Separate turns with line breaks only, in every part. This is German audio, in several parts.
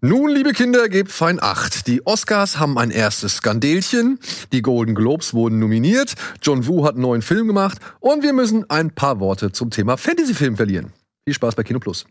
Nun, liebe Kinder, gebt fein acht. Die Oscars haben ein erstes Skandelchen, die Golden Globes wurden nominiert, John Woo hat einen neuen Film gemacht und wir müssen ein paar Worte zum Thema Fantasyfilm verlieren. Viel Spaß bei Kino Plus.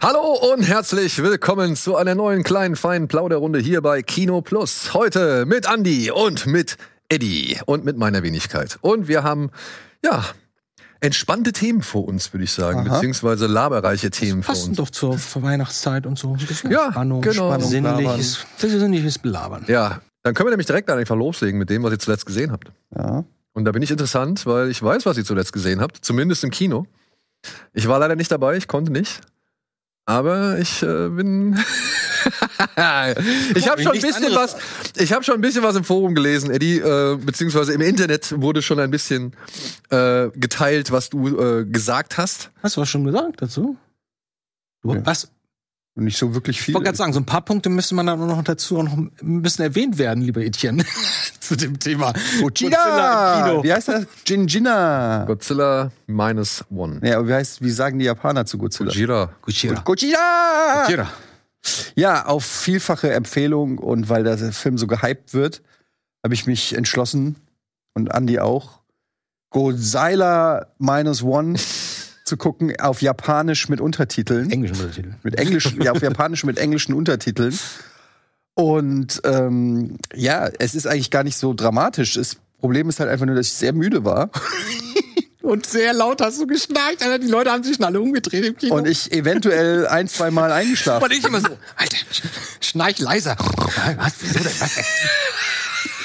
Hallo und herzlich willkommen zu einer neuen kleinen feinen Plauderrunde hier bei Kino Plus. Heute mit Andy und mit Eddie und mit meiner Wenigkeit. Und wir haben ja entspannte Themen vor uns, würde ich sagen,
Aha.
beziehungsweise laberreiche Themen vor
Passen
uns.
doch zur zur Weihnachtszeit und so. Ein bisschen
Ja,
Spannung,
genau.
Spannung,
Sinnliches-
Labern. Das ist sinnliches Belabern.
Ja, dann können wir nämlich direkt einfach loslegen mit dem, was ihr zuletzt gesehen habt.
Ja.
Und da bin ich interessant, weil ich weiß, was ihr zuletzt gesehen habt, zumindest im Kino. Ich war leider nicht dabei, ich konnte nicht. Aber ich äh, bin. ich habe schon ein
nichts
bisschen
anderes
was. Ich habe schon ein bisschen was im Forum gelesen, Eddie, äh, beziehungsweise im Internet wurde schon ein bisschen äh, geteilt, was du äh, gesagt hast.
Hast du was schon gesagt dazu? Du,
Ja.
Was?
Und Nicht so wirklich
Ich
viel.
wollte gerade sagen, so ein paar Punkte müsste man dann auch noch dazu auch noch ein bisschen erwähnt werden, liebe Etienne, zu dem Thema. Godzilla im
Gina!
Kino.
Wie heißt das? Gingina.
Godzilla minus one.
Ja, aber wie heißt, wie sagen die Japaner zu Godzilla?
Jira.
Godzilla.
Godzilla!
Jira.
Ja, auf vielfache Empfehlung und weil der Film so gehypt wird, habe ich mich entschlossen und Andy auch, Godzilla Minus One zu gucken auf Japanisch mit Untertiteln.
Englischen Untertitel.
mit Englisch, ja, auf Japanisch mit englischen Untertiteln. Und ähm, ja, es ist eigentlich gar nicht so dramatisch. Das Problem ist halt einfach nur, dass ich sehr müde war
Und sehr laut hast du geschnarcht, Alter. Die Leute haben sich schon alle umgedreht im Kino.
und ich eventuell ein, zwei Mal eingeschlafen.
Und ich immer so, Alter, sch- schnarch leiser. Was? Wieso denn? Was?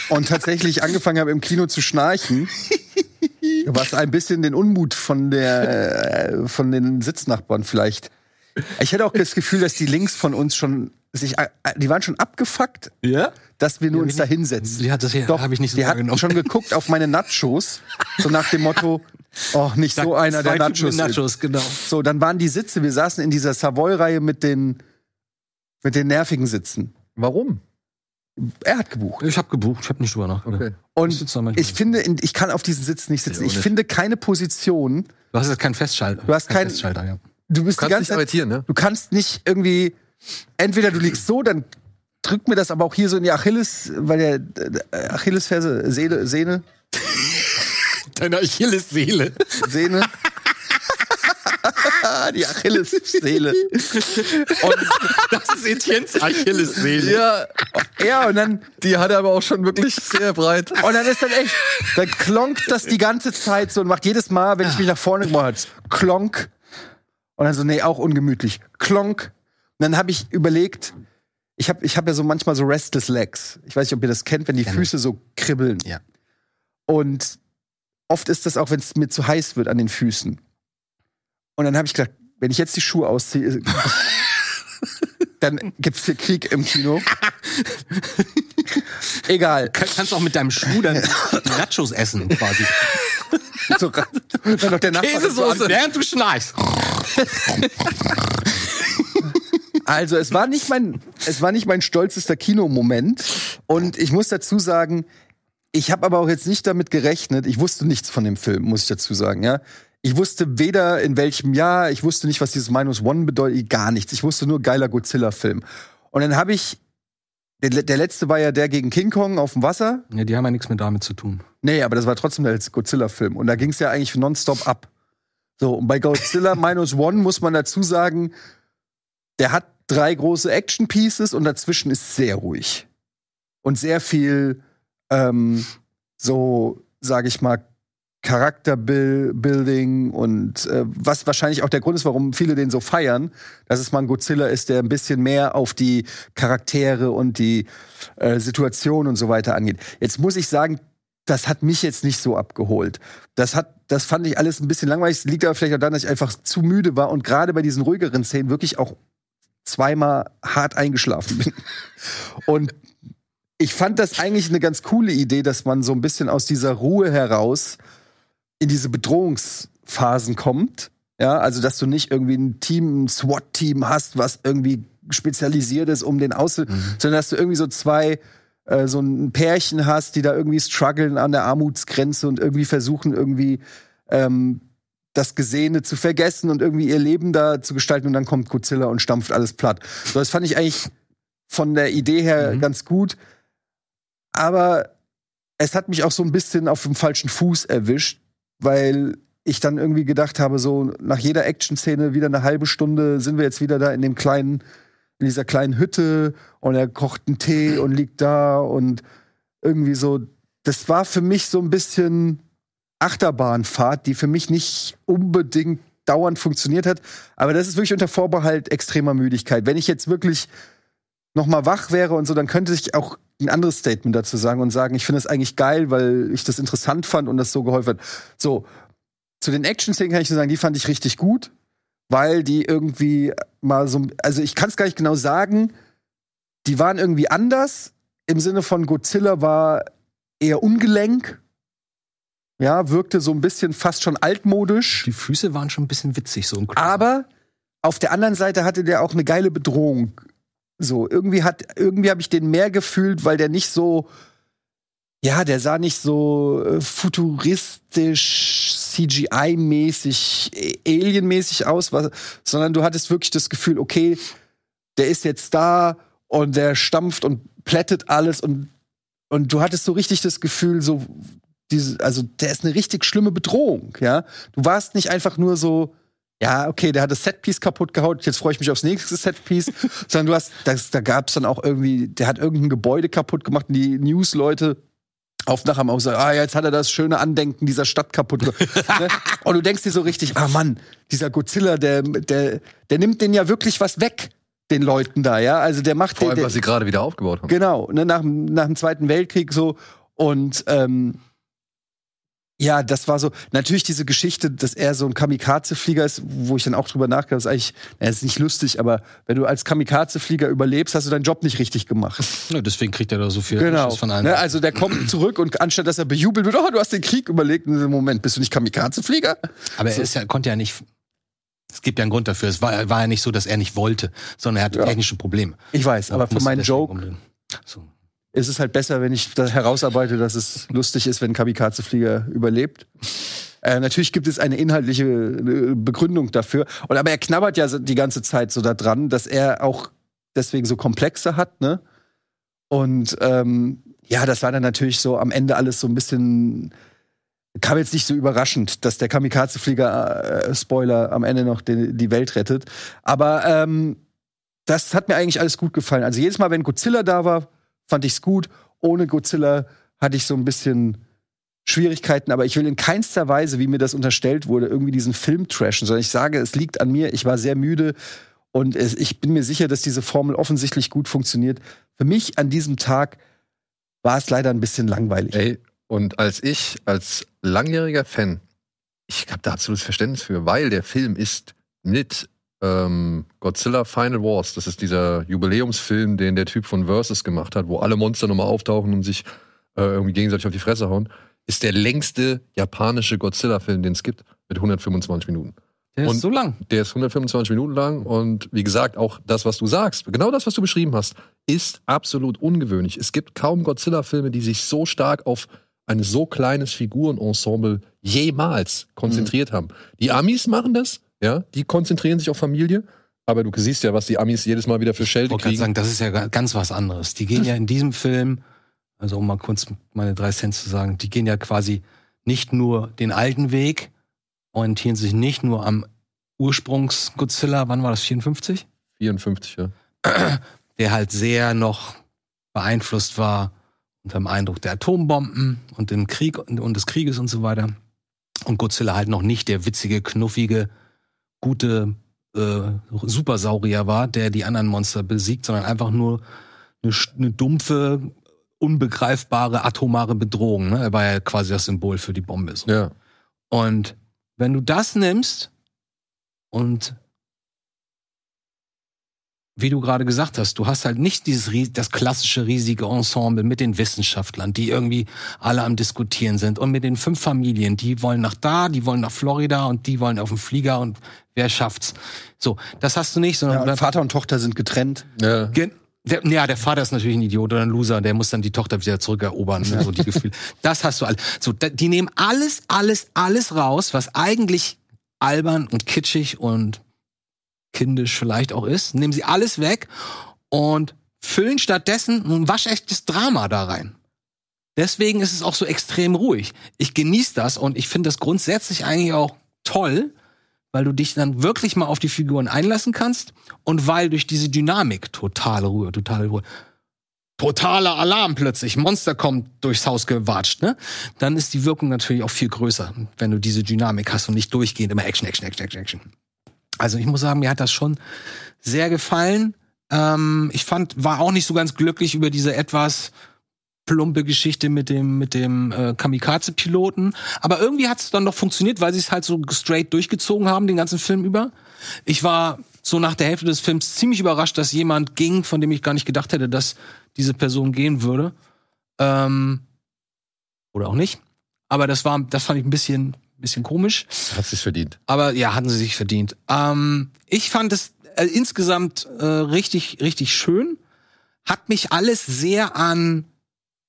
und tatsächlich angefangen habe, im Kino zu schnarchen. Was ein bisschen den Unmut von, der, äh, von den Sitznachbarn vielleicht. Ich hätte auch das Gefühl, dass die links von uns schon sich, äh, die waren schon abgefuckt,
Ja?
dass wir nur uns da hinsetzen.
Die hat das hier,
Doch,
habe ich nicht so
die
wahrgenommen.
hat schon geguckt auf meine Nachos, so nach dem Motto, oh, nicht so einer, der
Zwei Typen
Nachos,
mit
Nachos.
Nachos, genau.
So, dann waren die Sitze, wir saßen in dieser Savoy-Reihe mit den, mit den nervigen Sitzen.
Warum?
Er hat gebucht.
Ich habe gebucht, ich habe nicht drüber nachgedacht.
Okay.
Ich
Und
sitze da manchmal.
ich finde, in- ich kann auf diesen Sitzen nicht
Ja,
sitzen.
auch
Ich
nicht.
finde keine Position.
Du hast jetzt keinen Festschalter.
Du hast keinen-
Festschalter, ja.
Du bist
Du kannst dich
die ganze Zeit,
arretieren, ne?
du kannst nicht irgendwie, entweder du liegst so, dann drückt mir das aber auch hier so in die Achilles, weil der äh, Achillesferse, Seele, Sehne,
Deine Achillesseele.
Sehne. die Achillesseele.
Das ist Etiennes Achillesseele.
Ja,
Ja, und dann,
die hat er aber auch schon wirklich sehr breit.
und dann ist dann echt, dann klonkt das die ganze Zeit so und macht jedes Mal, wenn ich mich nach vorne gemacht habe, klonk. Und dann so, nee, auch ungemütlich. Klonk. Und dann habe ich überlegt, ich habe ich hab ja so manchmal so restless legs. Ich weiß nicht, ob ihr das kennt, wenn die
Kenn
Füße so kribbeln.
Ja.
Und oft ist das auch, wenn es mir zu heiß wird an den Füßen. Und dann habe ich gedacht, wenn ich jetzt die Schuhe ausziehe, dann gibt's hier Krieg im Kino. Egal.
Kann, kannst auch mit deinem Schuh dann die Nachos essen, quasi.
So, dann noch der Nachbar
Käsesoße.
Und während du schnarchst.
Also es war nicht mein, es war nicht mein stolzester Kinomoment. Und ich muss dazu sagen, ich habe aber auch jetzt nicht damit gerechnet. Ich wusste nichts von dem Film, muss ich dazu sagen. Ja, ich wusste weder in welchem Jahr. Ich wusste nicht, was dieses Minus One bedeutet. Gar nichts. Ich wusste nur geiler Godzilla-Film. Und dann habe ich der, le- der letzte war ja der gegen King Kong auf dem Wasser.
Ja, die haben ja nichts mehr damit zu tun.
Nee, aber das war trotzdem der letzte Godzilla-Film. Und da ging es ja eigentlich nonstop ab. So, und bei Godzilla Minus One muss man dazu sagen, der hat drei große Action-Pieces und dazwischen ist sehr ruhig. Und sehr viel, ähm, so, sage ich mal, Charakterbuilding und äh, was wahrscheinlich auch der Grund ist, warum viele den so feiern, dass es mal ein Godzilla ist, der ein bisschen mehr auf die Charaktere und die äh, Situation und so weiter angeht. Jetzt muss ich sagen, das hat mich jetzt nicht so abgeholt. Das hat, das fand ich alles ein bisschen langweilig. Es liegt aber vielleicht auch daran, dass ich einfach zu müde war und gerade bei diesen ruhigeren Szenen wirklich auch zweimal hart eingeschlafen bin. Und ich fand das eigentlich eine ganz coole Idee, dass man so ein bisschen aus dieser Ruhe heraus in diese Bedrohungsphasen kommt. Ja, also dass du nicht irgendwie ein Team, ein SWAT-Team hast, was irgendwie spezialisiert ist, um den Außen, sondern dass du irgendwie so zwei äh, so ein Pärchen hast, die da irgendwie strugglen an der Armutsgrenze und irgendwie versuchen, irgendwie ähm, das Gesehene zu vergessen und irgendwie ihr Leben da zu gestalten und dann kommt Godzilla und stampft alles platt. So, das fand ich eigentlich von der Idee her ganz gut. Aber es hat mich auch so ein bisschen auf dem falschen Fuß erwischt, weil ich dann irgendwie gedacht habe, so nach jeder Action-Szene wieder eine halbe Stunde sind wir jetzt wieder da in dem kleinen, in dieser kleinen Hütte und er kocht einen Tee und liegt da und irgendwie so. Das war für mich so ein bisschen Achterbahnfahrt, die für mich nicht unbedingt dauernd funktioniert hat. Aber das ist wirklich unter Vorbehalt extremer Müdigkeit. Wenn ich jetzt wirklich noch mal wach wäre und so, dann könnte ich auch ein anderes Statement dazu sagen und sagen, ich finde das eigentlich geil, weil ich das interessant fand und das so geholfen hat. So, zu den Action-Szenen kann ich nur sagen, die fand ich richtig gut, weil die irgendwie mal so, also ich kann es gar nicht genau sagen, die waren irgendwie anders. Im Sinne von Godzilla war eher ungelenk. Ja, wirkte so ein bisschen fast schon altmodisch.
Die Füße waren schon ein bisschen witzig, so ein
Aber auf der anderen Seite hatte der auch eine geile Bedrohung. So, irgendwie hat, irgendwie habe ich den mehr gefühlt, weil der nicht so, ja, der sah nicht so äh, futuristisch, CGI-mäßig, äh, alienmäßig aus, was, sondern du hattest wirklich das Gefühl, okay, der ist jetzt da und der stampft und plättet alles und, und du hattest so richtig das Gefühl, so, diese, also der ist eine richtig schlimme Bedrohung, ja. Du warst nicht einfach nur so, ja, okay, der hat das Setpiece kaputt gehauen, jetzt freue ich mich aufs nächste Setpiece, sondern du hast, das, da gab es dann auch irgendwie, der hat irgendein Gebäude kaputt gemacht und die News-Leute auf nachher haben auch gesagt, ah, jetzt hat er das schöne Andenken dieser Stadt kaputt gemacht. ne? Und du denkst dir so richtig, ah Mann, dieser Godzilla, der, der, der nimmt den ja wirklich was weg, den Leuten da, ja. Also der macht
Vor
den,
allem,
der,
was sie gerade wieder aufgebaut haben.
Genau, ne, nach, dem- nach dem Zweiten Weltkrieg so. Und ähm, ja, das war so. Natürlich diese Geschichte, dass er so ein Kamikaze-Flieger ist, wo ich dann auch drüber nachgedacht habe, ist eigentlich, na, ist nicht lustig, aber wenn du als Kamikaze-Flieger überlebst, hast du deinen Job nicht richtig gemacht.
Ja, deswegen kriegt er da so viel
Genau.
Schuss von allen.
Ne, also der kommt zurück und anstatt dass er bejubelt wird, oh, du hast den Krieg überlegt, in dem Moment, bist du nicht Kamikaze-Flieger?
Aber
also
er ist ja, konnte ja nicht. Es gibt ja einen Grund dafür. Es war, war ja nicht so, dass er nicht wollte, sondern er hatte
Ja.
technische Probleme.
Ich weiß, aber
Musste
für meinen
deswegen
Joke
umdrehen. So.
ist es halt besser, wenn ich da herausarbeite, dass es lustig ist, wenn ein Kamikaze-Flieger überlebt. Äh, natürlich gibt es eine inhaltliche äh, Begründung dafür. Und, aber er knabbert ja so die ganze Zeit so da dran, dass er auch deswegen so komplexe hat, ne? Und ähm, ja, das war dann natürlich so am Ende alles so ein bisschen kam jetzt nicht so überraschend, dass der Kamikaze-Flieger, äh, Spoiler, am Ende noch den, die Welt rettet. Aber ähm, das hat mir eigentlich alles gut gefallen. Also jedes Mal, wenn Godzilla da war, fand ich's gut. Ohne Godzilla hatte ich so ein bisschen Schwierigkeiten, aber ich will in keinster Weise, wie mir das unterstellt wurde, irgendwie diesen Film trashen, sondern ich sage, es liegt an mir, ich war sehr müde und es, ich bin mir sicher, dass diese Formel offensichtlich gut funktioniert. Für mich an diesem Tag war es leider ein bisschen langweilig.
Ey, und als ich, als langjähriger Fan, ich habe da absolutes Verständnis für, weil der Film ist mit ähm, Godzilla Final Wars, das ist dieser Jubiläumsfilm, den der Typ von Versus gemacht hat, wo alle Monster nochmal auftauchen und sich äh, irgendwie gegenseitig auf die Fresse hauen, ist der längste japanische Godzilla-Film, den es gibt, mit 125 Minuten.
Der
Und-
ist so lang.
Der ist 125 Minuten lang und wie gesagt, auch das, was du sagst, genau das, was du beschrieben hast, ist absolut ungewöhnlich. Es gibt kaum Godzilla-Filme, die sich so stark auf ein so kleines Figurenensemble jemals konzentriert
Mhm.
haben. Die Amis machen das, ja, die konzentrieren sich auf Familie, aber du siehst ja, was die Amis jedes Mal wieder für
Ich
Schelte
wollte gerade
kriegen.
sagen, das ist ja ga- ganz was anderes. Die gehen ja in diesem Film, also um mal kurz meine drei Cent zu sagen, die gehen ja quasi nicht nur den alten Weg, orientieren sich nicht nur am Ursprungs-Godzilla, wann war das, 54?
54, ja.
der halt sehr noch beeinflusst war unter dem Eindruck der Atombomben und dem Krieg und und des Krieges und so weiter. Und Godzilla halt noch nicht der witzige, knuffige, gute äh, Supersaurier war, der die anderen Monster besiegt, sondern einfach nur eine, sch- eine dumpfe, unbegreifbare atomare Bedrohung. Ne? Er war ja quasi das Symbol für die Bombe. So.
Ja.
Und wenn du das nimmst und wie du gerade gesagt hast, du hast halt nicht dieses ries- das klassische riesige Ensemble mit den Wissenschaftlern, die irgendwie alle am diskutieren sind und mit den fünf Familien, die wollen nach da, die wollen nach Florida und die wollen auf den Flieger und wer schafft's? So, das hast du nicht, sondern
Ja, Vater und Tochter sind getrennt.
Ja.
Gen der, ja, der Vater ist natürlich ein Idiot oder ein Loser, der muss dann die Tochter wieder zurückerobern. So die Gefühle. Das hast du all. So, da, die nehmen alles, alles, alles raus, was eigentlich albern und kitschig und kindisch vielleicht auch ist. Nehmen sie alles weg und füllen stattdessen ein waschechtes Drama da rein. Deswegen ist es auch so extrem ruhig. Ich genieße das und ich finde das grundsätzlich eigentlich auch toll, weil du dich dann wirklich mal auf die Figuren einlassen kannst und weil durch diese Dynamik totale Ruhe, totale Ruhe, totaler Alarm plötzlich, Monster kommt durchs Haus gewatscht, ne? Dann ist die Wirkung natürlich auch viel größer, wenn du diese Dynamik hast und nicht durchgehend immer Action, Action, Action, Action, Action. Also ich muss sagen, mir hat das schon sehr gefallen. Ähm, ich fand, war auch nicht so ganz glücklich über diese etwas plumpe Geschichte mit dem mit dem äh, Kamikaze-Piloten. Aber irgendwie hat es dann noch funktioniert, weil sie es halt so straight durchgezogen haben den ganzen Film über. Ich war so nach der Hälfte des Films ziemlich überrascht, dass jemand ging, von dem ich gar nicht gedacht hätte, dass diese Person gehen würde. Ähm, oder auch nicht. Aber das war, das fand ich ein bisschen, bisschen komisch.
Hat sich's verdient.
Aber ja, hatten sie sich verdient. Ähm, ich fand es äh, insgesamt äh, richtig, richtig schön. Hat mich alles sehr an,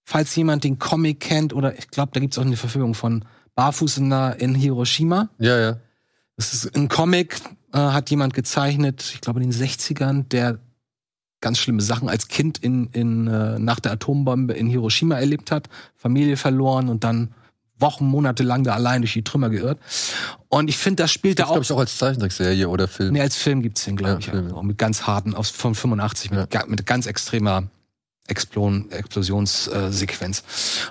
falls jemand den Comic kennt, oder ich glaube, da gibt's auch eine Verfilmung von Barfuß in, der- in Hiroshima.
Ja, ja.
Das ist ein Comic, äh, hat jemand gezeichnet, ich glaube in den 60ern, der ganz schlimme Sachen als Kind in, in, äh, nach der Atombombe in Hiroshima erlebt hat, Familie verloren und dann Wochen, Monate lang da allein durch die Trümmer geirrt. Und ich finde, das spielt da
Das
auch.
glaube ich auch als Zeichentrickserie oder Film.
Nee, als Film gibt's den, glaube
Ja,
ich.
Film, ja.
auch. Mit ganz harten, aus, von 85, mit, ga- mit ganz extremer Explon, Explosionssequenz. Äh, Sequenz.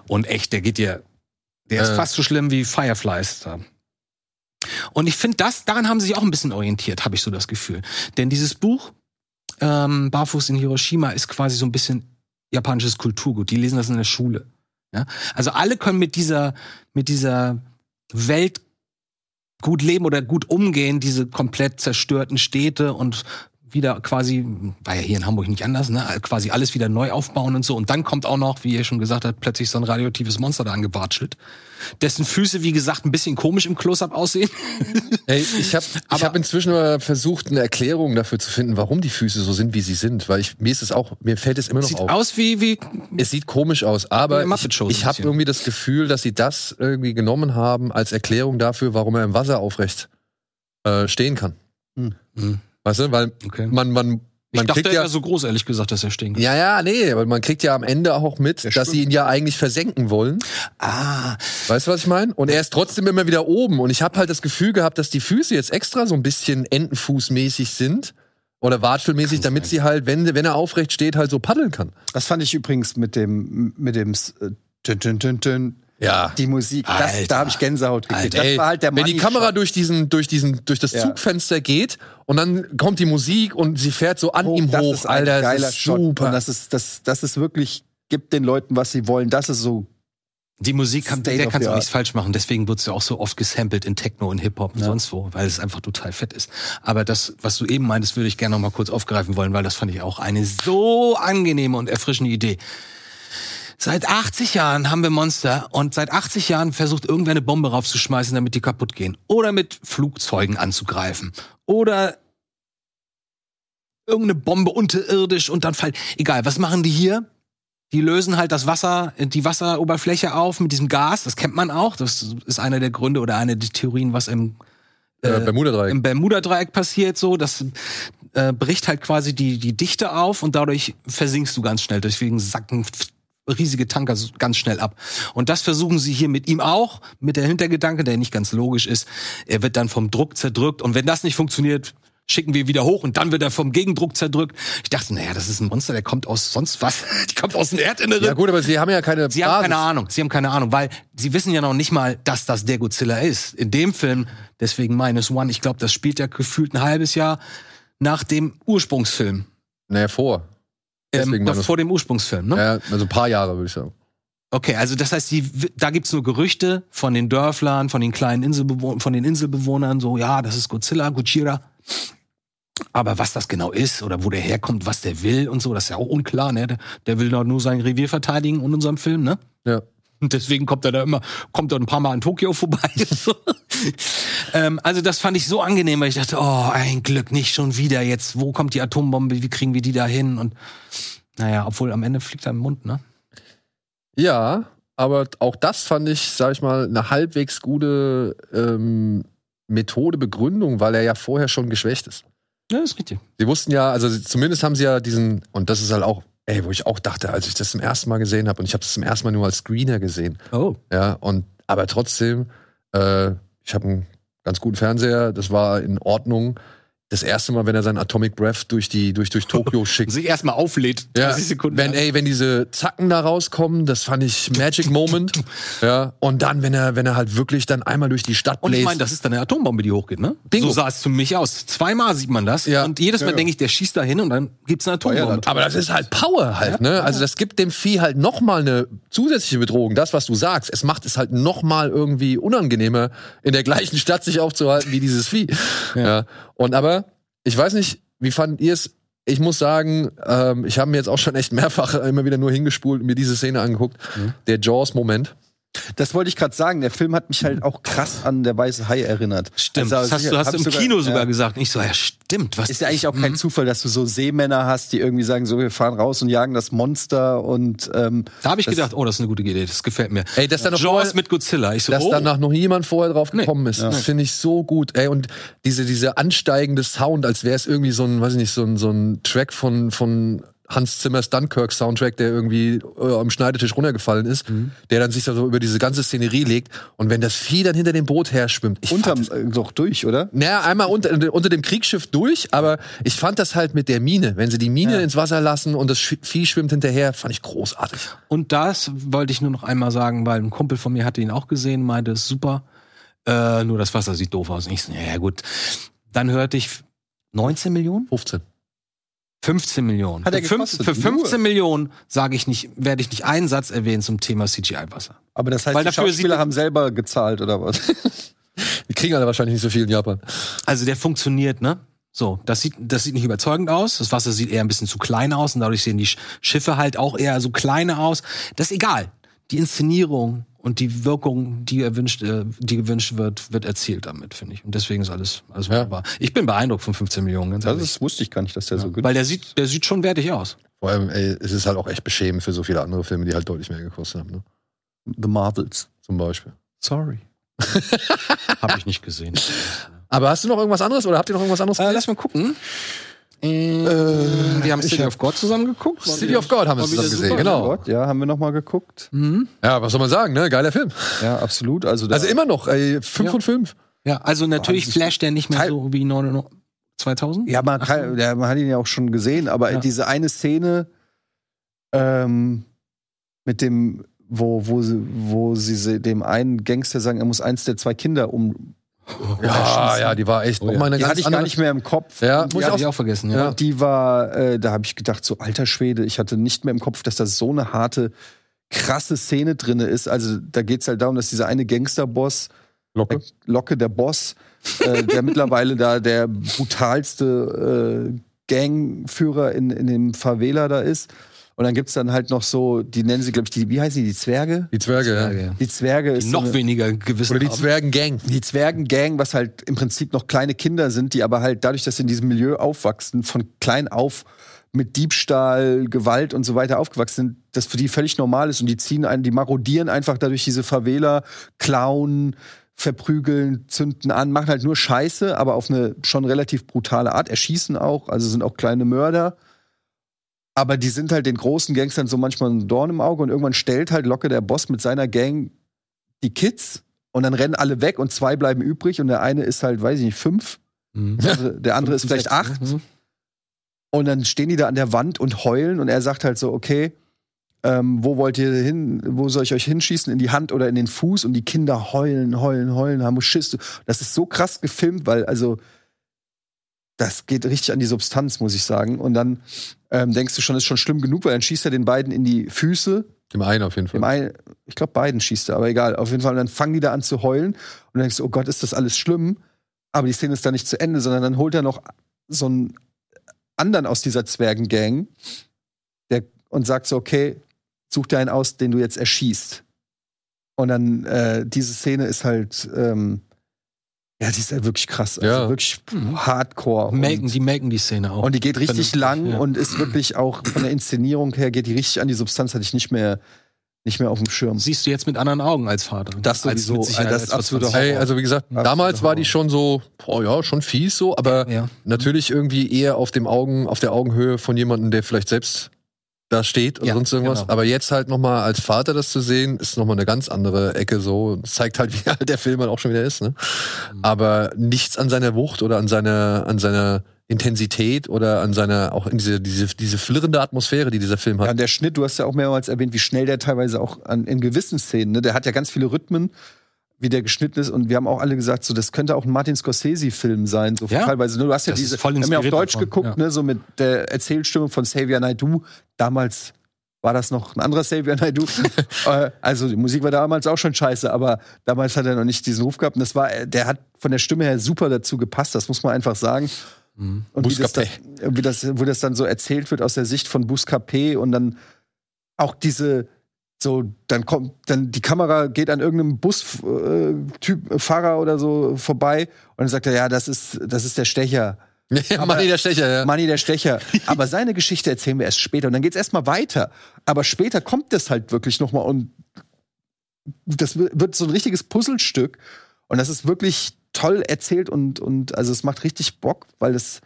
Und echt, der geht dir. Der ist
Äh.
fast so schlimm wie Fireflies da. Und ich finde, das, daran haben sie sich auch ein bisschen orientiert, habe ich so das Gefühl. Denn dieses Buch, ähm, Barfuß in Hiroshima, ist quasi so ein bisschen japanisches Kulturgut. Die lesen das in der Schule. Ja? Also alle können mit dieser, mit dieser Welt gut leben oder gut umgehen, diese komplett zerstörten Städte und wieder quasi, war ja hier in Hamburg nicht anders, ne? quasi alles wieder neu aufbauen und so. Und dann kommt auch noch, wie ihr schon gesagt habt, plötzlich so ein radioaktives Monster da angewatschelt, dessen Füße, wie gesagt, ein bisschen komisch im Close-Up aussehen.
Ey, ich habe ich
Aber-
hab inzwischen mal versucht, eine Erklärung dafür zu finden, warum die Füße so sind, wie sie sind. Weil ich, mir ist es auch, mir fällt es immer noch
Sieht
auf.
aus wie, wie
Es sieht komisch aus,
Wie
aber
eine
ich,
Muppet-Show so
ich
ein
habe
bisschen.
irgendwie das Gefühl, dass sie das irgendwie genommen haben als Erklärung dafür, warum er im Wasser aufrecht äh, stehen kann.
Hm.
Weißt du, weil
Okay.
man, man,
Ich
man
dachte,
kriegt
er
ja.
wäre so groß, ehrlich gesagt, dass er stehen kann.
Ja, ja, nee, aber man kriegt ja am Ende auch mit,
Der
dass sie ihn ja eigentlich versenken wollen.
Ah,
Weißt du, was ich meine? Und er ist trotzdem immer wieder oben. Und ich habe halt das Gefühl gehabt, dass die Füße jetzt extra so ein bisschen entenfußmäßig sind oder watschelmäßig, damit sie halt, wenn, wenn er aufrecht steht, halt so paddeln kann.
Das fand ich übrigens mit dem, mit dem, S- äh, tün, tün, tün, tün,
Ja.
die Musik. Das,
Alter.
da habe ich Gänsehaut gekriegt.
Alter.
Das
Ey,
war halt der
wenn die
Money
Kamera
Shot.
durch diesen, durch diesen, durch das
Ja.
Zugfenster geht und dann kommt die Musik und sie fährt so an
Oh,
ihm
das
hoch,
ist ein
Alter,
geiler
das ist
Shot.
super.
Und das ist, das, das ist wirklich, gibt den Leuten, was sie wollen. Das ist so
die Musik, kann,
State
der
of
kannst
the
du auch
art.
nichts falsch machen. Deswegen wird's ja auch so oft gesampelt in Techno und Hip-Hop und sonst wo, weil es einfach total fett ist. Aber das, was du eben meintest, würde ich gerne noch mal kurz aufgreifen wollen, weil das fand ich auch eine so angenehme und erfrischende Idee. Seit 80 Jahren haben wir Monster und seit 80 Jahren versucht irgendwer eine Bombe raufzuschmeißen, damit die kaputt gehen. Oder mit Flugzeugen anzugreifen. Oder irgendeine Bombe unterirdisch und dann fällt. Egal, was machen die hier? Die lösen halt das Wasser, die Wasseroberfläche auf mit diesem Gas. Das kennt man auch. Das ist einer der Gründe oder eine der Theorien, was im
äh, Bermuda-Dreieck.
im Bermuda-Dreieck passiert so, das äh, bricht halt quasi die, die Dichte auf und dadurch versinkst du ganz schnell. Deswegen sacken f- riesige Tanker so ganz schnell ab. Und das versuchen sie hier mit ihm auch, mit der Hintergedanke, der nicht ganz logisch ist. Er wird dann vom Druck zerdrückt und wenn das nicht funktioniert, schicken wir ihn wieder hoch und dann wird er vom Gegendruck zerdrückt. Ich dachte, naja, das ist ein Monster, der kommt aus sonst was. Die kommt aus dem Erdinneren.
Ja gut, aber sie haben ja keine
Sie haben
Basis.
keine Ahnung. Sie haben keine Ahnung, weil sie wissen ja noch nicht mal, dass das der Godzilla ist. In dem Film, deswegen Minus One, ich glaube, das spielt ja gefühlt ein halbes Jahr nach dem Ursprungsfilm.
Naja, vor. Deswegen
Ähm, noch
meine-
vor dem Ursprungsfilm, ne?
Ja, also ein paar Jahre, würde ich sagen.
Okay, also das heißt, die, da gibt's nur Gerüchte von den Dörflern, von den kleinen Inselbewohnern, von den Inselbewohnern, so, ja, das ist Godzilla, Gojira. Aber was das genau ist oder wo der herkommt, was der will und so, das ist ja auch unklar, ne? Der, der will doch nur sein Revier verteidigen in unserem Film, ne?
Ja.
Und deswegen kommt er da immer, kommt er ein paar Mal an Tokio vorbei. So. ähm, also das fand ich so angenehm, weil ich dachte, oh, ein Glück, nicht schon wieder jetzt. Wo kommt die Atombombe? Wie kriegen wir die da hin? Und naja, obwohl am Ende fliegt er im Mund, ne?
Ja, aber auch das fand ich, sag ich mal, eine halbwegs gute ähm, Methode, Begründung, weil er ja vorher schon geschwächt ist.
Ja, ist richtig.
Sie wussten ja, also sie- zumindest haben sie ja diesen, und das ist halt auch, ey, wo ich auch dachte, als ich das zum ersten Mal gesehen habe, und ich habe das zum ersten Mal nur als Screener gesehen,
Oh.
ja, und aber trotzdem, äh, ich habe einen ganz guten Fernseher, das war in Ordnung. Das erste Mal, wenn er seinen Atomic Breath durch die, durch, durch Tokio schickt.
sich erstmal auflädt.
Ja,
30 Sekunden.
wenn,
lang.
ey, wenn diese Zacken da rauskommen, das fand ich Magic Moment. Ja, und dann, wenn er, wenn er halt wirklich dann einmal durch die Stadt
und ich
bläst.
meine, das ist dann eine Atombombe, die hochgeht, ne?
Bingo.
So sah es für mich aus. Zweimal sieht man das.
Ja.
Und jedes Mal
Ja, ja.
denke ich, der schießt da hin und dann gibt's eine
ja,
Atombombe.
aber das ist halt Power halt, ne? Also das gibt dem Vieh halt nochmal eine zusätzliche Bedrohung, das, was du sagst. Es macht es halt nochmal irgendwie unangenehmer, in der gleichen Stadt sich aufzuhalten wie dieses Vieh. Ja. Und aber, ich weiß nicht, wie fandet ihr es? Ich muss sagen, ähm, ich habe mir jetzt auch schon echt mehrfach immer wieder nur hingespult und mir diese Szene angeguckt.
Mhm.
Der Jaws-Moment.
Das wollte ich gerade sagen. Der Film hat mich halt auch krass an der Weiße Hai erinnert.
stimmt.
Also,
das hast du hast
hab
du im
ich
Kino sogar Mhm.
ja.
gesagt. Und ich so, ja, stimmt. Was
Ist ja eigentlich auch kein Zufall, dass du so Seemänner hast, die irgendwie sagen, so wir fahren raus und jagen das Monster und ähm,
da habe ich
das-
gedacht, oh, das ist eine gute Idee, das gefällt mir.
Ey, das dann noch
Jaws
vorher-
mit Godzilla. Ich so,
dass
oh.
danach noch niemand vorher drauf
Nee.
gekommen ist. Das finde ich so gut. Ey, und diese, diese ansteigende Sound, als wäre es irgendwie so ein, weiß ich nicht, so ein, so ein Track von, von Hans Zimmers Dunkirk Soundtrack, der irgendwie äh, am Schneidetisch runtergefallen ist,
Mhm.
der dann sich da so über diese ganze Szenerie legt. Und wenn das Vieh dann hinter dem Boot her schwimmt, ich
unterm
fand-
äh, doch durch, oder?
naja, einmal unter, unter dem Kriegsschiff durch, aber ich fand das halt mit der Mine. Wenn sie die Mine
Ja.
ins Wasser lassen und das Sch- Vieh schwimmt hinterher, fand ich großartig.
Und das wollte ich nur noch einmal sagen, weil ein Kumpel von mir hatte ihn auch gesehen, meinte, ist super. Äh, nur das Wasser sieht doof aus. Und ich so, ja, ja gut. Dann hörte ich 19 Millionen?
15.
15 Millionen.
Hat er
Für fünf-
gekostet?
Für 15
Nur?
Millionen sage ich nicht, werde ich nicht einen Satz erwähnen zum Thema CGI-Wasser.
Aber das heißt,
Weil
die
dafür sieht
Schauspieler
man-
haben selber gezahlt oder was?
Die kriegen alle wahrscheinlich nicht so viel in Japan.
Also der funktioniert, ne? So, das sieht, das sieht nicht überzeugend aus. Das Wasser sieht eher ein bisschen zu klein aus und dadurch sehen die Sch- Schiffe halt auch eher so kleine aus. Das ist egal. Die Inszenierung und die Wirkung, die erwünscht, äh, die gewünscht wird, wird erzielt damit, finde ich. Und deswegen ist alles, alles
Ja.
wunderbar. Ich bin beeindruckt von 15 Millionen, ganz
Das
ehrlich.
ist, wusste ich gar nicht, dass der so günstig
Weil der sieht, der sieht schon wertig aus.
Vor allem, ey, es ist halt auch echt beschämend für so viele andere Filme, die halt deutlich mehr gekostet haben, ne?
The Marvels.
Zum Beispiel.
Sorry.
Habe ich nicht gesehen.
Aber hast du noch irgendwas anderes oder habt ihr noch irgendwas anderes
Äh,
gesehen?
lass mal gucken. wir haben
ich
City
hab-
of God zusammen geguckt.
City of God haben wir
War wieder
zusammen gesehen,
super,
genau. Hm.
Gott, ja, haben wir noch mal geguckt.
Mhm.
Ja, was soll man sagen, ne? Geiler Film.
Ja, absolut. Also, da-
Also immer noch, ey, 5
Ja.
von 5.
Ja, also natürlich
Wahnsinn.
flasht der nicht mehr
Teil-
so wie 99 2000.
Ja, man, kann, ja, man hat ihn ja auch schon gesehen, aber
Ja.
diese eine Szene ähm, mit dem, wo, wo, sie, wo sie se- dem einen Gangster sagen, er muss eins der zwei Kinder um.
Ja, ja, die war echt
Oh, ja.
nochmal eine
Die
ganz
hatte ich
andere.
gar nicht mehr im Kopf.
Ja,
Und
muss
die,
Hab
auch-
ich auch vergessen,
Ja.
ja.
hat- die war, äh, da habe ich gedacht, so alter Schwede, ich hatte nicht mehr im Kopf, dass da so eine harte, krasse Szene drin ist. Also da geht es halt darum, dass dieser eine Gangsterboss
Locke.
Locke, der Boss, äh, der mittlerweile da der brutalste äh, Gangführer in, in dem Favela da ist. Und dann gibt es dann halt noch so, die nennen sie, glaube ich, die, wie heißen die, die Zwerge?
Die Zwerge, ja.
Frage.
Die Zwerge ist. so
Noch
eine,
weniger Gewissen.
Oder die
haben.
Zwergengang.
die Zwergengang, was halt im Prinzip noch kleine Kinder sind, die aber halt dadurch, dass sie in diesem Milieu aufwachsen, von klein auf mit Diebstahl, Gewalt und so weiter aufgewachsen sind, das für die völlig normal ist und die ziehen einen, die marodieren einfach dadurch diese Favela, klauen, verprügeln, zünden an, machen halt nur Scheiße, aber auf eine schon relativ brutale Art, erschießen auch, also sind auch kleine Mörder. Aber die sind halt den großen Gangstern so manchmal ein Dorn im Auge und irgendwann stellt halt Locke der Boss mit seiner Gang die Kids und dann rennen alle weg und zwei bleiben übrig und der eine ist halt, weiß ich nicht, fünf,
Mhm.
also der andere ist vielleicht acht
Mhm.
und dann stehen die da an der Wand und heulen und er sagt halt so, okay, ähm, wo wollt ihr hin, wo soll ich euch hinschießen, in die Hand oder in den Fuß und die Kinder heulen, heulen, heulen, haben Schiss. Das ist so krass gefilmt, weil also das geht richtig an die Substanz, muss ich sagen. Und dann ähm, denkst du schon, ist schon schlimm genug, weil dann schießt er den beiden in die Füße.
Im einen auf jeden Fall.
Im einen, ich glaube, beiden schießt er, aber egal. Auf jeden Fall, und dann fangen die da an zu heulen. Und dann denkst du, oh Gott, ist das alles schlimm? Aber die Szene ist dann nicht zu Ende, sondern dann holt er noch so einen anderen aus dieser Zwergengang der, und sagt so, okay, such dir einen aus, den du jetzt erschießt. Und dann, äh, diese Szene ist halt, ähm, ja, die ist halt wirklich krass. Also
Ja.
wirklich hardcore. Und-
Mhm. Melken, die melken die Szene auch.
und die geht richtig
Vernünftig,
lang
ja.
und ist wirklich auch von der Inszenierung her, geht die richtig an die Substanz, hatte ich nicht mehr, nicht mehr auf dem Schirm.
siehst du jetzt mit anderen Augen als Vater.
Das
Als
sowieso, äh,
mit Sicherheit
das
als
absolute
Vater.
Ey, also wie gesagt,
Absoluter
damals war die
Horror.
schon so, oh ja, schon fies so, aber
Ja.
natürlich irgendwie eher auf dem Augen, auf der Augenhöhe von jemandem, der vielleicht selbst da steht oder
Ja,
sonst irgendwas.
genau.
Aber jetzt halt nochmal als Vater das zu sehen, ist nochmal eine ganz andere Ecke so. Und zeigt halt, wie alt der Film halt auch schon wieder ist, ne?
Mhm.
Aber nichts an seiner Wucht oder an seiner, an seiner Intensität oder an seiner, auch in diese, diese, diese flirrende Atmosphäre, die dieser Film
Ja,
hat.
und der Schnitt, du hast ja auch mehrmals erwähnt, wie schnell der teilweise auch an, in gewissen Szenen, ne, der hat ja ganz viele Rhythmen, wie der geschnitten ist. Und wir haben auch alle gesagt, so, das könnte auch ein Martin Scorsese-Film sein, so
Ja.
teilweise. Ne? Du hast ja
Das
diese,
ist voll
wir haben ja auf
inspiriert
Deutsch
davon,
geguckt,
ja.
ne, so mit der Erzählstimme von Xavier Naidoo. Damals war das noch ein anderer Xavier Naidoo. äh, also die Musik war damals auch schon scheiße, aber damals hat er noch nicht diesen Ruf gehabt. Und das war, äh, der hat von der Stimme her super dazu gepasst, das muss man einfach sagen.
Mhm.
Und wie das, dann,
Buscapé.
wie das, wo das dann so erzählt wird aus der Sicht von Buscapé und dann auch diese, so, dann kommt, dann die Kamera geht an irgendeinem Bustyp, äh, Typ, Fahrer oder so vorbei und dann sagt er, ja, das ist, das ist der Stecher.
Ja, Manni der Stecher, ja.
Manni der Stecher. Aber seine Geschichte erzählen wir erst später. Und dann geht's erstmal weiter. Aber später kommt das halt wirklich nochmal und das wi- wird so ein richtiges Puzzlestück. Und das ist wirklich toll erzählt und, und also es macht richtig Bock, weil es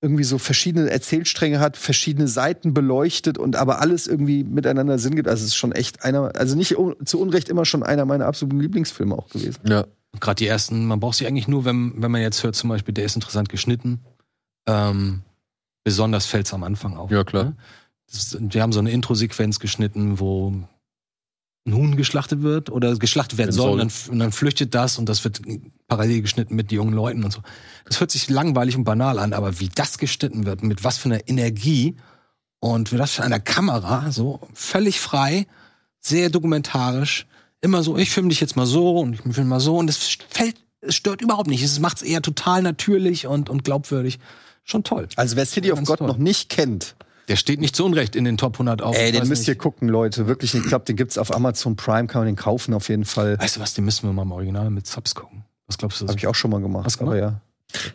irgendwie so verschiedene Erzählstränge hat, verschiedene Seiten beleuchtet und aber alles irgendwie miteinander Sinn gibt. Also es ist schon echt einer, also nicht un- zu Unrecht immer schon einer meiner absoluten Lieblingsfilme auch gewesen.
ja.
Gerade die ersten, man braucht sie eigentlich nur, wenn, wenn man jetzt hört, zum Beispiel, der ist interessant geschnitten. Ähm, besonders fällt es am Anfang auf.
Ja, klar.
Ne? Das ist, wir haben so eine Intro-Sequenz geschnitten, wo ein Huhn geschlachtet wird oder geschlachtet werden
Wenn
soll.
soll.
Und dann, und dann flüchtet das und das wird parallel geschnitten mit den jungen Leuten und so. Das hört sich langweilig und banal an, aber wie das geschnitten wird, mit was für einer Energie und wie das für einer Kamera, so völlig frei, sehr dokumentarisch, immer so, ich filme dich jetzt mal so und ich filme mal so und es fällt, es stört überhaupt nicht. Es macht es eher total natürlich und, und glaubwürdig. Schon toll.
Also wer City of
Ganz
God
toll.
noch nicht kennt,
Der steht nicht zu Unrecht in den Top 100 auf.
Ey,
Ich
den
weiß
müsst ihr
nicht.
gucken, Leute. Wirklich, ich glaube, den gibt's auf Amazon Prime, kann man den kaufen auf jeden Fall.
Weißt du was, den müssen wir mal im Original mit Subs gucken. Was glaubst du?
Habe ich auch schon mal
Hast
gemacht, aber
du
ja.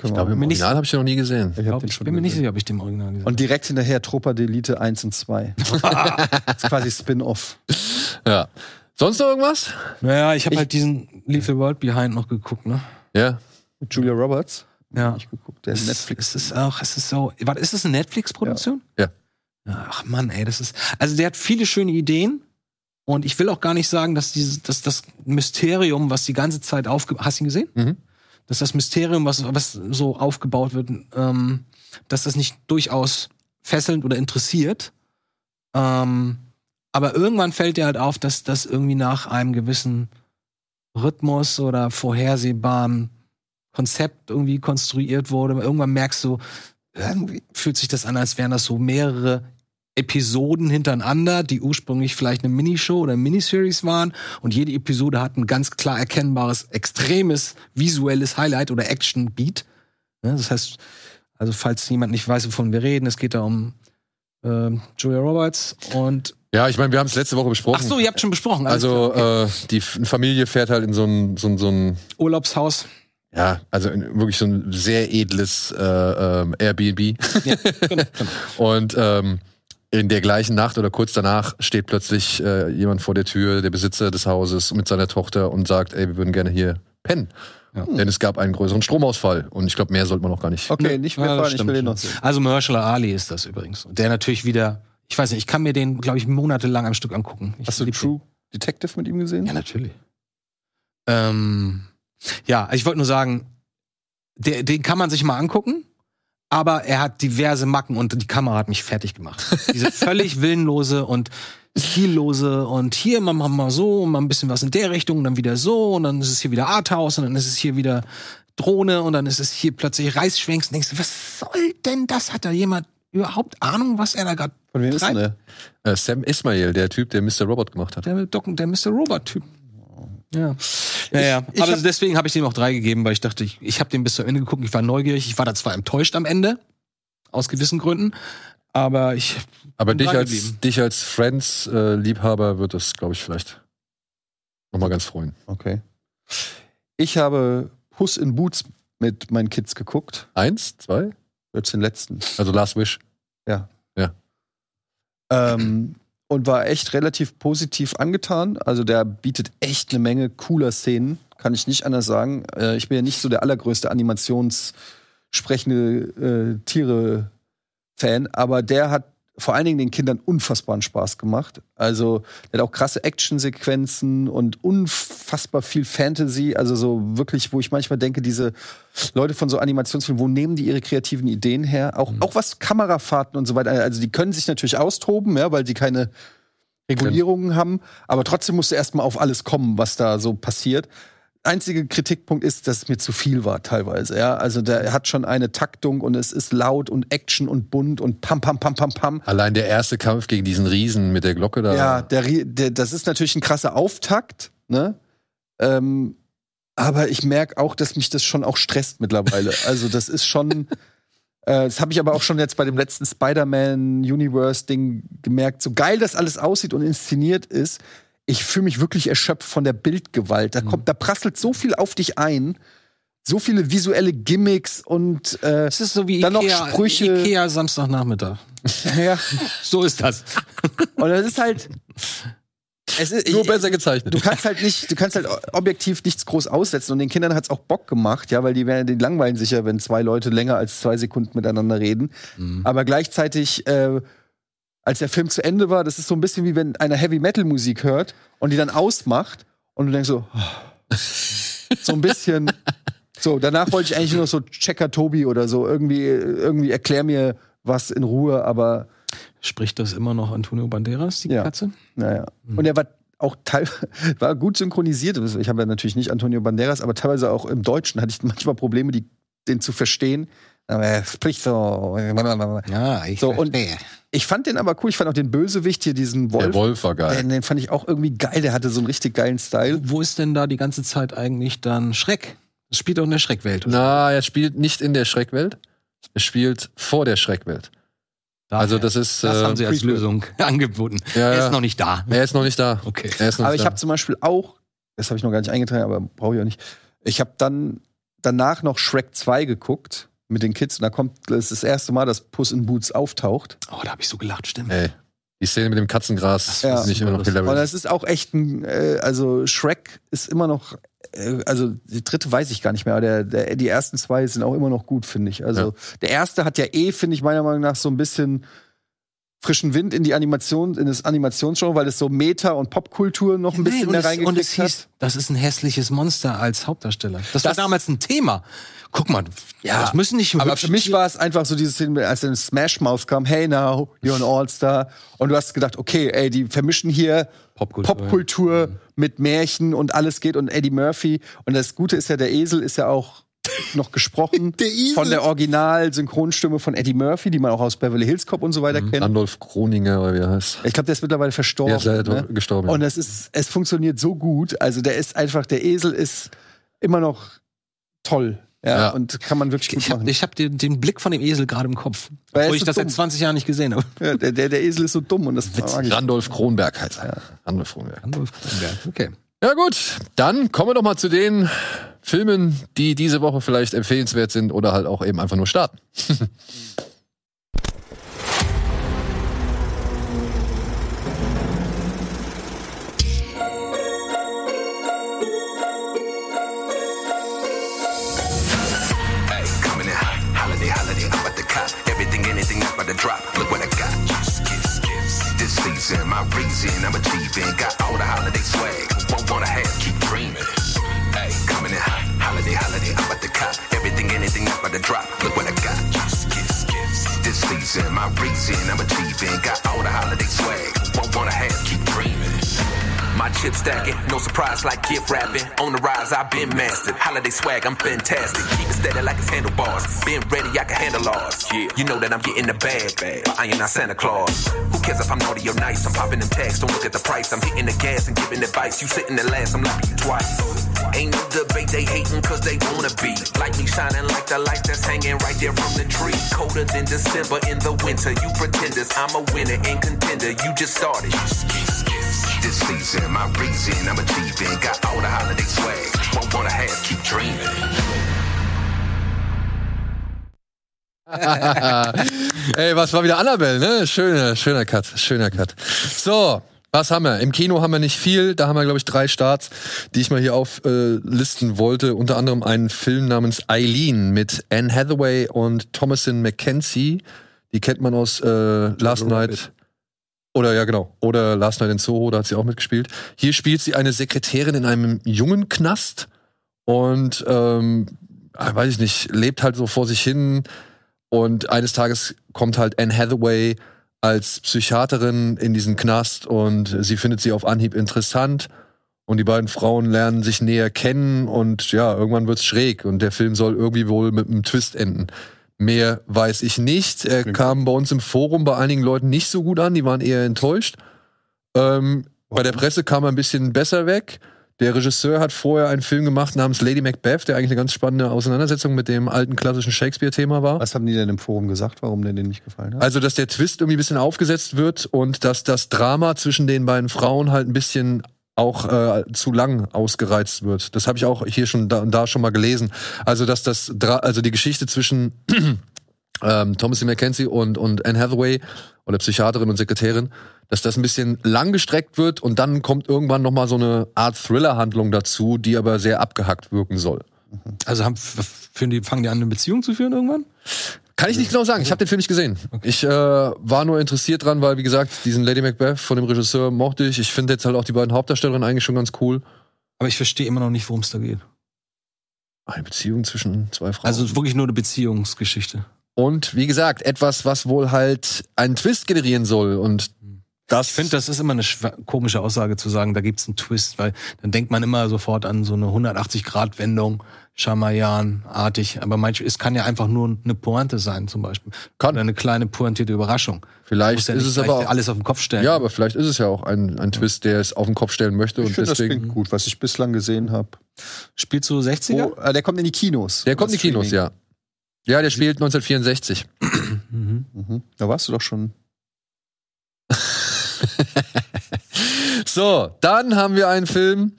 Ich
Aber im
Bin ich-
Original habe ich den noch nie gesehen.
ich hab
glaub,
den
ich
schon
bin mir nicht
gesehen.
sicher, ob ich den im Original gesehen
Und direkt hinterher Tropa Delete 1 und 2. das ist quasi Spin-off.
Ja. Sonst noch irgendwas?
habe. Naja, ich habe
Ich-
halt diesen Leave the World Behind noch geguckt, ne?
Ja.
Mit Julia Roberts.
Ja.
Hab ich geguckt. Der ist Netflix.
Es ist auch, es ist so. Warte, ist das eine Netflix-Produktion?
Ja.
Ach Mann, ey, das ist. Also der hat viele schöne Ideen. Und ich will auch gar nicht sagen, dass dieses, dass das Mysterium, was die ganze Zeit aufge, hast du ihn gesehen?
Mhm.
Dass das Mysterium, was, was so aufgebaut wird, ähm, dass das nicht durchaus fesselnd oder interessiert. Ähm, aber irgendwann fällt dir halt auf, dass das irgendwie nach einem gewissen Rhythmus oder vorhersehbaren Konzept irgendwie konstruiert wurde. Irgendwann merkst du, irgendwie fühlt sich das an, als wären das so mehrere Episoden hintereinander, die ursprünglich vielleicht eine Minishow oder Miniseries waren. Und jede Episode hat ein ganz klar erkennbares, extremes visuelles Highlight oder Action-Beat. Ne, Das heißt, also falls jemand nicht weiß, wovon wir reden, es geht da um ähm, Julia Roberts und
Ja, ich meine, wir haben es letzte Woche besprochen.
Ach so, ihr habt schon besprochen. alles
Also
klar, okay.
äh, die F- Familie fährt halt in so ein, so ein, so ein
Urlaubshaus.
ja, also in wirklich so ein sehr edles äh, ähm, Airbnb.
Ja, genau.
Und ähm, in der gleichen Nacht oder kurz danach steht plötzlich äh, jemand vor der Tür, der Besitzer des Hauses mit seiner Tochter und sagt, ey, wir würden gerne hier pennen. Hm.
Ja.
Denn es gab einen größeren Stromausfall und ich glaube, mehr sollte man auch gar nicht.
Okay, nicht mehr
Ja, das
fahren, ich will
stimmt
den
schon.
noch sehen.
Also Mahershala Ali ist das übrigens. Und der natürlich wieder, ich weiß nicht, ich kann mir den, glaube ich, monatelang am Stück angucken. Ich
Hast du
lieb den.
True Detective mit ihm gesehen?
Ja, natürlich. Ähm, ja, ich wollte nur sagen, der, den kann man sich mal angucken, aber er hat diverse Macken und die Kamera hat mich fertig gemacht. Diese völlig willenlose und ziellose und hier mal, mal, mal so, und mal ein bisschen was in der Richtung und dann wieder so und dann ist es hier wieder Arthouse und dann ist es hier wieder Drohne und dann ist es hier plötzlich Reisschwenks und denkst, du, was soll denn das? Hat da jemand überhaupt Ahnung, was er da gerade
Von wem ist
treibt?
denn der?
Äh, Sam Ismail, der Typ, der Mr. Robot gemacht hat.
Der, Doc, der Mr. Robot-Typ. Ja. ja, ja.
ich
Aber
hab-
deswegen habe ich dem auch drei gegeben, weil ich dachte, ich, ich habe den bis zum Ende geguckt. Ich war neugierig. Ich war da zwar enttäuscht am Ende, aus gewissen Gründen, aber ich.
Aber
bin
dich
dran
als,
geblieben.
dich als Friends-Liebhaber wird es, glaube ich, vielleicht nochmal ganz freuen.
Okay. Ich habe Puss in Boots mit meinen Kids geguckt.
Eins, zwei,
Jetzt den letzten.
also Last Wish.
Ähm, und war echt relativ positiv angetan. Also der bietet echt eine Menge cooler Szenen, kann ich nicht anders sagen. Äh, ich bin ja nicht so der allergrößte animationssprechende äh, Tiere-Fan, aber der hat vor allen Dingen den Kindern unfassbaren Spaß gemacht. Also der hat auch krasse Actionsequenzen und unfassbar viel Fantasy. Also so wirklich, wo ich manchmal denke, diese Leute von so Animationsfilmen, wo nehmen die ihre kreativen Ideen her? Auch, auch was Kamerafahrten und so weiter. Also die können sich natürlich austoben, ja, weil sie keine Regulierungen haben. Aber trotzdem musst du erstmal auf alles kommen, was da so passiert. Einziger Kritikpunkt ist, dass es mir zu viel war teilweise. Ja? Also der hat schon eine Taktung und es ist laut und Action und bunt und pam, pam, pam, pam, pam.
Allein der erste Kampf gegen diesen Riesen mit der Glocke da.
Ja, der, Rie- der, das ist natürlich ein krasser Auftakt, ne? Ähm, aber ich merke auch, dass mich das schon auch stresst mittlerweile. Also, das ist schon. äh, das habe ich aber auch schon jetzt bei dem letzten Spider-Man-Universe-Ding gemerkt. So geil das alles aussieht und inszeniert ist, ich fühle mich wirklich erschöpft von der Bildgewalt. Da, kommt, da prasselt so viel auf dich ein. So viele visuelle Gimmicks und äh,
Es ist so wie
Dann noch
Ikea,
Sprüche.
Ikea Samstagnachmittag.
ja.
So ist das.
und das ist halt. Es ist,
Nur
ich-
besser gezeichnet.
du kannst halt nicht, du kannst halt objektiv nichts groß aussetzen und den Kindern hat's auch Bock gemacht, ja, weil die werden, die langweilen sich ja, wenn zwei Leute länger als zwei Sekunden miteinander reden. Aber gleichzeitig, äh, als der Film zu Ende war, das ist so ein bisschen wie wenn einer Heavy Metal Musik hört und die dann ausmacht und du denkst so, so ein bisschen. So, danach wollte ich eigentlich nur noch so Checker Tobi oder so irgendwie, äh, irgendwie erklär mir was in Ruhe, aber
Spricht das immer noch Antonio Banderas, die
Ja.
Katze?
naja.
Mhm.
Und er war auch teil war gut synchronisiert. Ich habe ja natürlich nicht Antonio Banderas, aber teilweise auch im Deutschen hatte ich manchmal Probleme, die, den zu verstehen. Aber er spricht so.
Ja, ich
So, und- Ich fand den aber cool. Ich fand auch den Bösewicht hier, diesen Wolf.
der Wolf war geil.
Den, den fand ich auch irgendwie geil. Der hatte so einen richtig geilen Style.
Wo ist denn da die ganze Zeit eigentlich dann Schreck? Das spielt doch in der Schreckwelt. oder?
Na, er spielt nicht in der Schreckwelt. Er spielt vor der Schreckwelt.
Daher.
also das ist.
das
äh,
haben sie als
Prequel.
Lösung Äh. angeboten.
Ja,
Er
ja.
ist noch nicht da.
Er ist noch nicht da.
Okay.
Er ist noch
Aber
nicht
ich
da.
habe zum Beispiel auch, das habe ich noch gar nicht eingetragen, aber brauche ich auch nicht. Ich habe dann danach noch Shrek 2 geguckt mit den Kids. Und da kommt das, ist das erste Mal, dass Puss in Boots auftaucht.
Oh, da habe ich so gelacht, stimmt.
Ey, die Szene mit dem Katzengras
Ja.
ist nicht immer noch gelevelt.
Und das ist auch echt ein, äh, also Shrek ist immer noch, äh, also die dritte weiß ich gar nicht mehr, aber der, der, die ersten zwei sind auch immer noch gut, finde ich. Also der erste hat ja eh, finde ich meiner Meinung nach, so ein bisschen frischen Wind in die Animation, in das Animationsgenre, weil es so Meta und Popkultur noch ein bisschen
und,
mehr
es, und es
reingekriegt hat.
hieß, das ist ein hässliches Monster als Hauptdarsteller. Das, war
Das-
damals ein Thema. Guck mal,
Ja,
das müssen nicht
Aber
hübsche
für mich war es einfach so diese Szene, als dann Smash Mouth kam, hey now, you're an All-Star. Und du hast gedacht, okay, ey, die vermischen hier
Popkultur. Mhm.
Popkultur mit Märchen und alles geht und Eddie Murphy. Und das Gute ist ja, der Esel ist ja auch noch gesprochen von der Original-Synchronstimme von Eddie Murphy, die man auch aus Beverly Hills Cop und so weiter
Mhm.
kennt.
Andolf Groninger, oder wie er heißt.
Ich glaube, der ist mittlerweile verstorben.
Der ist leider
ne?
gestorben.
Und das ist, es funktioniert so gut. Also der ist einfach, der Esel ist immer noch toll. Ja,
Ja.
und kann man wirklich gut
Ich
machen.
habe hab den, den Blick von dem Esel gerade im Kopf.
Weil er
Obwohl
ist so
ich das
dumm.
seit 20 Jahren nicht gesehen habe.
Ja, der, der, der Esel ist so dumm und das mag ich.
Randolph Kronberg heißt er. Randolph Kronberg.
Randolph Kronberg, Okay.
Ja gut, dann kommen wir doch mal zu den Filmen, die diese Woche vielleicht empfehlenswert sind oder halt auch eben einfach nur starten.
Ay, coming in hot. Holiday, holiday, I'm about to cop. Everything, anything, I'm about to drop. Look what I got. Juice, kiss, kiss. This season, my reason, I'm achieving. Got all the holiday swag. Won't wanna have, keep dreaming. Ay, coming in hot. Holiday, holiday, I'm about to cop. Everything, anything, I'm about to drop. Look what I got. Juice, kiss, kiss. This season, in my reason. I'm achieving, got all the holiday swag. What wanna have, keep dreaming. My chip stacking, no surprise like gift wrapping. On the rise, I've been mastered. Holiday swag, I'm fantastic. Keep it steady like it's handlebars. Been ready, I can handle ours. Yeah. You know that I'm getting the bag, but I am not Santa Claus. Who cares if I'm naughty or nice? I'm popping them tags, don't look at the price. I'm hitting the gas and giving advice. You sitting the last, I'm like you twice. Ain't no debate, they hating cause they wanna be. Like me shining like the light that's hanging right there from the tree. Colder than December in the winter. You pretenders, I'm a winner and contender. You just started. This season, my reason, I'm achieving. Got all the holiday swag. Won't wanna have, keep dreaming.
Ey, was war wieder Annabelle, ne? Schöner, schöner Cut, schöner Cut. So, was haben wir? Im Kino haben wir nicht viel. Da haben wir, glaube ich, drei Starts, die ich mal hier auflisten wollte. Unter anderem einen Film namens Eileen mit Anne Hathaway und Thomasin McKenzie. Die kennt man aus äh, Last Night. Oder ja, genau. Oder Last Night in Soho, da hat sie auch mitgespielt. Hier spielt sie eine Sekretärin in einem jungen Knast und ähm, ah, weiß ich nicht, lebt halt so vor sich hin. Und eines Tages kommt halt Anne Hathaway als Psychiaterin in diesen Knast und sie findet sie auf Anhieb interessant. Und die beiden Frauen lernen sich näher kennen und ja, irgendwann wird's schräg. Und der Film soll irgendwie wohl mit einem Twist enden. Mehr weiß ich nicht. Er kam bei uns im Forum bei einigen Leuten nicht so gut an, die waren eher enttäuscht. Ähm, bei der Presse kam er ein bisschen besser weg. Der Regisseur hat vorher einen Film gemacht namens Lady Macbeth, der eigentlich eine ganz spannende Auseinandersetzung mit dem alten klassischen Shakespeare-Thema war.
Was haben die denn im Forum gesagt, warum der denen nicht gefallen hat?
Also, dass der Twist irgendwie ein bisschen aufgesetzt wird und dass das Drama zwischen den beiden Frauen halt ein bisschen auch äh, zu lang ausgereizt wird. Das habe ich auch hier schon da, da schon mal gelesen. Also, dass das Dra also die Geschichte zwischen ähm, Thomas McKenzie und, und Anne Hathaway oder Psychiaterin und Sekretärin, dass das ein bisschen lang gestreckt wird und dann kommt irgendwann nochmal so eine Art Thriller-Handlung dazu, die aber sehr abgehackt wirken soll.
Also haben, f- führen die, fangen die an, eine Beziehung zu führen irgendwann?
Kann ich nicht genau sagen. Ich habe den Film nicht gesehen. Ich äh, war nur interessiert dran, weil wie gesagt, diesen Lady Macbeth von dem Regisseur mochte ich. Ich finde jetzt halt auch die beiden Hauptdarstellerinnen eigentlich schon ganz cool.
Aber ich verstehe immer noch nicht, worum es da geht.
Eine Beziehung zwischen zwei Frauen.
Also wirklich nur eine Beziehungsgeschichte.
und wie gesagt, etwas, was wohl halt einen Twist generieren soll. Und das
Ich finde, das ist immer eine schwa- komische Aussage zu sagen, da gibt's einen Twist, weil dann denkt man immer sofort an so eine 180-Grad-Wendung, Schamayan-artig. Aber manch, es kann ja einfach nur eine Pointe sein, zum Beispiel.
Kann.
Oder eine kleine pointierte Überraschung.
Vielleicht
Muss ja
ist
nicht
es
gleich
aber auch-
alles auf den Kopf stellen.
ja, aber vielleicht ist es ja auch ein, ein Twist, der es auf den Kopf stellen möchte.
ich
Und
finde, das
deswegen.
klingt gut, was ich bislang gesehen habe.
Spielst du 60er?
Oh, äh, der kommt in die Kinos.
Der kommt in
Das
die Kinos,
Streaming.
ja. Ja, der spielt 1964.
Mhm.
Mhm. Da warst du doch schon.
So, dann haben wir einen Film,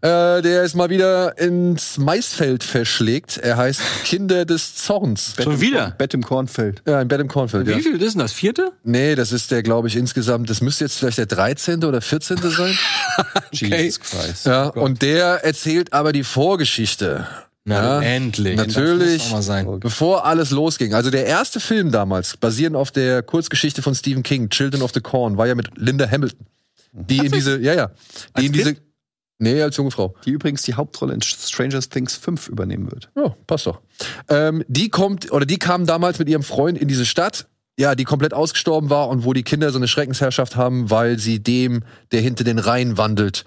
äh, der ist mal wieder ins Maisfeld verschlägt. Er heißt Kinder des Zorns.
Schon
im
wieder?
Korn- Bett im Kornfeld.
Ja, ein Bett im Kornfeld, ja.
Wie viel ist denn das? Vierte?
Nee, das ist der, glaube ich, insgesamt, das müsste jetzt vielleicht der 13. oder 14. sein.
Jesus Christ.
Ja,
Oh
und der erzählt aber die Vorgeschichte. ja,
endlich.
Natürlich.
Das muss auch mal sein.
Bevor alles losging. Also der erste Film damals, basierend auf der Kurzgeschichte von Stephen King, Children of the Corn, war ja mit Linda Hamilton. Die in diese, ja, ja. Die in diese. Nee, als junge Frau.
Die übrigens die Hauptrolle in Stranger Things 5 übernehmen wird.
Ja, passt doch. Ähm, die kommt, oder die kam damals mit ihrem Freund in diese Stadt, ja, die komplett ausgestorben war und wo die Kinder so eine Schreckensherrschaft haben, weil sie dem, der hinter den Rhein wandelt,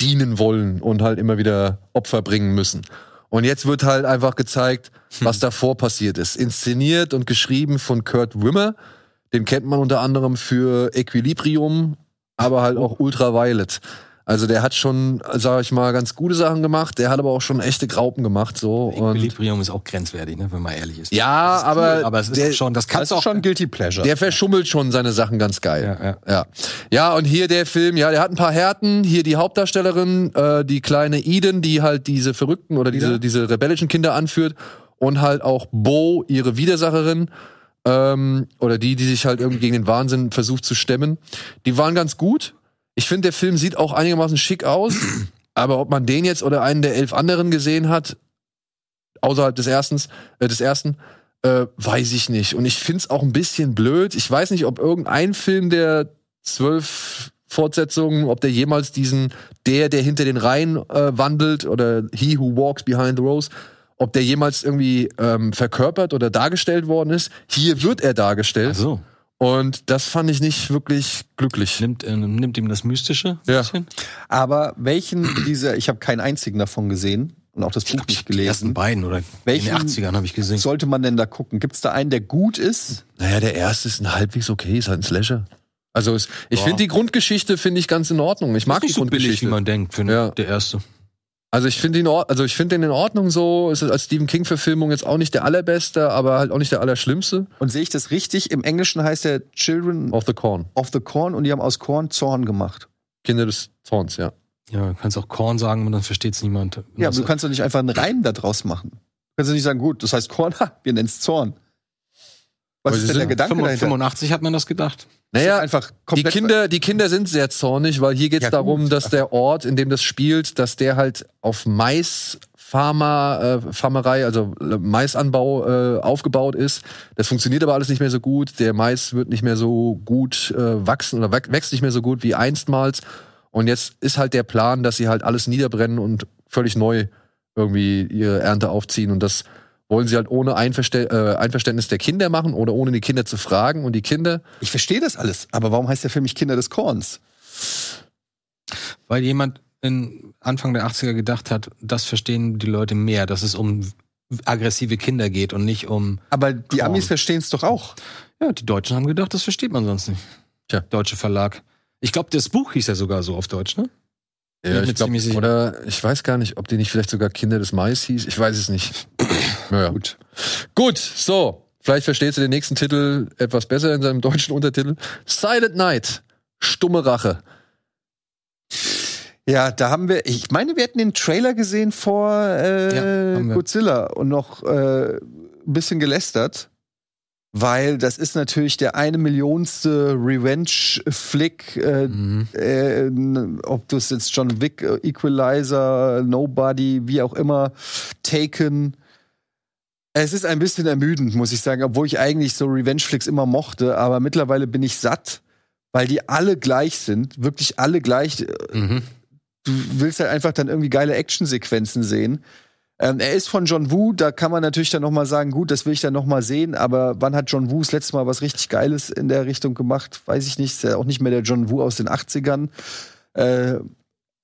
dienen wollen und halt immer wieder Opfer bringen müssen. Und jetzt wird halt einfach gezeigt, was davor passiert ist. Inszeniert und geschrieben von Kurt Wimmer. Den kennt man unter anderem für Equilibrium, aber halt auch Ultraviolet. Also der hat schon, sag ich mal, ganz gute Sachen gemacht. Der hat aber auch schon echte Graupen gemacht, so. Und
Equilibrium ist auch grenzwertig, ne, wenn man ehrlich ist.
ja,
Das ist
aber,
cool, aber es ist
der,
schon, das kannst du auch.
schon Guilty Pleasure.
der verschummelt schon seine Sachen ganz geil.
Ja, ja.
Ja. ja, und hier der Film, ja, der hat ein paar Härten. Hier die Hauptdarstellerin, äh, die kleine Eden, die halt diese verrückten oder diese, diese rebellischen Kinder anführt. Und halt auch Bo, ihre Widersacherin. Ähm, oder die, die sich halt irgendwie gegen den Wahnsinn versucht zu stemmen. Die waren ganz gut. Ich finde, der Film sieht auch einigermaßen schick aus. Aber ob man den jetzt oder einen der elf anderen gesehen hat, außerhalb des, erstens, äh, des ersten, äh, weiß ich nicht. Und ich find's auch ein bisschen blöd. Ich weiß nicht, ob irgendein Film der zwölf Fortsetzungen, ob der jemals diesen, der, der hinter den Reihen äh, wandelt oder He Who Walks Behind the Rose, ob der jemals irgendwie ähm, verkörpert oder dargestellt worden ist. Hier wird er dargestellt.
Also,
Und das fand ich nicht wirklich glücklich.
nimmt, äh, nimmt ihm das Mystische
Ja.
bisschen?
Aber welchen dieser, ich habe keinen einzigen davon gesehen und auch das Buch nicht
Die ersten
gelesen.
beiden oder
Welchen-
in den 80ern habe ich gesehen.
Sollte man denn da gucken? Gibt es da einen, der gut ist?
Naja, der erste ist ein halbwegs okay, ist halt ein Slasher. Also es, ich
Ja.
finde die Grundgeschichte finde ich ganz in Ordnung. Ich mag die
nicht so billig, ne? wie
Grundgeschichte.
man denkt, finde
Ja.
der erste.
Also ich finde ihn, in Ord- also ich finde ihn in Ordnung so. Es ist als Stephen King Verfilmung jetzt auch nicht der allerbeste, aber halt auch nicht der allerschlimmste.
Und sehe ich das richtig? Im Englischen heißt er Children
Off the Corn,
of the Corn und die haben aus Korn Zorn gemacht.
Kinder des Zorns, ja.
Ja, du kannst auch Korn sagen und dann versteht es niemand.
Ja,
Das-
aber du kannst doch nicht einfach einen Reim da draus machen. Du kannst doch nicht sagen, gut, das heißt Korn, ha, wir nennen es Zorn. Was
Aber sie
ist denn der
sind
Gedanke
85
dahinter?
hat man das gedacht.
Naja,
einfach
die
komplett
Kinder, die Kinder sind sehr zornig, weil hier geht es
Ja, gut.
darum, dass der Ort, in dem das spielt, dass der halt auf Maisfarmer, äh, Farmerei, also Maisanbau äh, aufgebaut ist. Das funktioniert aber alles nicht mehr so gut. Der Mais wird nicht mehr so gut äh, wachsen oder wach- wächst nicht mehr so gut wie einstmals. Und jetzt ist halt der Plan, dass sie halt alles niederbrennen und völlig neu irgendwie ihre Ernte aufziehen. Und das wollen sie halt ohne Einverste äh, Einverständnis der Kinder machen oder ohne die Kinder zu fragen. Und die Kinder
Ich verstehe das alles, aber warum heißt der Film nicht Kinder des Korns?
Weil jemand in Anfang der 80er gedacht hat, das verstehen die Leute mehr, dass es um aggressive Kinder geht und nicht um.
Aber die
Korn.
Amis verstehen es doch auch.
Ja, die Deutschen haben gedacht, das versteht man sonst nicht.
Tja.
Deutsche Verlag. Ich glaube, das Buch hieß ja sogar so auf Deutsch, ne? Bin
Ja,
mir
ich glaub,
ziemlich sicher.
oder ich weiß gar nicht, ob die nicht vielleicht sogar Kinder des Mais hieß. Ich weiß es nicht. Naja. Gut. Gut, so. Vielleicht verstehst du den nächsten Titel etwas besser in seinem deutschen Untertitel. Silent Night. Stumme Rache.
Ja, da haben wir, ich meine, wir hätten den Trailer gesehen vor
Ja,
äh,
haben wir.
Godzilla und noch äh, ein bisschen gelästert. Weil das ist natürlich der eine Millionste Revenge-Flick, äh,
Mhm.
äh, n- ob das jetzt John Wick, äh, Equalizer, Nobody, wie auch immer, Taken. Es ist ein bisschen ermüdend, muss ich sagen, obwohl ich eigentlich so Revenge-Flicks immer mochte, aber mittlerweile bin ich satt, weil die alle gleich sind, wirklich alle gleich
Mhm.
du willst halt einfach dann irgendwie geile Actionsequenzen sehen. Ähm, er ist von John Woo, da kann man natürlich dann noch mal sagen, gut, das will ich dann noch mal sehen, aber wann hat John Woo das letzte Mal was richtig Geiles in der Richtung gemacht? Weiß ich nicht, ist ja auch nicht mehr der John Woo aus den 80ern. Äh,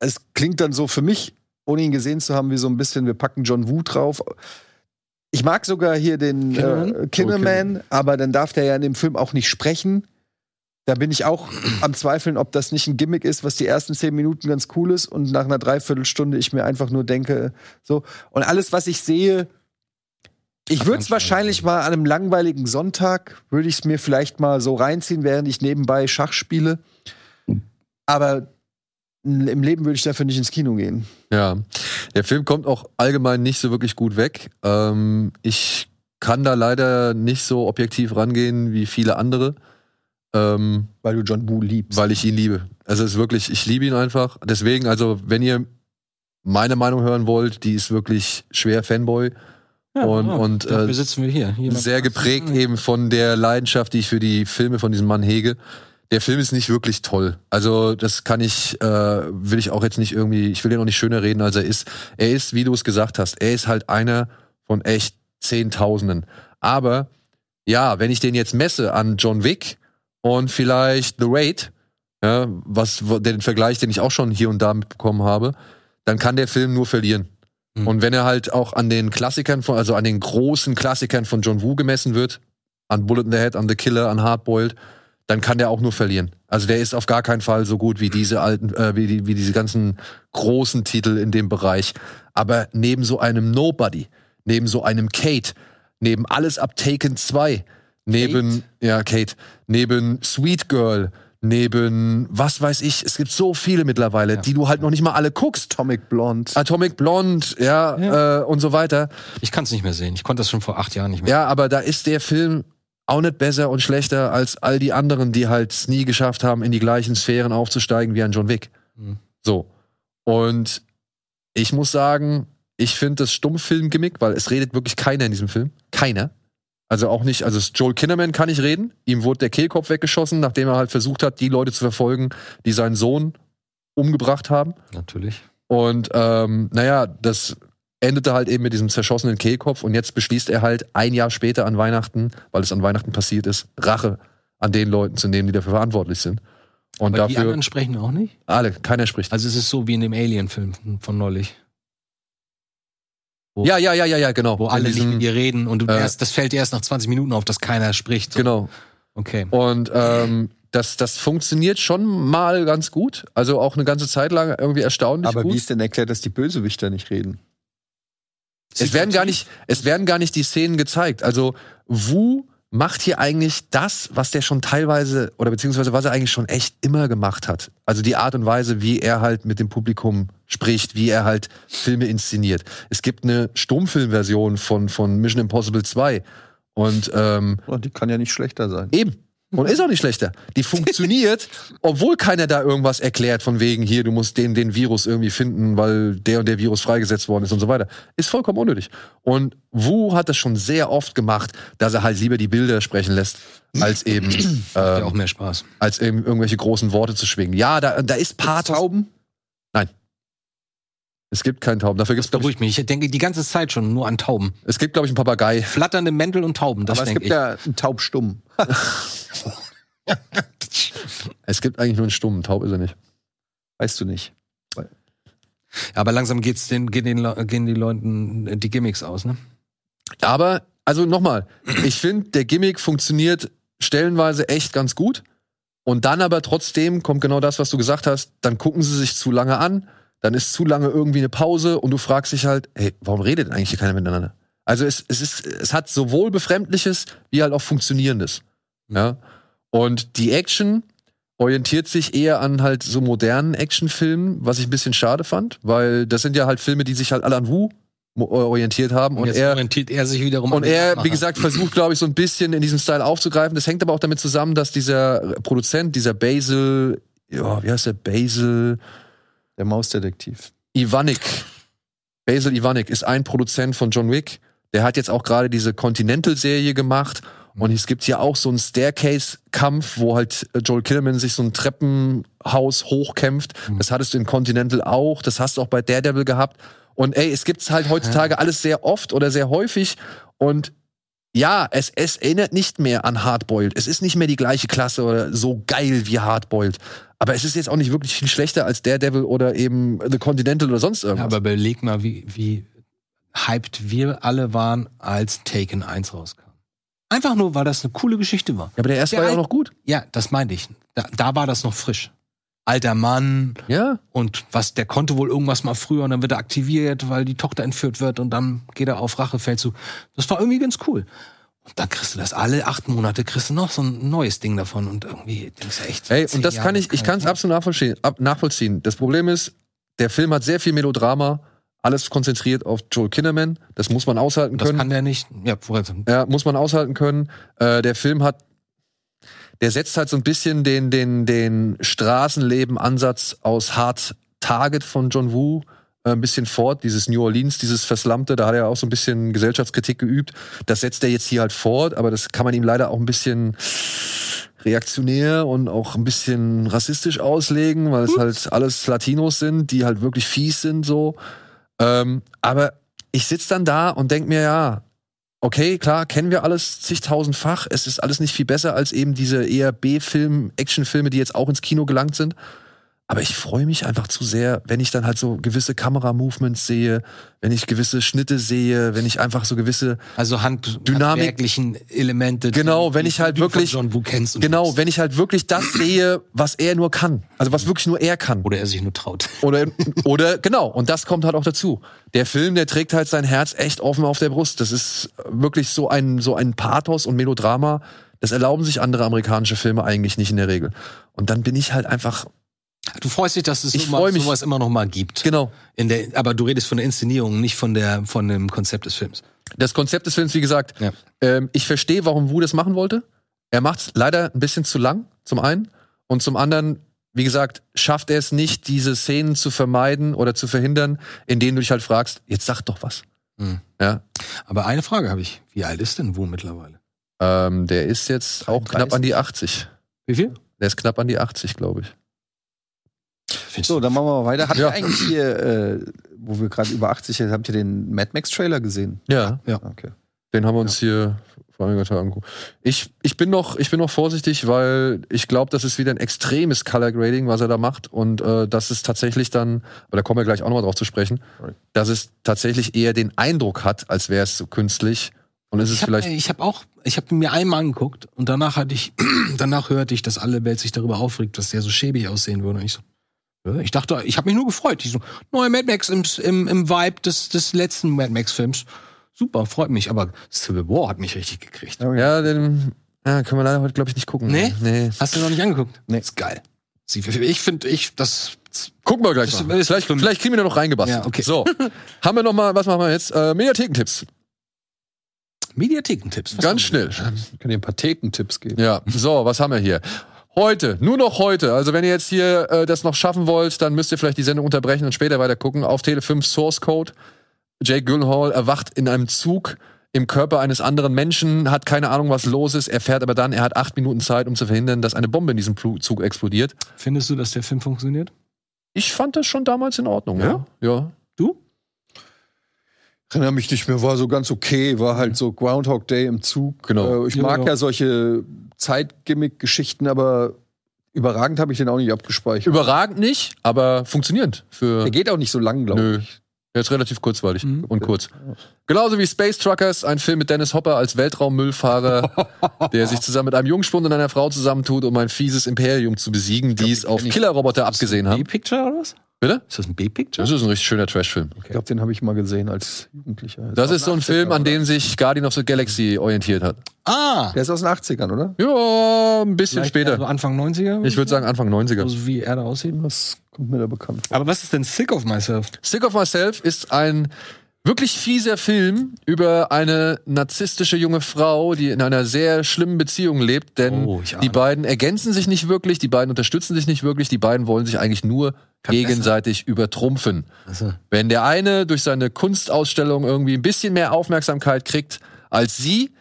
es klingt dann so für mich, ohne ihn gesehen zu haben, wie so ein bisschen, wir packen John Woo drauf. Ich mag sogar hier den
Kinnaman?
äh, Kinnaman, aber dann darf der ja in dem Film auch nicht sprechen. Da bin ich auch am Zweifeln, ob das nicht ein Gimmick ist, was die ersten zehn Minuten ganz cool ist und nach einer Dreiviertelstunde ich mir einfach nur denke, so. Und alles, was ich sehe, ich
Hat
würde
man
es
schon
wahrscheinlich mal an einem langweiligen Sonntag, würde ich es mir vielleicht mal so reinziehen, während ich nebenbei Schach spiele. Hm. Aber n- im Leben würde ich dafür nicht ins Kino gehen.
Ja. Der Film kommt auch allgemein nicht so wirklich gut weg. Ähm, ich kann da leider nicht so objektiv rangehen wie viele andere. Ähm,
Weil du John Woo liebst.
weil ich ihn liebe. Also es ist wirklich, ich liebe ihn einfach. Deswegen, also wenn ihr meine Meinung hören wollt, die ist wirklich schwer Fanboy
Ja,
und,
ja.
und
Dafür
äh,
sitzen wir hier. Jemand-
sehr geprägt eben von der Leidenschaft, die ich für die Filme von diesem Mann hege. Der Film ist nicht wirklich toll. Also das kann ich, äh, will ich auch jetzt nicht irgendwie, ich will den auch nicht schöner reden, als er ist. Er ist, wie du es gesagt hast, er ist halt einer von echt Zehntausenden. Aber ja, wenn ich den jetzt messe an John Wick und vielleicht The Raid, ja, was wo- den Vergleich, den ich auch schon hier und da mitbekommen habe, dann kann der Film nur verlieren.
Mhm.
Und wenn er halt auch an den Klassikern von, also an den großen Klassikern von John Woo gemessen wird, an Bullet in the Head, an The Killer, an Hardboiled, dann kann der auch nur verlieren. Also der ist auf gar keinen Fall so gut wie diese alten, äh, wie, die, wie diese ganzen großen Titel in dem Bereich. Aber neben so einem Nobody, neben so einem Kate, neben alles ab Taken 2, neben, ja, Kate, neben Sweet Girl, neben was weiß ich, es gibt so viele mittlerweile, die du halt noch nicht mal alle guckst.
Atomic Blonde.
Atomic Blonde, ja, Äh, und so weiter.
Ich kann es nicht mehr sehen. Ich konnte das schon vor acht Jahren nicht mehr.
Ja, aber da ist der Film auch nicht besser und schlechter als all die anderen, die halt es nie geschafft haben, in die gleichen Sphären aufzusteigen wie ein John Wick.
Mhm.
So. Und ich muss sagen, ich finde das Stummfilm-Gimmick, weil es redet wirklich keiner in diesem Film. Keiner. Also auch nicht, also es- Joel Kinnaman kann nicht reden. Ihm wurde der Kehlkopf weggeschossen, nachdem er halt versucht hat, die Leute zu verfolgen, die seinen Sohn umgebracht haben.
Natürlich.
Und ähm, naja, das endete halt eben mit diesem zerschossenen Kehlkopf und jetzt beschließt er halt ein Jahr später an Weihnachten, weil es an Weihnachten passiert ist, Rache an den Leuten zu nehmen, die dafür verantwortlich sind. Und
Aber die
dafür
anderen sprechen auch nicht?
alle, keiner spricht.
Also es ist so wie in dem Alien-Film von neulich. wo-
ja, ja, ja, ja, ja, genau.
Wo
In
alle nicht
diesem-
mit dir reden und du
äh,
erst, das fällt dir erst nach 20 Minuten auf, dass keiner spricht. So,
Genau.
Okay.
Und ähm, das, das funktioniert schon mal ganz gut. Also auch eine ganze Zeit lang irgendwie erstaunlich
Aber
gut.
wie ist denn erklärt, dass die Bösewichter nicht reden?
Es werden gar nicht, es werden gar nicht die Szenen gezeigt. Also Wu macht hier eigentlich das, was der schon teilweise oder beziehungsweise was er eigentlich schon echt immer gemacht hat. Also die Art und Weise, wie er halt mit dem Publikum spricht, wie er halt Filme inszeniert. Es gibt eine Stummfilmversion von von Mission Impossible 2 und ähm,
Oh, die kann ja nicht schlechter sein.
Eben. Und ist auch nicht schlechter. Die funktioniert, obwohl keiner da irgendwas erklärt, von wegen hier, du musst den, den Virus irgendwie finden, weil der und der Virus freigesetzt worden ist und so weiter. Ist vollkommen unnötig. Und Wu hat das schon sehr oft gemacht, dass er halt lieber die Bilder sprechen lässt, als eben,
Hat ja
äh,
auch mehr Spaß.
als eben irgendwelche großen Worte zu schwingen. Ja, da, da ist Pathos.
Tauben?
Es gibt keinen Tauben. Dafür gibt's, glaub ich,
Beruhigt mich. Ich denke die ganze Zeit schon nur an Tauben.
es gibt, glaube ich, einen Papagei.
Flatternde Mäntel und Tauben, das
Aber es
denke
gibt
ich.
ja einen Taubstumm.
Es gibt eigentlich nur einen stummen. Taub ist er nicht.
Weißt du nicht.
Aber langsam geht's den, gehen, den, Le- gehen die Leuten äh, die Gimmicks aus, ne?
Aber, also nochmal, ich finde, der Gimmick funktioniert stellenweise echt ganz gut. Und dann aber trotzdem kommt genau das, was du gesagt hast, dann gucken sie sich zu lange an, dann ist zu lange irgendwie eine Pause und du fragst dich halt, hey, warum redet denn eigentlich hier keiner miteinander? Also es, es, ist, es hat sowohl Befremdliches wie halt auch Funktionierendes. Ja? Und die Action orientiert sich eher an halt so modernen Actionfilmen, was ich ein bisschen schade fand, weil das sind ja halt Filme, die sich halt alle an Wu mo- orientiert haben und,
jetzt
er
orientiert er sich wiederum
und
an den
er,
Nachmacher.
wie gesagt, versucht, glaube ich, so ein bisschen in diesem Style aufzugreifen. Das hängt aber auch damit zusammen, dass dieser Produzent, dieser Basil, ja, wie heißt der? Basil
Der Mausdetektiv.
Ivanik. Basil Ivanik ist ein Produzent von John Wick. Der hat jetzt auch gerade diese Continental-Serie gemacht.
Mhm.
Und es gibt hier auch so einen Staircase-Kampf, wo halt äh, Joel Kinnaman sich so ein Treppenhaus hochkämpft.
Mhm.
Das hattest du in Continental auch. Das hast du auch bei Daredevil gehabt. Und ey, es gibt's halt heutzutage alles sehr oft oder sehr häufig. Und ja, es, es erinnert nicht mehr an Hardboiled. Es ist nicht mehr die gleiche Klasse oder so geil wie Hardboiled. Aber es ist jetzt auch nicht wirklich viel schlechter als Daredevil oder eben The Continental oder sonst
Ja,
irgendwas.
aber beleg mal, wie, wie hyped wir alle waren, als Taken 1 rauskam. Einfach nur, weil das eine coole Geschichte war.
Ja, aber der erste
Der
war ja
Al-
auch noch gut.
Ja, das meinte ich. Da, da war das noch frisch. Alter Mann
Ja.
und was, der konnte wohl irgendwas mal früher und dann wird er aktiviert, weil die Tochter entführt wird und dann geht er auf Rachefeldzug. Das war irgendwie ganz cool. Und dann kriegst du das alle acht Monate, kriegst du noch so ein neues Ding davon und irgendwie, denkst du echt.
Ey,
zehn
und das
Jahre,
kann ich, ich kann es absolut nachvollziehen, ab, nachvollziehen. Das Problem ist, der Film hat sehr viel Melodrama, alles konzentriert auf Joel Kinnaman. Das muss man aushalten
Das
können.
kann der nicht. Ja, vorher
Ja, muss man aushalten können. Äh, der Film hat, der setzt halt so ein bisschen den, den, den Straßenleben-Ansatz aus Hard Target von John Woo äh, ein bisschen fort. Dieses New Orleans, dieses Verslammte, da hat er auch so ein bisschen Gesellschaftskritik geübt. Das setzt er jetzt hier halt fort, aber das kann man ihm leider auch ein bisschen reaktionär und auch ein bisschen rassistisch auslegen, weil es halt alles Latinos sind, die halt wirklich fies sind so. Ähm, aber ich sitz dann da und denk mir, ja, okay, klar, kennen wir alles zigtausendfach. Es ist alles nicht viel besser als eben diese eher B-Film, Actionfilme, die jetzt auch ins Kino gelangt sind. Aber ich freue mich einfach zu sehr, wenn ich dann halt so gewisse Kameramovements sehe, wenn ich gewisse Schnitte sehe, wenn ich einfach so gewisse
Also Hand,
Dynamik.
handwerklichen Elemente. die-
Genau, wenn
die
ich halt
du von
wirklich-
John Woo kennst und
Genau,
liebst.
wenn ich halt wirklich das sehe, was er nur kann. Also was wirklich nur er kann.
Oder er sich nur traut.
Oder, oder genau, und das kommt halt auch dazu. Der Film, der trägt halt sein Herz echt offen auf der Brust. Das ist wirklich so ein, so ein Pathos und Melodrama. Das erlauben sich andere amerikanische Filme eigentlich nicht in der Regel. Und dann bin ich halt einfach,
Du freust dich, dass es
Ich
immer-
freu mich.
sowas immer noch mal gibt.
genau.
In der, aber du redest von der Inszenierung, nicht von der von dem Konzept des Films.
Das Konzept des Films, wie gesagt,
Ja.
ähm, ich verstehe, warum Wu das machen wollte. Er macht es leider ein bisschen zu lang, zum einen. Und zum anderen, wie gesagt, schafft er es nicht, diese Szenen zu vermeiden oder zu verhindern, in denen du dich halt fragst, jetzt sag doch was.
Mhm.
Ja,
Aber eine Frage habe ich: Wie alt ist denn Wu mittlerweile?
ähm, der ist jetzt auch
33.
knapp an die 80.
Wie viel?
Der ist knapp an die 80, glaube ich.
findest
So,
du?
dann machen wir mal weiter. Habt ihr eigentlich hier, äh, wo wir gerade über 80 sind, habt ihr den Mad Max Trailer gesehen?
Ja,
Okay.
den haben wir uns hier vor einiger Zeit angeguckt. Ich, ich, bin noch, ich bin noch vorsichtig, weil ich glaube, das ist wieder ein extremes Color Grading, was er da macht. Und äh, das ist tatsächlich dann, aber da kommen wir gleich auch nochmal drauf zu sprechen,
Sorry.
dass es tatsächlich eher den Eindruck hat, als wäre es so künstlich. Und es ist
Ich habe
vielleicht.
hab auch, ich habe mir einmal angeguckt und danach hatte ich, danach hörte ich, dass alle Welt sich darüber aufregt, dass der so schäbig aussehen würde. Und ich so, ja, ich dachte, ich habe mich nur gefreut. Ich so, neuer Mad Max im, im, im Vibe des, des letzten Mad Max-Films. Super, freut mich. Aber Civil War hat mich richtig gekriegt.
Ja, den ja, können wir leider heute, glaube ich, nicht gucken.
Nee?
Nee.
Hast du noch nicht angeguckt?
Nee.
Ist geil. Sie- Ich finde, ich, das,
Gucken wir gleich
Ist-
mal.
ist
vielleicht,
schlimm.
vielleicht kriegen wir da noch reingebastelt.
Ja, okay.
So, haben wir noch mal, was machen wir jetzt? Äh, Mediathekentipps.
Mediathekentipps. Was haben
Ganz
wir?
schnell.
Ich kann dir ein paar Thekentipps geben.
Ja, so, was haben wir hier? Heute, nur noch heute. Also wenn ihr jetzt hier äh, das noch schaffen wollt, dann müsst ihr vielleicht die Sendung unterbrechen und später weiter gucken. Auf Tele5 Source Code. Jake Gyllenhaal erwacht in einem Zug im Körper eines anderen Menschen, hat keine Ahnung, was los ist, erfährt aber dann, er hat acht Minuten Zeit, um zu verhindern, dass eine Bombe in diesem Plu- Zug explodiert.
Findest du, dass der Film funktioniert?
Ich fand das schon damals in Ordnung.
Ja?
Ja. ja.
Du?
erinnere mich nicht mehr, war so ganz okay, war halt so Groundhog Day im Zug.
Genau.
Äh, ich
Ja,
mag
ja.
ja, solche Zeitgimmick-Geschichten, aber überragend habe ich den auch nicht abgespeichert.
Überragend nicht, aber funktionierend. Für
Der geht auch nicht so lang, glaube
Nö.
ich.
Der ist relativ kurzweilig
Mhm.
und kurz. Genauso wie Space Truckers, ein Film mit Dennis Hopper als Weltraummüllfahrer, der sich zusammen mit einem Jungspund und einer Frau zusammentut, um ein fieses Imperium zu besiegen, die es auf Killerroboter abgesehen haben.
B-Picture oder was?
Bitte? Also,
Ist das ein B-Picture?
Das ist ein richtig schöner Trashfilm.
Ich glaube, den habe ich mal gesehen als Jugendlicher.
Das
aus
ist so ein
den
Film,
80ern,
an
oder?
dem sich Guardian of the Galaxy orientiert hat.
Ah!
Der ist aus den 80ern, oder?
Ja, ein bisschen
Vielleicht Also
später.
Anfang 90er?
Ich würde sagen Anfang 90er.
Also wie er da aussieht.
Das kommt mir da bekannt vor.
Aber was ist denn Sick of Myself?
Sick of Myself ist ein wirklich fieser Film über eine narzisstische junge Frau, die in einer sehr schlimmen Beziehung lebt, denn
Oh, ich ahne.
die beiden ergänzen sich nicht wirklich, die beiden unterstützen sich nicht wirklich, die beiden wollen sich eigentlich nur gegenseitig übertrumpfen.
Also,
Wenn der eine durch seine Kunstausstellung irgendwie ein bisschen mehr Aufmerksamkeit kriegt als sie,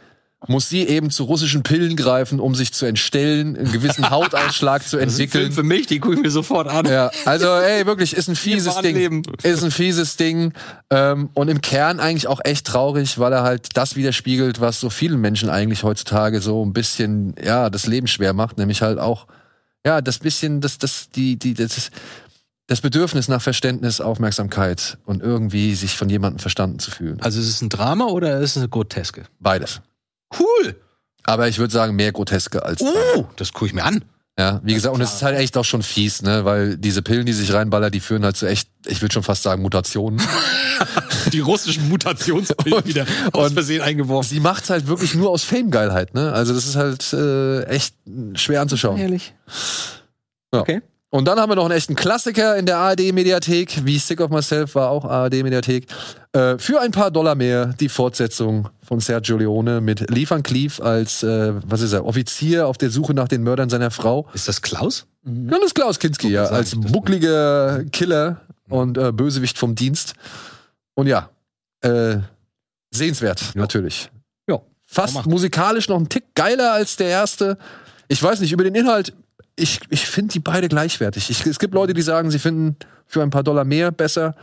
muss sie eben zu russischen Pillen greifen, um sich zu entstellen, einen gewissen Hautausschlag zu entwickeln.
für mich, die gucke ich mir sofort an.
Ja, also ey, wirklich, ist ein fieses
wahren
Ding.
Leben.
Ist ein fieses Ding. Ähm, und im Kern eigentlich auch echt traurig, weil er halt das widerspiegelt, was so vielen Menschen eigentlich heutzutage so ein bisschen, ja, das Leben schwer macht, nämlich halt auch, ja, das bisschen, das, das, die, die, das, das Bedürfnis nach Verständnis, Aufmerksamkeit und irgendwie sich von jemandem verstanden zu fühlen.
Also ist es ein Drama oder ist es eine Groteske?
Beides.
Cool!
Aber ich würde sagen, mehr Groteske als.
Oh, das gucke ich mir an.
Ja, wie gesagt, und es ist halt echt auch schon fies, ne? Weil diese Pillen, die sich reinballert, die führen halt zu echt, ich würde schon fast sagen, Mutationen.
Die russischen Mutationsbilder wieder aus Versehen eingeworfen.
sie macht's halt wirklich nur aus Famegeilheit, ne? Also das ist halt äh, echt schwer anzuschauen.
Ehrlich.
Und dann haben wir noch einen echten Klassiker in der ARD-Mediathek, wie Sick of Myself war auch ARD-Mediathek. Äh, für ein paar Dollar mehr die Fortsetzung von Sergio Leone mit Lee Van Cleef als, äh, was ist er, Offizier auf der Suche nach den Mördern seiner Frau.
Ist das Klaus?
Johannes Klaus Kinski, Mhm. ja, als buckliger Killer und äh, Bösewicht vom Dienst. Und ja, äh, sehenswert, natürlich.
Ja,
Fast
kann man machen.
musikalisch noch ein Tick geiler als der erste. Ich weiß nicht, über den Inhalt, ich, ich finde die beide gleichwertig. Ich, es gibt Leute, die sagen, sie finden für ein paar Dollar mehr besser.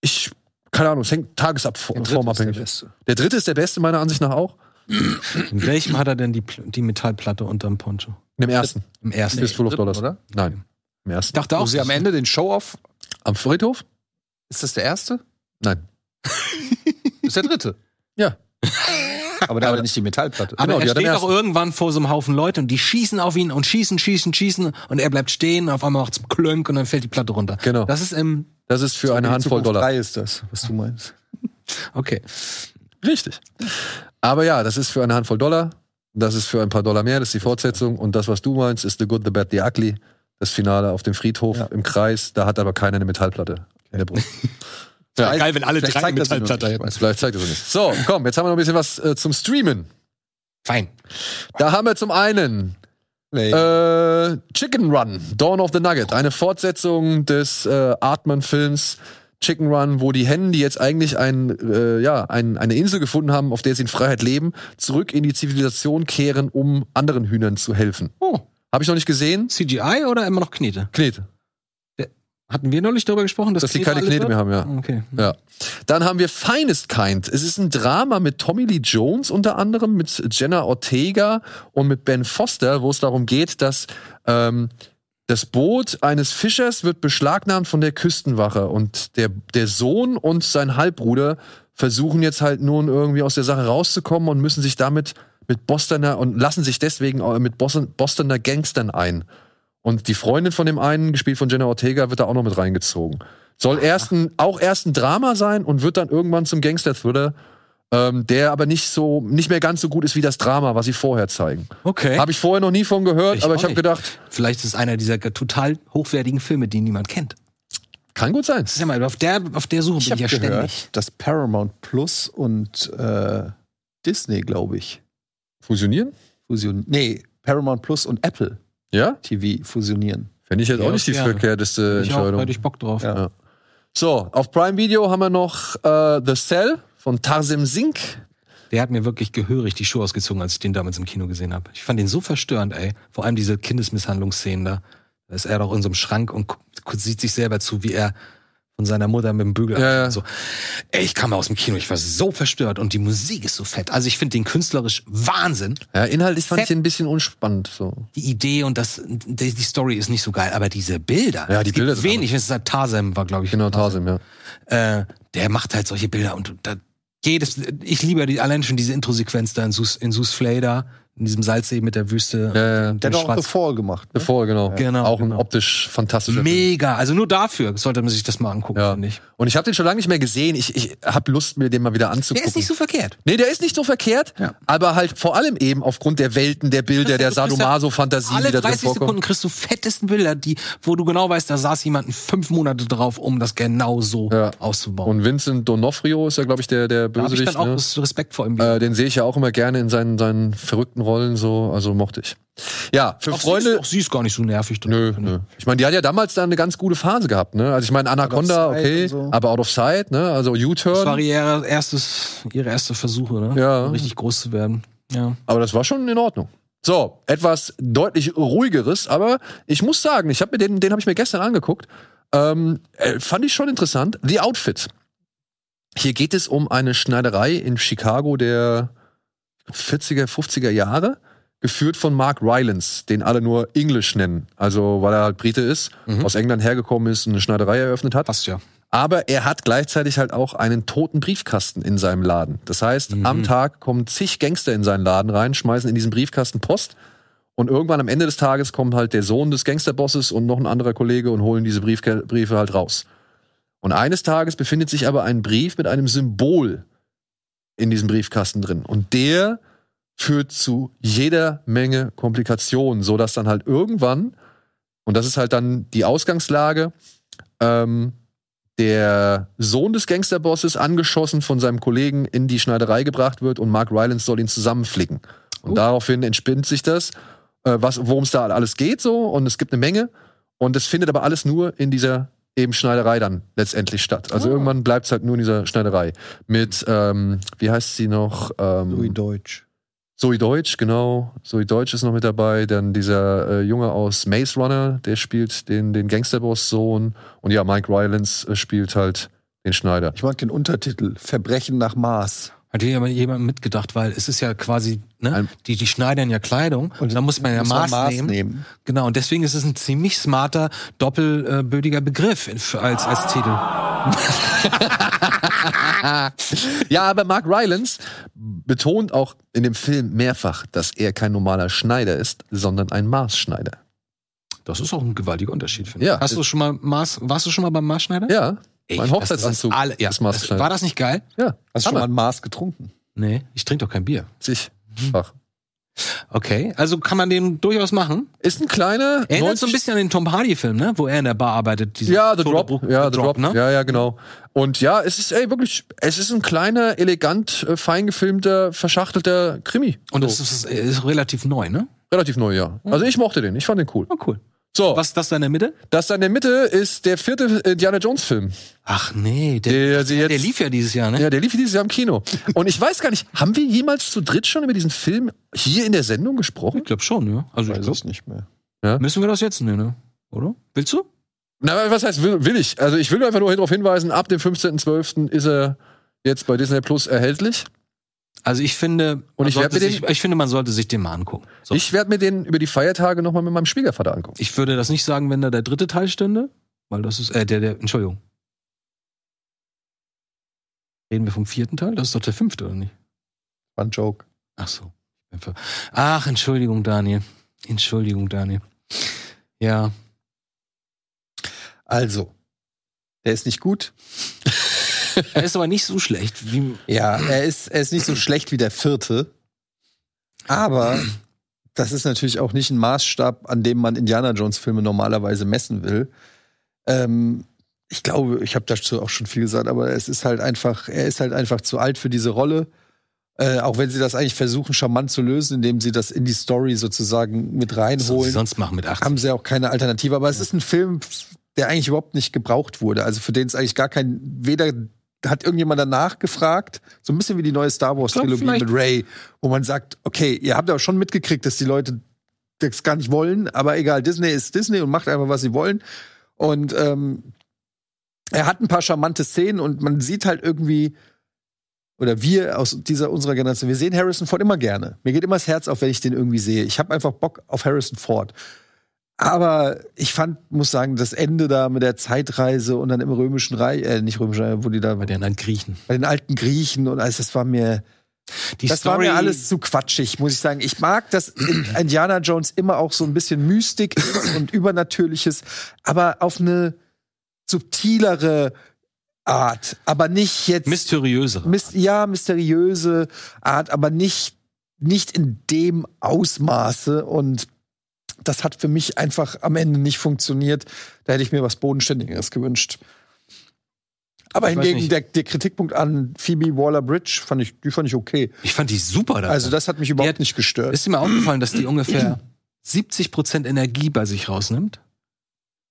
Ich, keine Ahnung, es hängt
Der dritte
tagesform
ist der
abhängig.
beste.
Der dritte ist der beste, meiner Ansicht nach auch.
In welchem hat er denn die, Pl- die Metallplatte unterm Poncho?
Im ersten.
Im ersten.
Ist full of dollars.
oder?
Nein. Im ersten.
dachte
Wo sie am Ende den Show-Off.
Am Friedhof?
Ist das der erste?
Nein.
Ist der dritte.
Ja.
Aber der hat ja nicht die Metallplatte.
aber
Genau, die
er
hat am
steht doch
ersten.
irgendwann vor so einem Haufen Leute und die schießen auf ihn und schießen, schießen, schießen und er bleibt stehen und auf einmal macht's Klönk und dann fällt die Platte runter.
Genau.
Das ist im.
Das ist für eine
Die
Handvoll
Zukunft
Dollar.
drei ist das, was du meinst.
Okay.
Richtig. Aber ja, das ist für eine Handvoll Dollar. Das ist für ein paar Dollar mehr. Das ist die Fortsetzung. Und das, was du meinst, ist The Good, The Bad, The Ugly. Das Finale auf dem Friedhof
Ja.
im Kreis. Da hat aber keiner eine Metallplatte in der Brust. Ja,
Geil, wenn alle
Vielleicht
drei
zeigt das
Metallplatte
ihn noch
hätten.
nicht.
Vielleicht zeigt es uns nicht. So, komm, jetzt haben wir noch ein bisschen was äh, zum Streamen.
Fein.
Da haben wir zum einen
Nee.
äh, Chicken Run, Dawn of the Nugget, eine Fortsetzung des äh, Artman-Films Chicken Run, wo die Hennen, die jetzt eigentlich ein, äh, ja, ein, eine Insel gefunden haben, auf der sie in Freiheit leben, zurück in die Zivilisation kehren, um anderen Hühnern zu helfen.
Oh.
Habe ich noch nicht gesehen.
CGI oder immer noch Knete?
Knete.
Der- Hatten wir neulich darüber gesprochen, dass,
Dass die keine
alles
Knete
wird?
mehr haben, ja.
Okay.
Mhm. Ja. Dann haben wir Finest Kind. Es ist ein Drama mit Tommy Lee Jones unter anderem, mit Jenna Ortega und mit Ben Foster, wo es darum geht, dass ähm, das Boot eines Fischers wird beschlagnahmt von der Küstenwache und der, der Sohn und sein Halbbruder versuchen jetzt halt nun irgendwie aus der Sache rauszukommen und müssen sich damit mit Bostoner und lassen sich deswegen auch mit Boston, Bostoner Gangstern ein. Und die Freundin von dem einen, gespielt von Jenna Ortega, wird da auch noch mit reingezogen. Soll erst ein, auch erst ein Drama sein und wird dann irgendwann zum Gangster-Thriller, ähm, der aber nicht so, nicht mehr ganz so gut ist wie das Drama, was sie vorher zeigen.
Okay.
Habe ich vorher noch nie von gehört,
Ich
aber
auch
ich habe
nicht.
gedacht,
Vielleicht ist es einer dieser total hochwertigen Filme, die niemand kennt.
kann gut sein.
Sag mal, auf der, auf der Suche bin ich ja ständig.
dass Paramount Plus und äh, Disney, glaube ich,
Fusionieren?
fusionieren. Nee, Paramount Plus und Apple
Ja?
TV fusionieren.
Fände ich jetzt
Ja,
auch nicht die
gerne.
verkehrteste
Ich auch, da
Entscheidung.
hätte ich Bock drauf.
Ja.
So, auf Prime Video haben wir noch äh, The Cell von Tarsem Sink.
Der hat mir wirklich gehörig die Schuhe ausgezogen, als ich den damals im Kino gesehen habe. Ich fand den so verstörend, ey. Vor allem diese Kindesmisshandlungsszenen da. Da ist er doch in so einem Schrank und gu- sieht sich selber zu, wie er von seiner Mutter mit dem Bügel
Ja, ja.
und so. Ey, ich kam aus dem Kino, ich war so verstört und die Musik ist so fett. Also ich finde den künstlerisch Wahnsinn.
Ja, inhaltlich fand ich
Fett.
den ein bisschen unspannend. So.
Die Idee und das, die, die Story ist nicht so geil, aber diese Bilder.
Ja, die
es
Bilder
Gibt
sind
wenig, es ist halt Tarsem war, glaube ich.
Genau, Tarsem, ja.
äh, der macht halt solche Bilder und da jedes, ich liebe die, allein schon diese Intro-Sequenz da in Sus, in Sus Flay da, in diesem Salzsee mit der Wüste,
Ja, ja.
und
Der
dem
hat auch The
Schwarz.
Fall gemacht. Ne?
Bevor, genau.
Genau,
Auch ein
genau.
optisch fantastischer Film.
Mega, also nur dafür sollte man sich das mal angucken,
Ja.
finde ich.
Und ich habe den schon lange nicht mehr gesehen. Ich, ich habe Lust, mir den mal wieder anzugucken.
Der ist nicht so verkehrt.
nee, der ist nicht so verkehrt,
Ja.
aber halt vor allem eben aufgrund der Welten, der Bilder, der
Du kriegst ja
Sadomaso-Fantasie,
Alle
die da drin
30 Sekunden
vorkommt.
kriegst du fettesten Bilder, die, wo du genau weißt, da saß jemanden fünf Monate drauf, um das genau so
Ja.
auszubauen.
Und Vincent D'Onofrio ist ja, glaube ich, der, der
da habe ich
Bösewicht.
dann auch
Ne?
Respekt vor ihm.
Äh, den sehe ich ja auch immer gerne in seinen, seinen verrückten Rollen, so, also mochte ich. Ja, für Freunde.
sie ist, auch sie ist gar nicht so nervig. drin.
Nö, nö. Ich meine, die hat ja damals da eine ganz gute Phase gehabt, ne? Also ich meine, Anaconda,
Sight
okay,
und so.
aber Out of Sight, ne? Also
Das war
U-Turn.
ihre, erstes, ihre erste Versuche, ne?
Ja.
Richtig groß zu werden. Ja.
Aber das war schon in Ordnung. So, etwas deutlich ruhigeres, aber ich muss sagen, ich habe mir den, den habe ich mir gestern angeguckt. Ähm, äh, fand ich schon interessant. The Outfit. Hier geht es um eine Schneiderei in Chicago der 40er, 50er Jahre, geführt von Mark Rylance, den alle nur English nennen. Also, weil er halt Brite ist,
Mhm.
aus England hergekommen ist und eine Schneiderei eröffnet hat.
Passt ja.
Aber er hat gleichzeitig halt auch einen toten Briefkasten in seinem Laden. Das heißt, am Tag kommen zig Gangster in seinen Laden rein, schmeißen in diesen Briefkasten Post. Und irgendwann am Ende des Tages kommen halt der Sohn des Gangsterbosses und noch ein anderer Kollege und holen diese Briefke Briefe halt raus. Und eines Tages befindet sich aber ein Brief mit einem Symbol in diesem Briefkasten drin. Und der führt zu jeder Menge Komplikationen, sodass dann halt irgendwann, und das ist halt dann die Ausgangslage, ähm, der Sohn des Gangsterbosses angeschossen von seinem Kollegen in die Schneiderei gebracht wird und Mark Rylance soll ihn zusammenflicken. Und
Oh.
daraufhin entspinnt sich das, äh, was- worum es da alles geht so und es gibt eine Menge und es findet aber alles nur in dieser eben Schneiderei dann letztendlich statt. Also
Ah.
irgendwann bleibt es halt nur in dieser Schneiderei mit, ähm, wie heißt sie noch? Ähm,
Louis Deutsch.
Zoe Deutsch, genau. Zoe Deutsch ist noch mit dabei. Dann dieser äh, Junge aus Maze Runner, der spielt den, den Gangsterboss-Sohn. Und ja, Mike Rylance äh, spielt halt den Schneider.
Ich mag den Untertitel Verbrechen nach Mars.
Hat hier jemand- jemand mitgedacht, weil es ist ja quasi, ne,
Ein-
die, die schneidern ja Kleidung und da muss man ja
Muss man
Maß, nehmen. Genau, und deswegen ist es ein ziemlich smarter, doppelbödiger Begriff in- für- als, als Titel.
Ja, aber Mark Rylance betont auch in dem Film mehrfach, dass er kein normaler Schneider ist, sondern ein Maßschneider.
Das ist auch ein gewaltiger Unterschied, finde
Ja.
ich. Hast du schon mal Maß, warst du schon mal beim Maßschneider?
Ja,
Ey,
mein
das
Hochzeitsanzug
sind Alle, ja,
ist
das,
Maßschneider.
war das nicht geil?
ja.
Hast du schon mal ein Mars getrunken?
Nee, ich trinke doch kein Bier.
Sichfach.
Okay, also kann man den durchaus machen.
Ist ein kleiner.
Erinnert
90
so ein bisschen an den Tom Hardy-Film, ne? Wo er in der Bar arbeitet. diese
Ja, The
tote
Drop.
Brut-
Ja, The Drop,
ne?
Ja, ja, genau. Und ja, es ist ey, wirklich, es ist ein kleiner, elegant, äh, fein gefilmter, verschachtelter Krimi.
Und
so.
das ist, ist relativ neu, ne?
relativ neu, ja. Also ich mochte den, ich fand den cool.
Oh, cool.
So,
Was ist das da in der Mitte?
das da in der Mitte ist der vierte äh, Indiana Jones Film.
Ach nee, der,
Der, sie jetzt,
der lief ja dieses Jahr, ne?
ja, der lief dieses Jahr im Kino. Und ich weiß gar nicht, haben wir jemals zu dritt schon über diesen Film hier in der Sendung gesprochen?
Ich glaube schon, ja. Also ich
Weiß
glaub,
es nicht mehr.
müssen wir das jetzt? Nee, ne? Oder? Willst du?
Na, was heißt will, will ich? Also ich will einfach nur darauf hinweisen, ab dem 15.12. ist er jetzt bei Disney Plus erhältlich.
Also ich finde, man
ich werd
sollte
mir den-
sich, ich finde, man sollte sich den mal angucken. So.
Ich werde mir den über die Feiertage nochmal mit meinem Schwiegervater angucken.
ich würde das nicht sagen, wenn da der dritte Teil stünde, weil das ist, äh, der, der, Entschuldigung. Reden wir vom vierten Teil? Das ist doch der fünfte, oder nicht?
War ein Joke.
Ach so. Ach, Entschuldigung, Daniel. Entschuldigung, Daniel. Ja.
Also, der ist nicht gut.
Er ist aber nicht so schlecht. Wie,
Ja, er ist, er ist nicht so schlecht wie der vierte. Aber das ist natürlich auch nicht ein Maßstab, an dem man Indiana Jones-Filme normalerweise messen will. Ähm, ich glaube, ich habe dazu auch schon viel gesagt, aber es ist halt einfach, er ist halt einfach zu alt für diese Rolle. Äh, auch wenn sie das eigentlich versuchen, charmant zu lösen, indem sie das in die Story sozusagen mit
was soll sie
reinholen.
sonst machen mit 18?
haben sie auch keine Alternative. Aber es ist ein Film, der eigentlich überhaupt nicht gebraucht wurde. Also für den es eigentlich gar kein, weder hat irgendjemand danach gefragt, so ein bisschen wie die neue Star Wars
glaub,
Trilogie
vielleicht-
mit Ray, wo man sagt, okay, ihr habt aber schon mitgekriegt, dass die Leute das gar nicht wollen, aber egal, Disney ist Disney und macht einfach, was sie wollen. Und ähm, er hat ein paar charmante Szenen und man sieht halt irgendwie, oder wir aus dieser unserer Generation, wir sehen Harrison Ford immer gerne. Mir geht immer das Herz auf, wenn ich den irgendwie sehe. Ich habe einfach Bock auf Harrison Ford. Aber ich fand, muss sagen, das Ende da mit der Zeitreise und dann im Römischen Reich, äh, nicht Römischen Reich, wo die da
Bei den anderen Griechen.
bei den alten Griechen und alles, das war mir,
Die
das war mir alles zu quatschig, muss ich sagen. Ich mag, dass in Indiana Jones immer auch so ein bisschen Mystik ist und Übernatürliches, aber auf eine subtilere Art, aber nicht jetzt
mysteriösere.
Mys- ja, mysteriöse Art, aber nicht, nicht in dem Ausmaße. Und das hat für mich einfach am Ende nicht funktioniert. Da hätte ich mir was Bodenständigeres gewünscht. Aber
Ich weiß
hingegen
nicht.
der, der Kritikpunkt an Phoebe Waller-Bridge fand ich, die fand ich okay.
ich fand die super da.
Also das hat mich
Die
überhaupt
hat-
nicht gestört.
Ist dir mal aufgefallen, dass die ungefähr 70% Energie bei sich rausnimmt?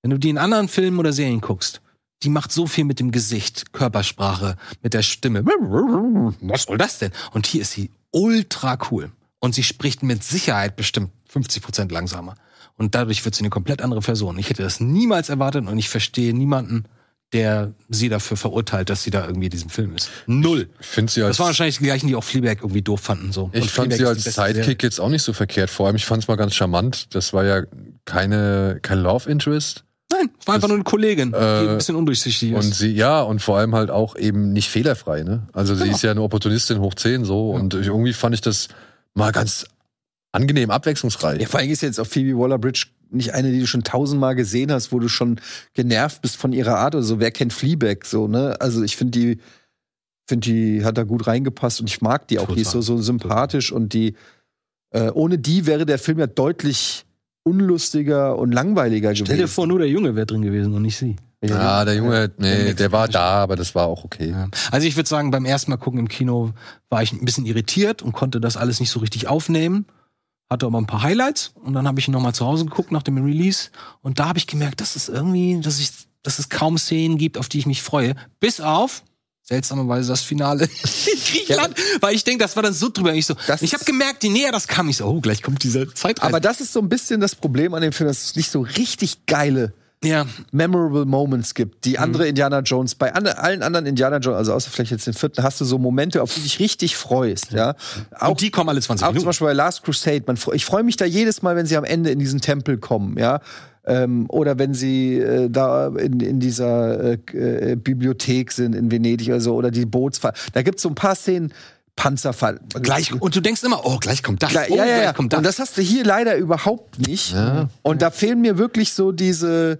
Wenn du die in anderen Filmen oder Serien guckst, die macht so viel mit dem Gesicht, Körpersprache, mit der Stimme. Was soll das denn? Und hier ist sie ultra cool. Und sie spricht mit Sicherheit bestimmt 50% langsamer. Und dadurch wird sie eine komplett andere Person. Ich hätte das niemals erwartet und ich verstehe niemanden, der sie dafür verurteilt, dass sie da irgendwie in diesem Film ist. Null.
Ich finde sie als,
Das waren wahrscheinlich die gleichen, die auch Fleabag irgendwie doof fanden. So. Und
ich fand sie
Fleabag ist die
als
beste
Sidekick
Serie.
jetzt auch nicht so verkehrt. Vor allem, ich fand es mal ganz charmant. Das war ja keine, kein Love Interest.
Nein, es war einfach nur eine Kollegin, die
äh,
ein bisschen undurchsichtig
Und
ist.
sie, ja, und vor allem halt auch eben nicht fehlerfrei, ne? Also sie
Genau.
ist ja eine Opportunistin hoch 10 so. Und ich- irgendwie fand ich das mal ganz angenehm abwechslungsreich.
Ja, vor allem ist jetzt auch Phoebe Waller-Bridge nicht eine, die du schon tausendmal gesehen hast, wo du schon genervt bist von ihrer Art oder so. Wer kennt Fleabag so, ne? Also ich finde die, finde die hat da gut reingepasst und ich mag die auch. Die ist so, so sympathisch und die, äh, ohne die wäre der Film ja deutlich unlustiger und langweiliger
Stell dir
gewesen.
vor, Ah, nur der Junge wäre drin gewesen und nicht sie.
Ja, Ah, der Junge, nee, der war da, aber das war auch okay.
Ja. Also ich würde sagen, beim ersten Mal gucken im Kino war ich ein bisschen irritiert und konnte das alles nicht so richtig aufnehmen. Hatte aber ein paar Highlights und dann habe ich ihn nochmal zu Hause geguckt nach dem Release und da habe ich gemerkt, dass es irgendwie, dass ich, dass es kaum Szenen gibt, auf die ich mich freue. Bis auf seltsamerweise das Finale in Griechenland, weil ich denke, das war dann so drüber. Ich so,
Das
ich habe
ist-
gemerkt, je näher das kam, ich so, oh, gleich kommt diese Zeitreise.
Aber das ist so ein bisschen das Problem an dem Film, dass es nicht so richtig geile
ja,
memorable Moments gibt,
Mhm.
die andere Indiana Jones, bei an, allen anderen Indiana Jones, also außer vielleicht jetzt den vierten, hast du so Momente, auf die dich richtig freust, ja. Auch,
und die kommen alle 20
auch zum
Minuten.
Beispiel bei Last Crusade, man, fre- ich freue mich da jedes Mal, wenn sie am Ende in diesen Tempel kommen, ja. Ähm, oder wenn sie äh, da in, in dieser äh, äh, Bibliothek sind in Venedig oder so, oder die Bootsfahrt. Da gibt es so ein paar Szenen, Panzerfall.
Gleich, und du denkst immer, oh, gleich kommt das.
Klar,
oh,
ja, ja,
gleich
ja.
kommt das.
Und das hast du hier leider überhaupt nicht. Und da fehlen mir wirklich so diese,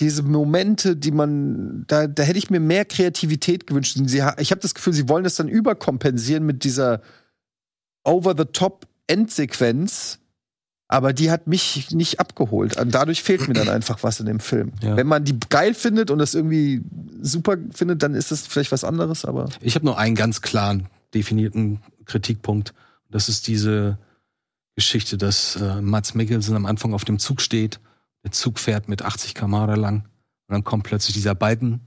diese Momente, die man, da, da hätte ich mir mehr Kreativität gewünscht. Und Sie, ha- ich habe das Gefühl, sie wollen das dann überkompensieren mit dieser Over-the-Top-Endsequenz. Aber die hat mich nicht abgeholt. Und dadurch fehlt mir dann einfach was in dem Film.
Ja.
Wenn man die geil findet und das irgendwie super findet, dann ist das vielleicht was anderes, aber.
Ich habe nur einen ganz klaren, definierten Kritikpunkt. Das ist diese Geschichte, dass äh, Mats Mikkelsen am Anfang auf dem Zug steht. Der Zug fährt mit 80 km lang. Und dann kommt plötzlich dieser Balken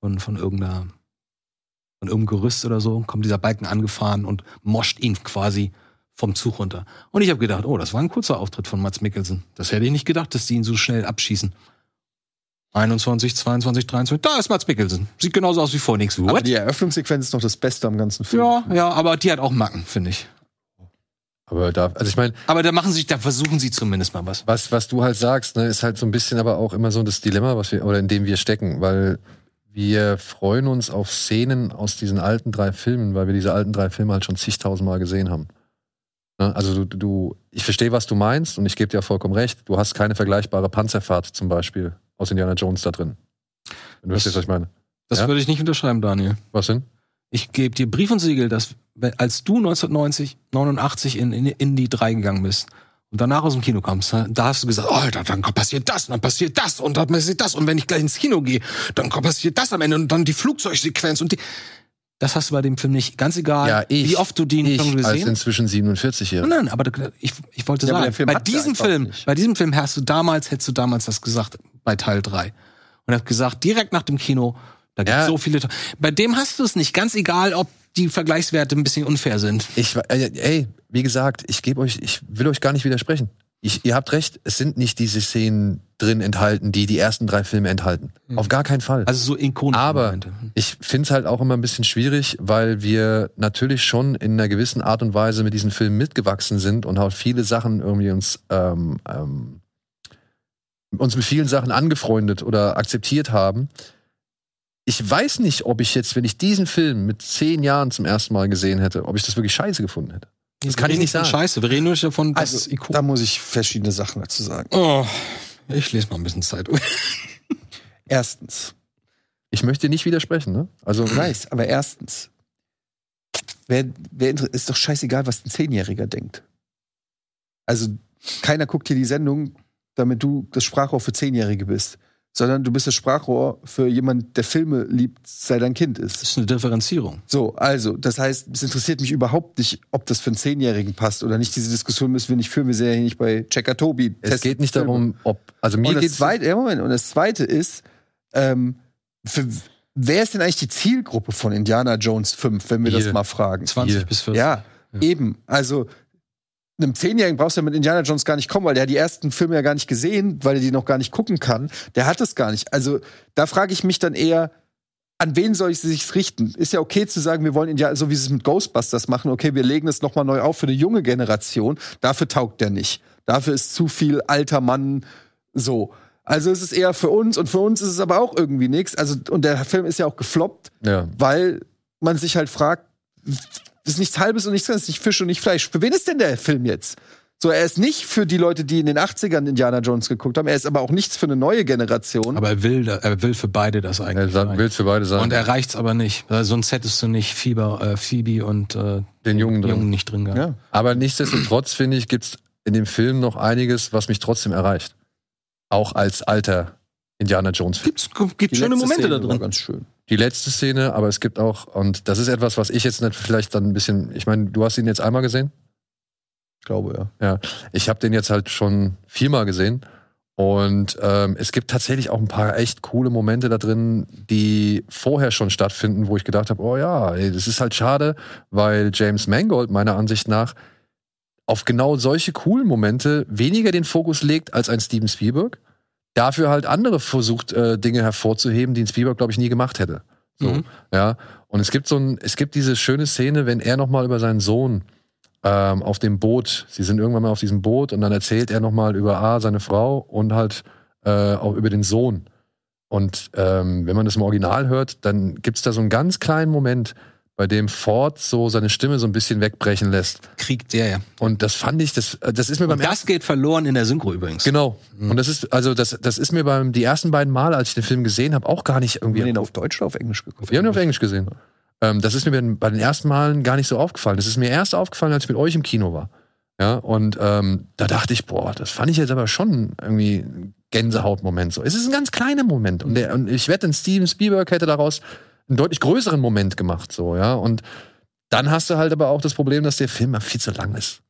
von, von irgendeiner, von irgendeinem Gerüst oder so, kommt dieser Balken angefahren und moscht ihn quasi vom Zug runter. Und ich habe gedacht, oh, das war ein kurzer Auftritt von Mats Mikkelsen. Das hätte ich nicht gedacht, dass die ihn so schnell abschießen. 21, 22, 23. Da ist Mats Mikkelsen. Sieht genauso aus wie vor nichts.
Aber
What?
die Eröffnungssequenz ist noch das Beste am ganzen Film.
Ja, ja, aber die hat auch Macken, finde ich.
Aber da, also ich meine,
Aber da machen sie, da versuchen sie zumindest mal was.
was, was du halt sagst, ne, ist halt so ein bisschen aber auch immer so das Dilemma, was wir, oder in dem wir stecken, weil wir freuen uns auf Szenen aus diesen alten drei Filmen, weil wir diese alten drei Filme halt schon zigtausendmal gesehen haben. Ne? Also du, du, ich verstehe, was du meinst und ich gebe dir vollkommen recht. Du hast keine vergleichbare Panzerfahrt zum Beispiel aus Indiana Jones da drin. Wenn du
Das-
verstehst, was ich meine.
Das
Ja.
würde ich nicht unterschreiben, Daniel.
Was denn?
Ich gebe dir Brief und Siegel, dass wenn- als du 1990, 89 in, in, in die 3 gegangen bist und danach aus dem Kino kommst, ne, da hast du gesagt, oh, dann, dann passiert das, dann passiert das und dann passiert das und wenn ich gleich ins Kino gehe, dann passiert das am Ende und dann die Flugzeugsequenz und die. Das hast du bei dem Film nicht. Ganz egal, wie oft du den
ich
Film gesehen
als inzwischen 47-Jähriger.
Nein, aber du- ich, ich wollte
Ja, aber
sagen,
der Film
bei
hat's ja
diesem
einfach
Film,
nicht.
bei diesem Film hast du damals, hättest du damals das gesagt, bei Teil 3. Und hat gesagt, direkt nach dem Kino, da gibt
Ja.
so viele. To- Bei dem hast du es nicht, ganz egal, ob die Vergleichswerte ein bisschen unfair sind.
Ich, wa- äh, ey, wie gesagt, ich gebe euch, ich will euch gar nicht widersprechen. Ich, ihr habt recht, es sind nicht diese Szenen drin enthalten, die die ersten drei Filme enthalten. Auf gar keinen Fall.
Also so ikonische
Aber
Momente.
ich finde es halt auch immer ein bisschen schwierig, weil wir natürlich schon in einer gewissen Art und Weise mit diesen Filmen mitgewachsen sind und halt viele Sachen irgendwie uns, ähm, ähm, uns mit vielen Sachen angefreundet oder akzeptiert haben. Ich weiß nicht, ob ich jetzt, wenn ich diesen Film mit zehn Jahren zum ersten Mal gesehen hätte, ob ich das wirklich scheiße gefunden hätte.
das
kann ich nicht sagen.
Scheiße, wir reden nur davon, das
Also,
ist ikonisch.
da muss ich verschiedene Sachen dazu sagen.
Oh, ich lese mal ein bisschen Zeitung.
Erstens,
Ich möchte dir nicht widersprechen, ne? Also,
ich weiß, aber erstens, wer, wer inter- ist doch scheißegal, was ein Zehnjähriger denkt. Also, keiner guckt hier die Sendung, damit du das Sprachrohr für Zehnjährige bist, sondern du bist das Sprachrohr für jemanden, der Filme liebt, seit dein Kind ist.
Das ist eine Differenzierung.
So, also, das heißt, es interessiert mich überhaupt nicht, ob das für einen Zehnjährigen passt oder nicht. Diese Diskussion müssen wir nicht führen. Wir sind ja hier nicht bei Checker Tobi.
es
Testen
geht nicht
Filme.
darum, ob. Also, mir
Und
geht
das,
es
zweite, ja, Moment. und das zweite ist, ähm, für, wer ist denn eigentlich die Zielgruppe von Indiana Jones 5, wenn wir
Hier.
das mal fragen?
20
Hier.
bis 40.
Ja, eben. Also, einem Zehnjährigen brauchst du ja mit Indiana Jones gar nicht kommen, weil der hat die ersten Filme ja gar nicht gesehen, weil er die noch gar nicht gucken kann. Der hat es gar nicht. Also, da frage ich mich dann eher, an wen soll ich sich richten? Ist ja okay zu sagen, wir wollen Indiana, so wie sie es mit Ghostbusters machen, okay, wir legen es nochmal neu auf für eine junge Generation. Dafür taugt der nicht. Dafür ist zu viel alter Mann so. Also es ist eher für uns und für uns ist es aber auch irgendwie nichts. Also, und der Film ist ja auch gefloppt
Ja.
weil man sich halt fragt, ist nichts halbes und nichts ganzes, nicht Fisch und nicht Fleisch. Für wen ist denn der Film jetzt? So, er ist nicht für die Leute, die in den 80ern Indiana Jones geguckt haben, er ist aber auch nichts für eine neue Generation.
Aber er will, er will für beide das
Er
eigentlich. sein.
sagt, willst für beide sagen,
Und erreicht's aber nicht. Weil Sonst hättest du nicht Fieber, äh, Phoebe und äh,
den Jungen drin.
Jungen nicht drin gehabt.
ja.
Aber nichtsdestotrotz, finde ich, gibt's in dem Film noch einiges, was mich trotzdem erreicht. Auch als alter Indiana Jones.
Gibt's, gibt
Die
schöne
letzte
Momente
Szene
da
war
drin.
Ganz schön.
Die letzte Szene, aber es gibt auch, und das ist etwas, was ich jetzt nicht vielleicht dann ein bisschen, ich meine, du hast ihn jetzt einmal gesehen.
Ich glaube, ja.
Ich habe den jetzt halt schon viermal gesehen. Und ähm, es gibt tatsächlich auch ein paar echt coole Momente da drin, die vorher schon stattfinden, wo ich gedacht habe, oh ja, ey, das ist halt schade, weil James Mangold meiner Ansicht nach auf genau solche coolen Momente weniger den Fokus legt als ein Steven Spielberg. Dafür halt andere versucht, äh, Dinge hervorzuheben, die ein Spielberg, glaube ich, nie gemacht hätte. So,
Mhm.
ja. Und es gibt so ein, es gibt diese schöne Szene, wenn er nochmal über seinen Sohn ähm, auf dem Boot, sie sind irgendwann mal auf diesem Boot und dann erzählt er nochmal über A, seine Frau und halt äh, auch über den Sohn. Und ähm, wenn man das im Original hört, dann gibt es da so einen ganz kleinen Moment, bei dem Ford so seine Stimme so ein bisschen wegbrechen lässt.
Krieg der ja.
Und das fand ich, das, äh, das ist mir beim
Und das Mhm. geht verloren in der Synchro übrigens.
Genau. Und das ist, also das, das ist mir beim die ersten beiden Male, als ich den Film gesehen habe, auch gar nicht irgendwie.
Wir haben den auf Deutsch oder auf Englisch geguckt.
wir haben ihn auf Englisch gesehen. Ähm, das ist mir bei den- bei den ersten Malen gar nicht so aufgefallen. Das ist mir erst aufgefallen, als ich mit euch im Kino war. Ja, und ähm, da dachte ich, boah, das fand ich jetzt aber schon irgendwie ein Gänsehautmoment. So, es ist ein ganz kleiner Moment. Und, der, und ich wette, ein Steven Spielberg hätte daraus einen deutlich größeren Moment gemacht. So, ja. Und dann hast du halt aber auch das Problem, dass der Film viel zu lang ist.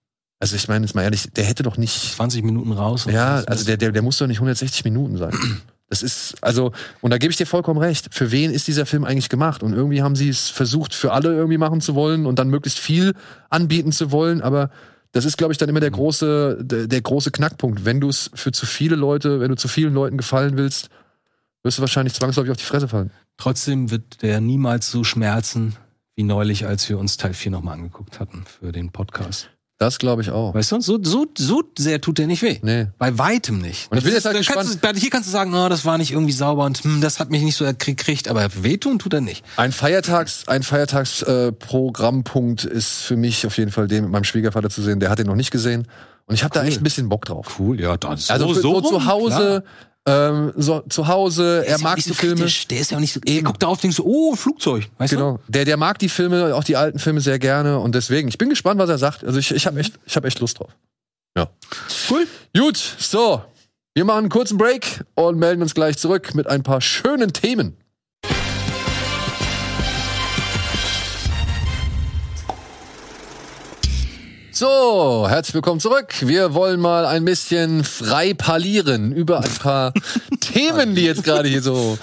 Also ich meine, jetzt mal ehrlich, der hätte doch nicht
20 Minuten raus. und
ja,
das-
also der, der, der muss doch nicht 160 Minuten sein. Das ist, also, und da gebe ich dir vollkommen recht. Für wen ist dieser Film eigentlich gemacht? Und irgendwie haben sie es versucht, für alle irgendwie machen zu wollen und dann möglichst viel anbieten zu wollen, aber das ist, glaube ich, dann immer der
Mhm.
große, der, der große Knackpunkt. Wenn du es für zu viele Leute, wenn du zu vielen Leuten gefallen willst, wirst du wahrscheinlich zwangsläufig auf die Fresse fallen.
Trotzdem wird der niemals so schmerzen wie neulich, als wir uns Teil 4 nochmal angeguckt hatten für den Podcast.
Das glaube ich auch.
Weißt du, so, so, so sehr tut der nicht weh.
Nee.
Bei weitem nicht.
Und ich bin
Das
jetzt halt
ist- dann kannst du, hier kannst du sagen, oh, das war nicht irgendwie sauber und hm, das hat mich nicht so gekriegt, aber wehtun tut er nicht.
Ein Feiertags, ein Feiertagsprogrammpunkt äh, Programmpunkt ist für mich auf jeden Fall den mit meinem Schwiegervater zu sehen. Der hat den noch nicht gesehen und ich habe da echt ein bisschen Bock drauf.
Cool, ja, das
Also für, so zu Hause, ähm, so zu Hause. Er mag
nicht
die
so
Filme.
Kritisch. ne? Der ist ja auch nicht so. Eben. Der guckt darauf, denkst du, oh, Flugzeug. Weißt
Genau. Der, der mag die Filme, auch die alten Filme sehr gerne und deswegen. Ich bin gespannt, was er sagt. Also ich, ich habe echt, ich habe echt Lust drauf. Ja. Cool. Gut. So, wir machen einen kurzen Break und melden uns gleich zurück mit ein paar schönen Themen. So, herzlich willkommen zurück. Wir wollen mal ein bisschen frei parlieren über ein paar Themen, die jetzt gerade hier so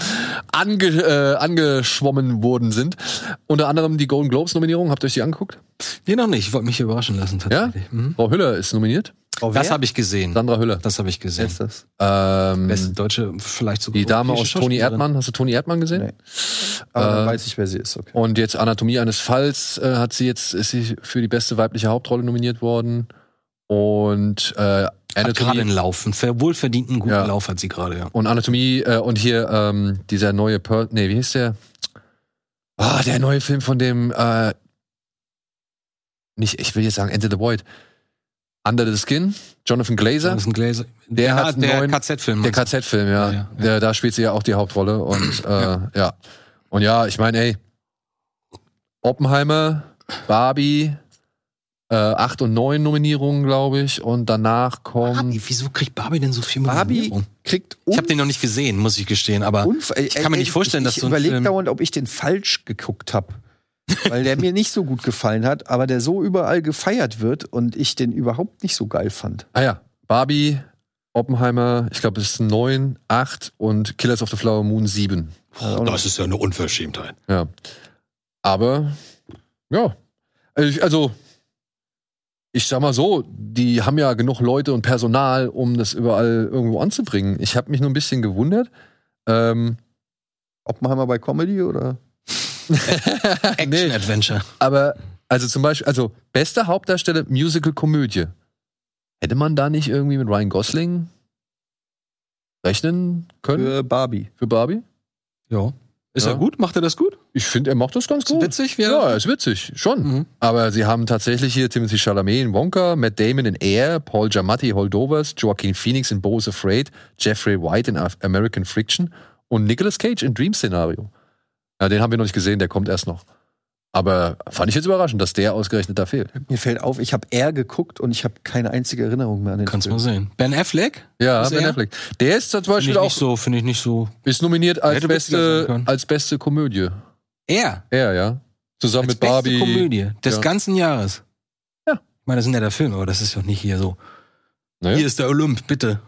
ange, äh, angeschwommen worden sind. Unter anderem die Golden Globes Nominierung. Habt ihr euch die angeguckt?
du? Nee, noch nicht. Ich wollte mich hier überraschen lassen,
Ja?
tatsächlich. Mhm.
Frau Hüller ist nominiert.
Das habe ich gesehen.
Sandra Hüller.
Das habe ich gesehen.
das?
Ähm,
Beste Deutsche, vielleicht sogar.
die Dame aus
europäische
Toni
Schauspielerin.
Erdmann. Hast du Toni Erdmann gesehen?
Nee. Aber Ah, dann weiß ich, wer sie ist. Okay.
Und jetzt Anatomie eines Falls äh, hat sie jetzt ist sie für die beste weibliche Hauptrolle nominiert worden. Und äh,
Hat gerade einen
Anatomie
Lauf, einen ver- wohlverdienten guten
Ja.
Lauf hat sie gerade, ja.
und Anatomie äh, und hier ähm, dieser neue per nee, wie hieß der? Ah, der neue Film von dem äh, nicht, ich will jetzt sagen Enter the Void. Under the Skin, Jonathan Glazer.
Jonathan Glaser.
Der hat einen
der
neuen-
KZ-Film.
Der KZ-Film, ja.
Ja, ja, ja.
Der, da spielt sie ja auch die Hauptrolle. Und äh, ja. Und ja, ich meine, ey, Oppenheimer, Barbie, äh, 8 und 9 Nominierungen, glaube ich. Und danach kommen.
Barbie, wieso kriegt Barbie denn so viel
Barbie
Nominierung?
kriegt
Ich habe den noch nicht gesehen, muss ich gestehen, aber
Unf
ich kann mir nicht vorstellen,
ich,
dass
ich
so ein
überlege
Film-
dauernd, ob ich den falsch geguckt habe. Weil der mir nicht so gut gefallen hat, aber der so überall gefeiert wird und ich den überhaupt nicht so geil fand.
Ah ja, Barbie, Oppenheimer, ich glaube, es ist 9, 8 und Killers of the Flower Moon 7.
Oh, das
ist ja eine Unverschämtheit.
Ja. Aber, ja. Also, ich- Also, ich sag mal so, die haben ja genug Leute und Personal, um das überall irgendwo anzubringen. Ich habe mich nur ein bisschen gewundert. Ähm,
Oppenheimer bei Comedy oder?
nee,
Action-Adventure.
aber, also zum Beispiel, also, beste Hauptdarsteller Musical-Komödie. Hätte man da nicht irgendwie mit Ryan Gosling rechnen können
Für Barbie.
für Barbie?
Ja. Ist
Ja.
er gut? Macht er das gut?
Ich finde, er macht das ganz gut.
witzig? wie er-
Ja, ist witzig, schon.
Mhm.
Aber sie haben tatsächlich hier Timothy Chalamet in Wonka, Matt Damon in Air, Paul Giamatti in Holdovers, Joaquin Phoenix in Bo's Afraid, Jeffrey White in Af- American Friction und Nicolas Cage in Dream Szenario. Ja, den haben wir noch nicht gesehen, der kommt erst noch. Aber fand ich jetzt überraschend, dass der ausgerechnet da fehlt.
Mir fällt auf, ich habe R geguckt und ich habe keine einzige Erinnerung mehr an den
Kannst
Film.
mal sehen. Ben Affleck?
Ja,
Ist
Ben
er?
Affleck. Der ist zum
Finde
Beispiel
ich
auch
nicht so, finde ich nicht so.
ist nominiert als
Hätte witziger sein
beste,
können.
als beste Komödie.
Er.
Er, ja. Zusammen
als
mit Barbie.
Beste Komödie des
Ja.
ganzen Jahres.
Ja.
Ich meine, das sind ja der Film, aber das ist doch nicht hier so.
Naja.
Hier ist der Olymp, bitte.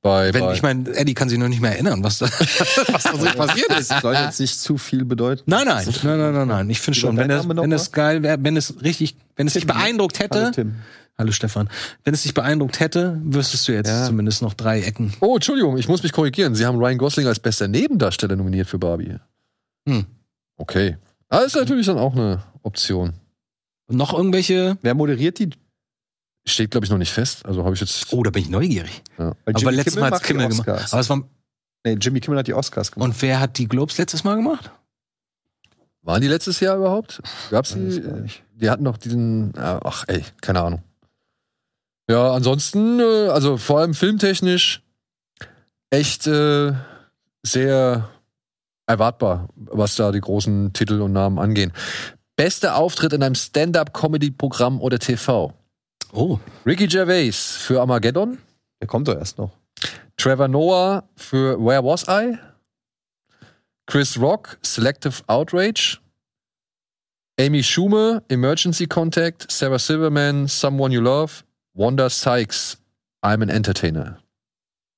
Bei,
Wenn,
bei.
ich meine, Eddie kann sich noch nicht mehr erinnern, was da, was da so passiert ist.
Soll jetzt nicht zu viel bedeuten.
Nein, nein, nein, nein, nein, nein. Ich finde schon, wenn das,
Übernahme noch
wenn
mal?
das geil wäre, wenn es richtig, wenn es dich beeindruckt hätte,
Hallo, Tim.
Hallo Stefan. Wenn es dich beeindruckt hätte, wüsstest du jetzt
Ja.
zumindest noch drei Ecken.
oh, Entschuldigung, ich muss mich korrigieren. Sie haben Ryan Gosling als bester Nebendarsteller nominiert für Barbie.
Hm.
Okay. Ah, ist natürlich dann auch eine Option.
Und noch irgendwelche.
Wer moderiert die?
Steht, glaube ich, noch nicht fest. Also habe ich jetzt.
Oh, da bin ich neugierig.
Weil
Aber
Jimmy
letztes Mal hat
macht die
Kimmel gemacht.
Oscars.
Aber es war,
Nee, Jimmy Kimmel hat die Oscars gemacht.
und wer hat die Globes letztes Mal gemacht?
Waren die letztes Jahr überhaupt? Gab's
Weiß
die?
ich gar nicht.
Die hatten noch diesen. Ach, ey, keine Ahnung. Ja, ansonsten, äh, also vor allem filmtechnisch, echt äh, sehr erwartbar, was da die großen Titel und Namen angehen. Bester Auftritt in einem Stand-up-Comedy-Programm oder TV.
Oh,
Ricky Gervais für Armageddon.
Der kommt doch erst noch.
Trevor Noah für Where Was I? Chris Rock, Selective Outrage. Amy Schumer, Emergency Contact. Sarah Silverman, Someone You Love. Wanda Sykes, I'm an Entertainer.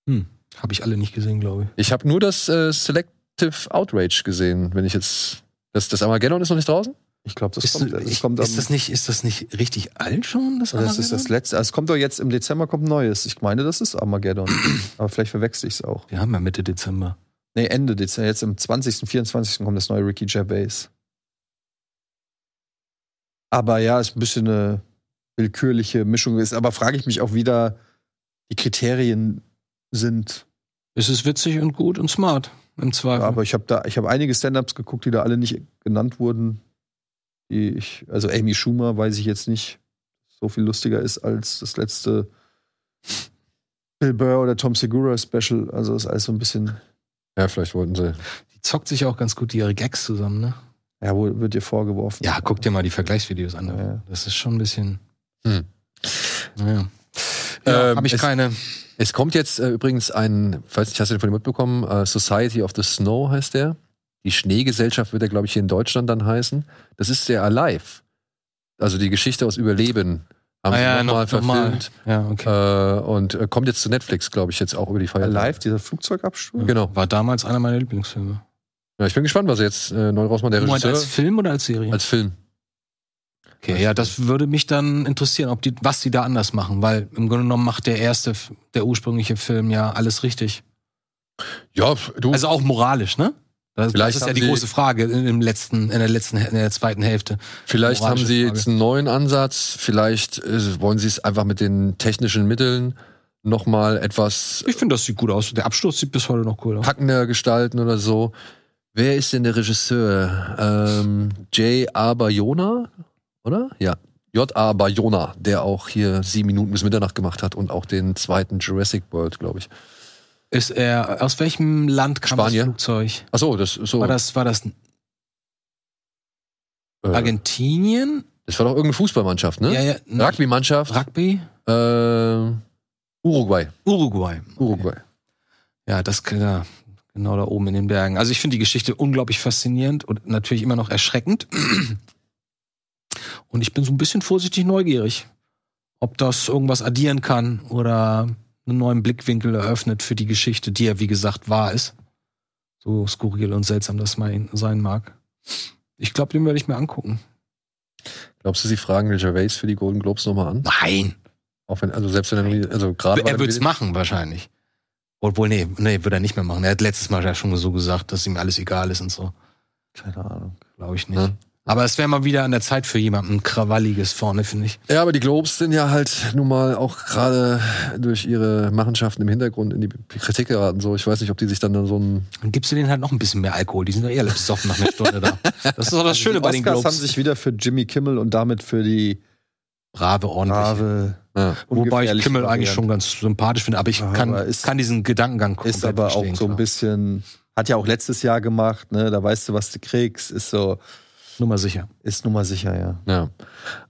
habe ich alle nicht gesehen, glaube ich.
Ich habe nur das äh, Selective Outrage gesehen, wenn ich jetzt. Das, das Armageddon ist noch nicht draußen?
Ich glaube, das
Ist,
kommt, das
ich,
kommt am,
ist, das nicht, ist das nicht richtig alt schon? Das,
das ist
Armageddon?
das letzte. Also es kommt doch jetzt im Dezember kommt ein neues. Ich meine, das ist Armageddon. Aber vielleicht verwechsel ich es auch.
Wir haben ja Mitte Dezember.
Nee, Ende Dezember. Jetzt am 20. 24. kommt das neue Ricky Gervais. Aber ja, ist ein bisschen eine willkürliche Mischung. Ist, aber frage ich mich auch wieder, die Kriterien sind.
Es ist witzig und gut und smart im Zweifel.
Aber ich habe da, ich habe einige Stand-ups geguckt, die da alle nicht genannt wurden. Die ich, also Amy Schumer weiß ich jetzt nicht, so viel lustiger ist als das letzte Bill Burr oder Tom Segura Special. Also ist alles so ein bisschen.
Ja, vielleicht wollten sie.
die zockt sich auch ganz gut ihre Gags zusammen, ne?
Ja, wo wird dir vorgeworfen?
Ja, guck dir mal die Vergleichsvideos an.
Ja.
Das ist schon ein bisschen.
Hm.
Naja. Ja,
Ähm,
habe ich
es-
keine.
Es kommt jetzt äh, übrigens ein, falls nicht, hast du den von ihm mitbekommen, äh, Society of the Snow heißt der. Die Schneegesellschaft wird er, glaube ich, hier in Deutschland dann heißen. Das ist der Alive. Also die Geschichte aus Überleben haben
Ah ja,
sie nochmal
noch- nochmal.
verfilmt.
Ja, okay.
Äh, und äh, kommt jetzt zu Netflix, glaube ich, jetzt auch über die Feiertage.
Äh, Live, dieser Flugzeugabsturz?
Genau.
Äh, War damals einer meiner Lieblingsfilme.
Ja, ich bin gespannt, was er jetzt äh, neu rausmacht. Der
Moment,
Regisseur
als
als,
Film oder als Serie?
Film.
okay, ja, das würde mich dann interessieren, ob die, was die da anders machen, weil im Grunde genommen macht der erste, F- der ursprüngliche Film ja alles richtig.
Ja, du.
Also auch moralisch, ne? Das, das
Vielleicht
ist ja
haben
die
sie-
große Frage in, im letzten, in der letzten, in der zweiten Hälfte.
Vielleicht haben
Moralische
sie
Frage.
jetzt einen neuen Ansatz, vielleicht äh, wollen sie es einfach mit den technischen Mitteln nochmal etwas
Ich finde, das sieht gut aus. Der Absturz sieht bis heute noch cool aus.
packender gestalten oder so. Wer ist denn der Regisseur? Ähm, J.R. Bayona, oder? Ja. J.R. Bayona, der auch hier sieben Minuten bis Mitternacht gemacht hat und auch den zweiten Jurassic World, glaube ich.
Ist er, aus welchem Land kam
Spanien?
das Flugzeug?
Achso, das ist so.
War das, war das
äh,
Argentinien?
das war doch irgendeine Fußballmannschaft, ne?
Ja, ja. n-
Rugby-Mannschaft.
Rugby?
äh, Uruguay.
Uruguay.
Uruguay.
Ja, das ja, genau da oben in den Bergen. Also ich finde die Geschichte unglaublich faszinierend und natürlich immer noch erschreckend. Und ich bin so ein bisschen vorsichtig neugierig, ob das irgendwas addieren kann oder einen neuen Blickwinkel eröffnet für die Geschichte, die ja wie gesagt wahr ist. So skurril und seltsam das mein, sein mag. Ich glaube, den werde ich mir angucken.
Glaubst du, sie fragen Gervais für die Golden Globes nochmal an?
Nein,
Auch wenn, also selbst wenn er noch nie, also gerade war
er
der
wird's
Bild-
machen wahrscheinlich. Obwohl, nee, nee, wird er nicht mehr machen. Er hat letztes Mal ja schon so gesagt, dass ihm alles egal ist und so.
Keine Ahnung.
Glaube ich nicht.
Ja.
Aber es wäre mal wieder an der Zeit für jemanden Krawalliges vorne, finde ich.
Ja, aber die Globes sind ja halt nun mal auch gerade durch ihre Machenschaften im Hintergrund in die Kritik geraten. So, ich weiß nicht, ob die sich dann, dann so ein.
Dann gibst du denen halt noch ein bisschen mehr Alkohol. Die sind doch eher alle besoffen nach einer Stunde da. Also Das ist doch das Schöne
die
bei den
Oscars
Globes.
haben sich wieder für Jimmy Kimmel und damit für die
Brave, ordentlich.
Brave.
Ja.
Wobei ich
ungefährlich
Kimmel
variiert.
eigentlich schon ganz sympathisch finde, aber ich
Ja,
kann,
aber ist-
kann diesen Gedankengang
Ist
komplett
aber auch
verstehen,
so ein
klar.
bisschen, hat ja auch letztes Jahr gemacht, ne? Da weißt du, was du kriegst. Ist so,
Nur mal sicher.
ist nun mal sicher, ja.
Ja.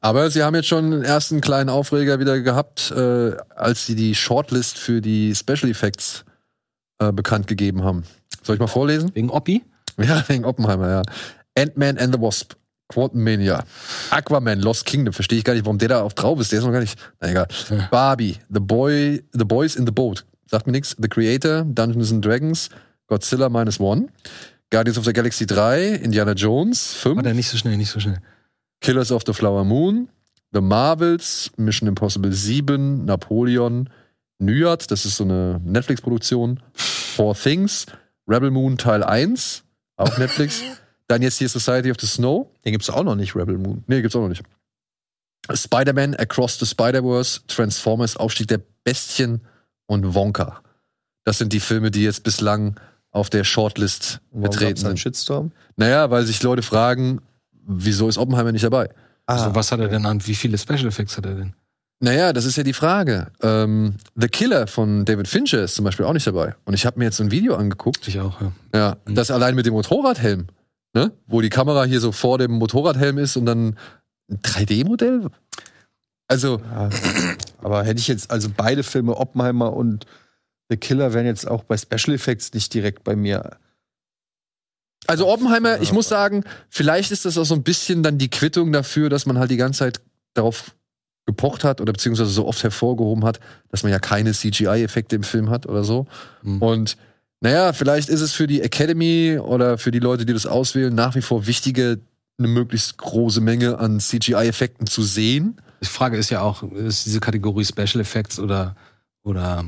Aber sie haben jetzt schon einen ersten kleinen Aufreger wieder gehabt, äh, als sie die Shortlist für die Special Effects äh, bekannt gegeben haben. Soll ich mal vorlesen?
Wegen Oppi?
Ja, wegen Oppenheimer, ja. Ant-Man and the Wasp. Quantumania. Aquaman, Lost Kingdom. Verstehe ich gar nicht, warum der da auf drauf ist. Der ist noch gar nicht. Na egal. Barbie, The Boy, The Boys in the Boat. Sagt mir nichts. The Creator, Dungeons and Dragons, Godzilla Minus One, Guardians of the Galaxy 3, Indiana Jones 5,
Warte, nicht so schnell, nicht so schnell.
Killers of the Flower Moon, The Marvels, Mission Impossible 7, Napoleon, Nyad, das ist so eine Netflix-Produktion, Four Things, Rebel Moon Teil 1, auch Netflix. Dann jetzt hier Society of the Snow.
Den gibt's auch noch nicht, Rebel Moon.
Nee, gibt's auch noch nicht. Spider-Man, Across the Spider-Verse, Transformers, Aufstieg der Bestien und Wonka. Das sind die Filme, die jetzt bislang auf der Shortlist
Und Warum
vertreten
gab's da einen
sind.
Shitstorm?
Naja, weil sich Leute fragen, wieso ist Oppenheimer nicht dabei?
Ah,
also, was hat er denn an? Wie viele Special Effects hat er denn?
Naja, das ist ja die Frage. Ähm, The Killer von David Fincher ist zum Beispiel auch nicht dabei. Und ich habe mir jetzt so ein Video angeguckt.
Ich auch, ja.
Ja, das allein mit dem Motorradhelm, ne? Wo die Kamera hier so vor dem Motorradhelm ist und dann ein 3D-Modell? Also,
Ja. Aber hätte ich jetzt, also beide Filme, Oppenheimer und The Killer, wären jetzt auch bei Special Effects nicht direkt bei mir.
also Oppenheimer, ich muss sagen, vielleicht ist das auch so ein bisschen dann die Quittung dafür, dass man halt die ganze Zeit darauf gepocht hat oder beziehungsweise so oft hervorgehoben hat, dass man ja keine CGI-Effekte im Film hat oder so.
Mhm.
Und naja, vielleicht ist es für die Academy oder für die Leute, die das auswählen, nach wie vor wichtiger, eine möglichst große Menge an CGI-Effekten zu sehen.
Die Frage ist ja auch, ist diese Kategorie Special Effects oder, oder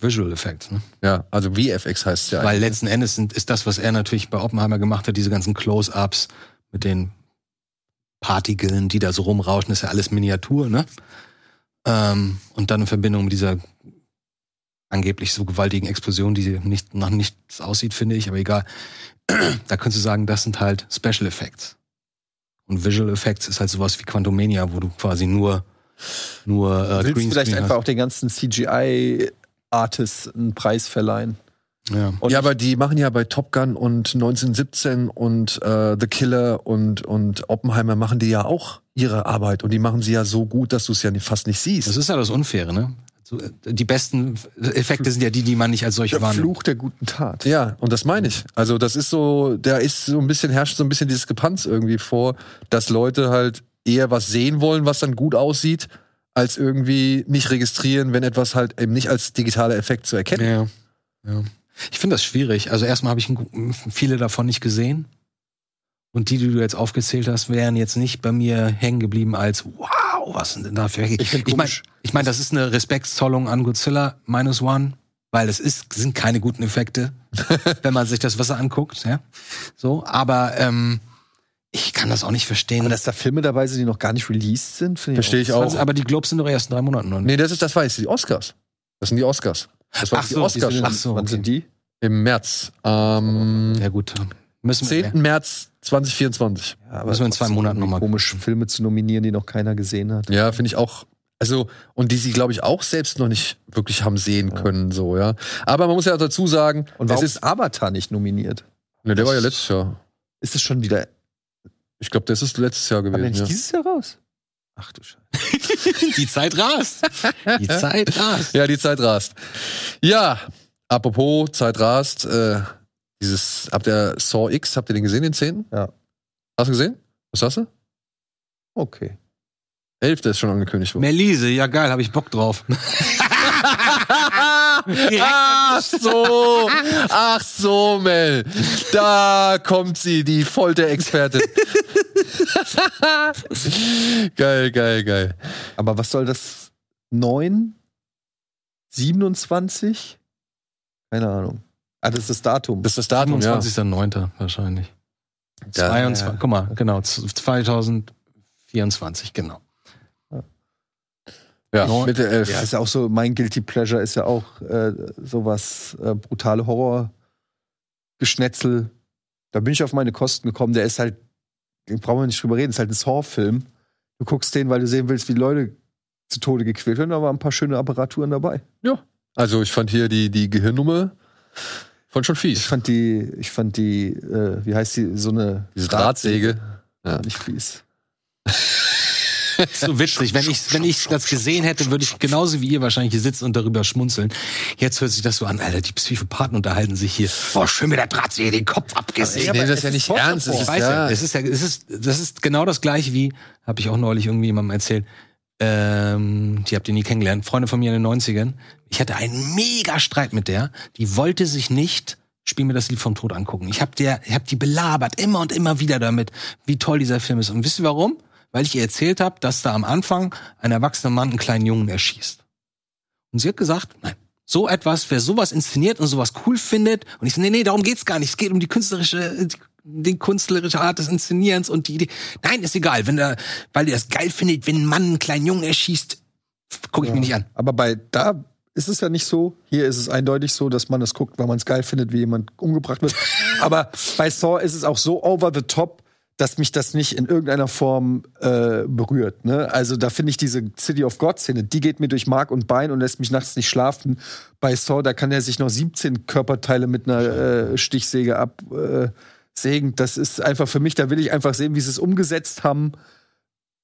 Visual Effects. Ne?
Ja, also VFX heißt es ja
Weil letzten Endes sind, ist das, was er natürlich bei Oppenheimer gemacht hat, diese ganzen Close-Ups mit den Partikeln, die da so rumrauschen, ist ja alles Miniatur, ne? Ähm, und dann in Verbindung mit dieser angeblich so gewaltigen Explosion, die nicht, nach nichts aussieht, finde ich, aber egal. da könntest du sagen, das sind halt Special Effects. Und Visual Effects ist halt sowas wie Quantumania, wo du quasi nur, nur äh,
Willst du vielleicht
Greenscreen
einfach auch den ganzen CGI-Artists einen Preis verleihen?
hast. Ja.
Und
ja, aber die machen ja bei Top Gun und 1917 und äh, The Killer und, und Oppenheimer machen die ja auch ihre Arbeit und die machen sie ja so gut, dass du es ja ni- fast nicht
Das
siehst.
ist ja das Unfaire, ne? So, äh, Die besten Effekte sind ja die, die man nicht als solche
der
wahrnimmt.
Fluch der guten Tat.
Ja, und das meine ich. Also das ist so, da ist so ein bisschen, herrscht so ein bisschen Diskrepanz irgendwie vor, dass Leute halt eher was sehen wollen, was dann gut aussieht, als irgendwie nicht registrieren, wenn etwas halt eben nicht als digitaler Effekt zu erkennen.
Ja, ja. Ich finde das schwierig. Also erstmal habe ich n- m- viele davon nicht gesehen. Und die, die du jetzt aufgezählt hast, wären jetzt nicht bei mir hängen geblieben als wow, was sind denn da für Ich,
find
ich meine,
komisch.
ich mein, das ist eine Respektszollung an Godzilla Minus One, weil es ist, sind keine guten Effekte, wenn man sich das Wasser anguckt. Ja? So, aber ähm, ich kann das auch nicht verstehen.
Aber dass da Filme dabei sind, die noch gar nicht released sind, finde
Verstehe ich auch.
aber die Globes sind doch erst in drei Monaten. oder nicht?
Nee, das ist, das war jetzt die Oscars. Das sind die Oscars. Das waren
Ach
die
so, die sind
Oscars
in-
schon
Ach so,
Wann
okay.
sind die?
im März. Ähm,
Ja, gut. Müssen wir,
10. März 2024.
Ja, aber
Müssen wir in zwei
trotzdem
Monaten
irgendwie
noch mal
Komisch, Filme zu nominieren, die noch keiner gesehen hat.
Ja, finde ich auch. Also, und die sie, glaube ich, auch selbst noch nicht wirklich haben sehen können, so, ja. Aber man muss ja dazu sagen,
Und
es
warum
ist.
ist Avatar nicht nominiert?
Ne, der war ja letztes Jahr.
Ist es schon wieder.
Ich glaube, das ist letztes Jahr
Kam der
gewesen.
nicht
Ja.
dieses Jahr raus? Ach du Scheiße.
Die Zeit rast. Die Zeit rast.
ja, die Zeit rast. Ja, apropos, Zeit rast. Äh, dieses, habt ihr Saw X, habt ihr den gesehen, den 10.?
Ja.
Hast du gesehen? Was hast du?
Okay.
11. ist schon angekündigt worden.
Melise, ja geil, habe ich Bock drauf.
Ach so, ach so, Mel. Da kommt sie, die Folterexpertin. geil, geil, geil.
Aber was soll das? 9? 27? Keine Ahnung. Ah, das ist das Datum.
Das ist das Datum, ja.
25.09. wahrscheinlich.
Ja.
22, Guck mal, genau, z- 2024, genau.
Ja, Mitte 11.
ja, ist ja auch so, mein Guilty Pleasure ist ja auch äh, sowas, äh, brutale Horror-Geschnetzel. Da bin ich auf meine Kosten gekommen. Der ist halt, den brauchen wir nicht drüber reden, ist halt ein Saw-Film. Du guckst den, weil du sehen willst, wie Leute zu Tode gequält werden. Da waren ein paar schöne Apparaturen dabei.
Also ich fand hier die, die Gehirnnummer fand schon
Ich
fies.
fand die, ich fand die, äh, wie heißt die, so eine
Diese Drahtsäge. Ja.
Nicht fies.
So witzig. Wenn ich, wenn ich das gesehen hätte, würde ich genauso wie ihr wahrscheinlich hier sitzen und darüber schmunzeln. Jetzt hört sich das so an, Alter, die Psychopathen unterhalten sich hier. Boah, schön mit der Drahtsehe den Kopf abgesehen.
Ich nehme das ja nicht ernst. Es
Ich
ist,
weiß ja,
ja,
es ist ja, es ist, das ist genau das gleiche wie, habe ich auch neulich irgendwie jemandem erzählt, ähm, die habt ihr nie kennengelernt, Freunde von mir in den 90ern. Ich hatte einen mega Streit mit der, die wollte sich nicht Spiel mir das Lied vom Tod angucken. Ich hab der, ich hab die belabert immer und immer wieder damit, wie toll dieser Film ist. Und wisst ihr warum? Weil ich ihr erzählt habe, dass da am Anfang ein erwachsener Mann einen kleinen Jungen erschießt. Und sie hat gesagt, nein, so etwas, wer sowas inszeniert und sowas cool findet, und ich so, nee, nee, darum geht's gar nicht. Es geht um die künstlerische, die, die künstlerische Art des Inszenierens und die Idee. Nein, ist egal, wenn er, weil ihr das geil findet, wenn ein Mann einen kleinen Jungen erschießt, gucke ich mir nicht an.
Aber bei da ist es ja nicht so. Hier ist es eindeutig so, dass man es guckt, weil man es geil findet, wie jemand umgebracht wird. Aber bei Saw ist es auch so over the top, dass mich das nicht in irgendeiner Form äh, berührt. Ne? Also da finde ich diese City of God Szene, die geht mir durch Mark und Bein und lässt mich nachts nicht schlafen. Bei Saw, da kann er sich noch 17 Körperteile mit einer äh, Stichsäge absägen. Äh, sägen. das ist einfach für mich, da will ich einfach sehen, wie sie es umgesetzt haben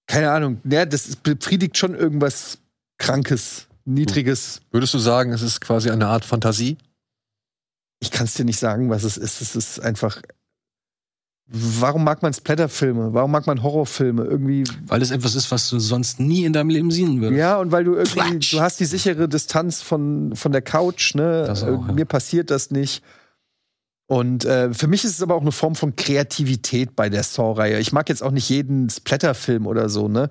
keine Ahnung, ja, das befriedigt schon irgendwas Krankes,
Hm.
Niedriges.
würdest du sagen, es ist quasi eine Art Fantasie?
Ich kann es dir nicht sagen, was es ist. Es ist einfach. Warum mag man Splatterfilme? Warum mag man Horrorfilme? Irgendwie.
Weil es etwas ist, was du sonst nie in deinem Leben sehen würdest.
Ja, und weil du irgendwie,
Platsch.
du hast die sichere Distanz von, von der Couch, ne?
Das auch,
Äh,
ja.
Mir passiert das nicht. Und äh, für mich ist es aber auch eine Form von Kreativität bei der Saw-Reihe. Ich mag jetzt auch nicht jeden Splatterfilm oder so, ne?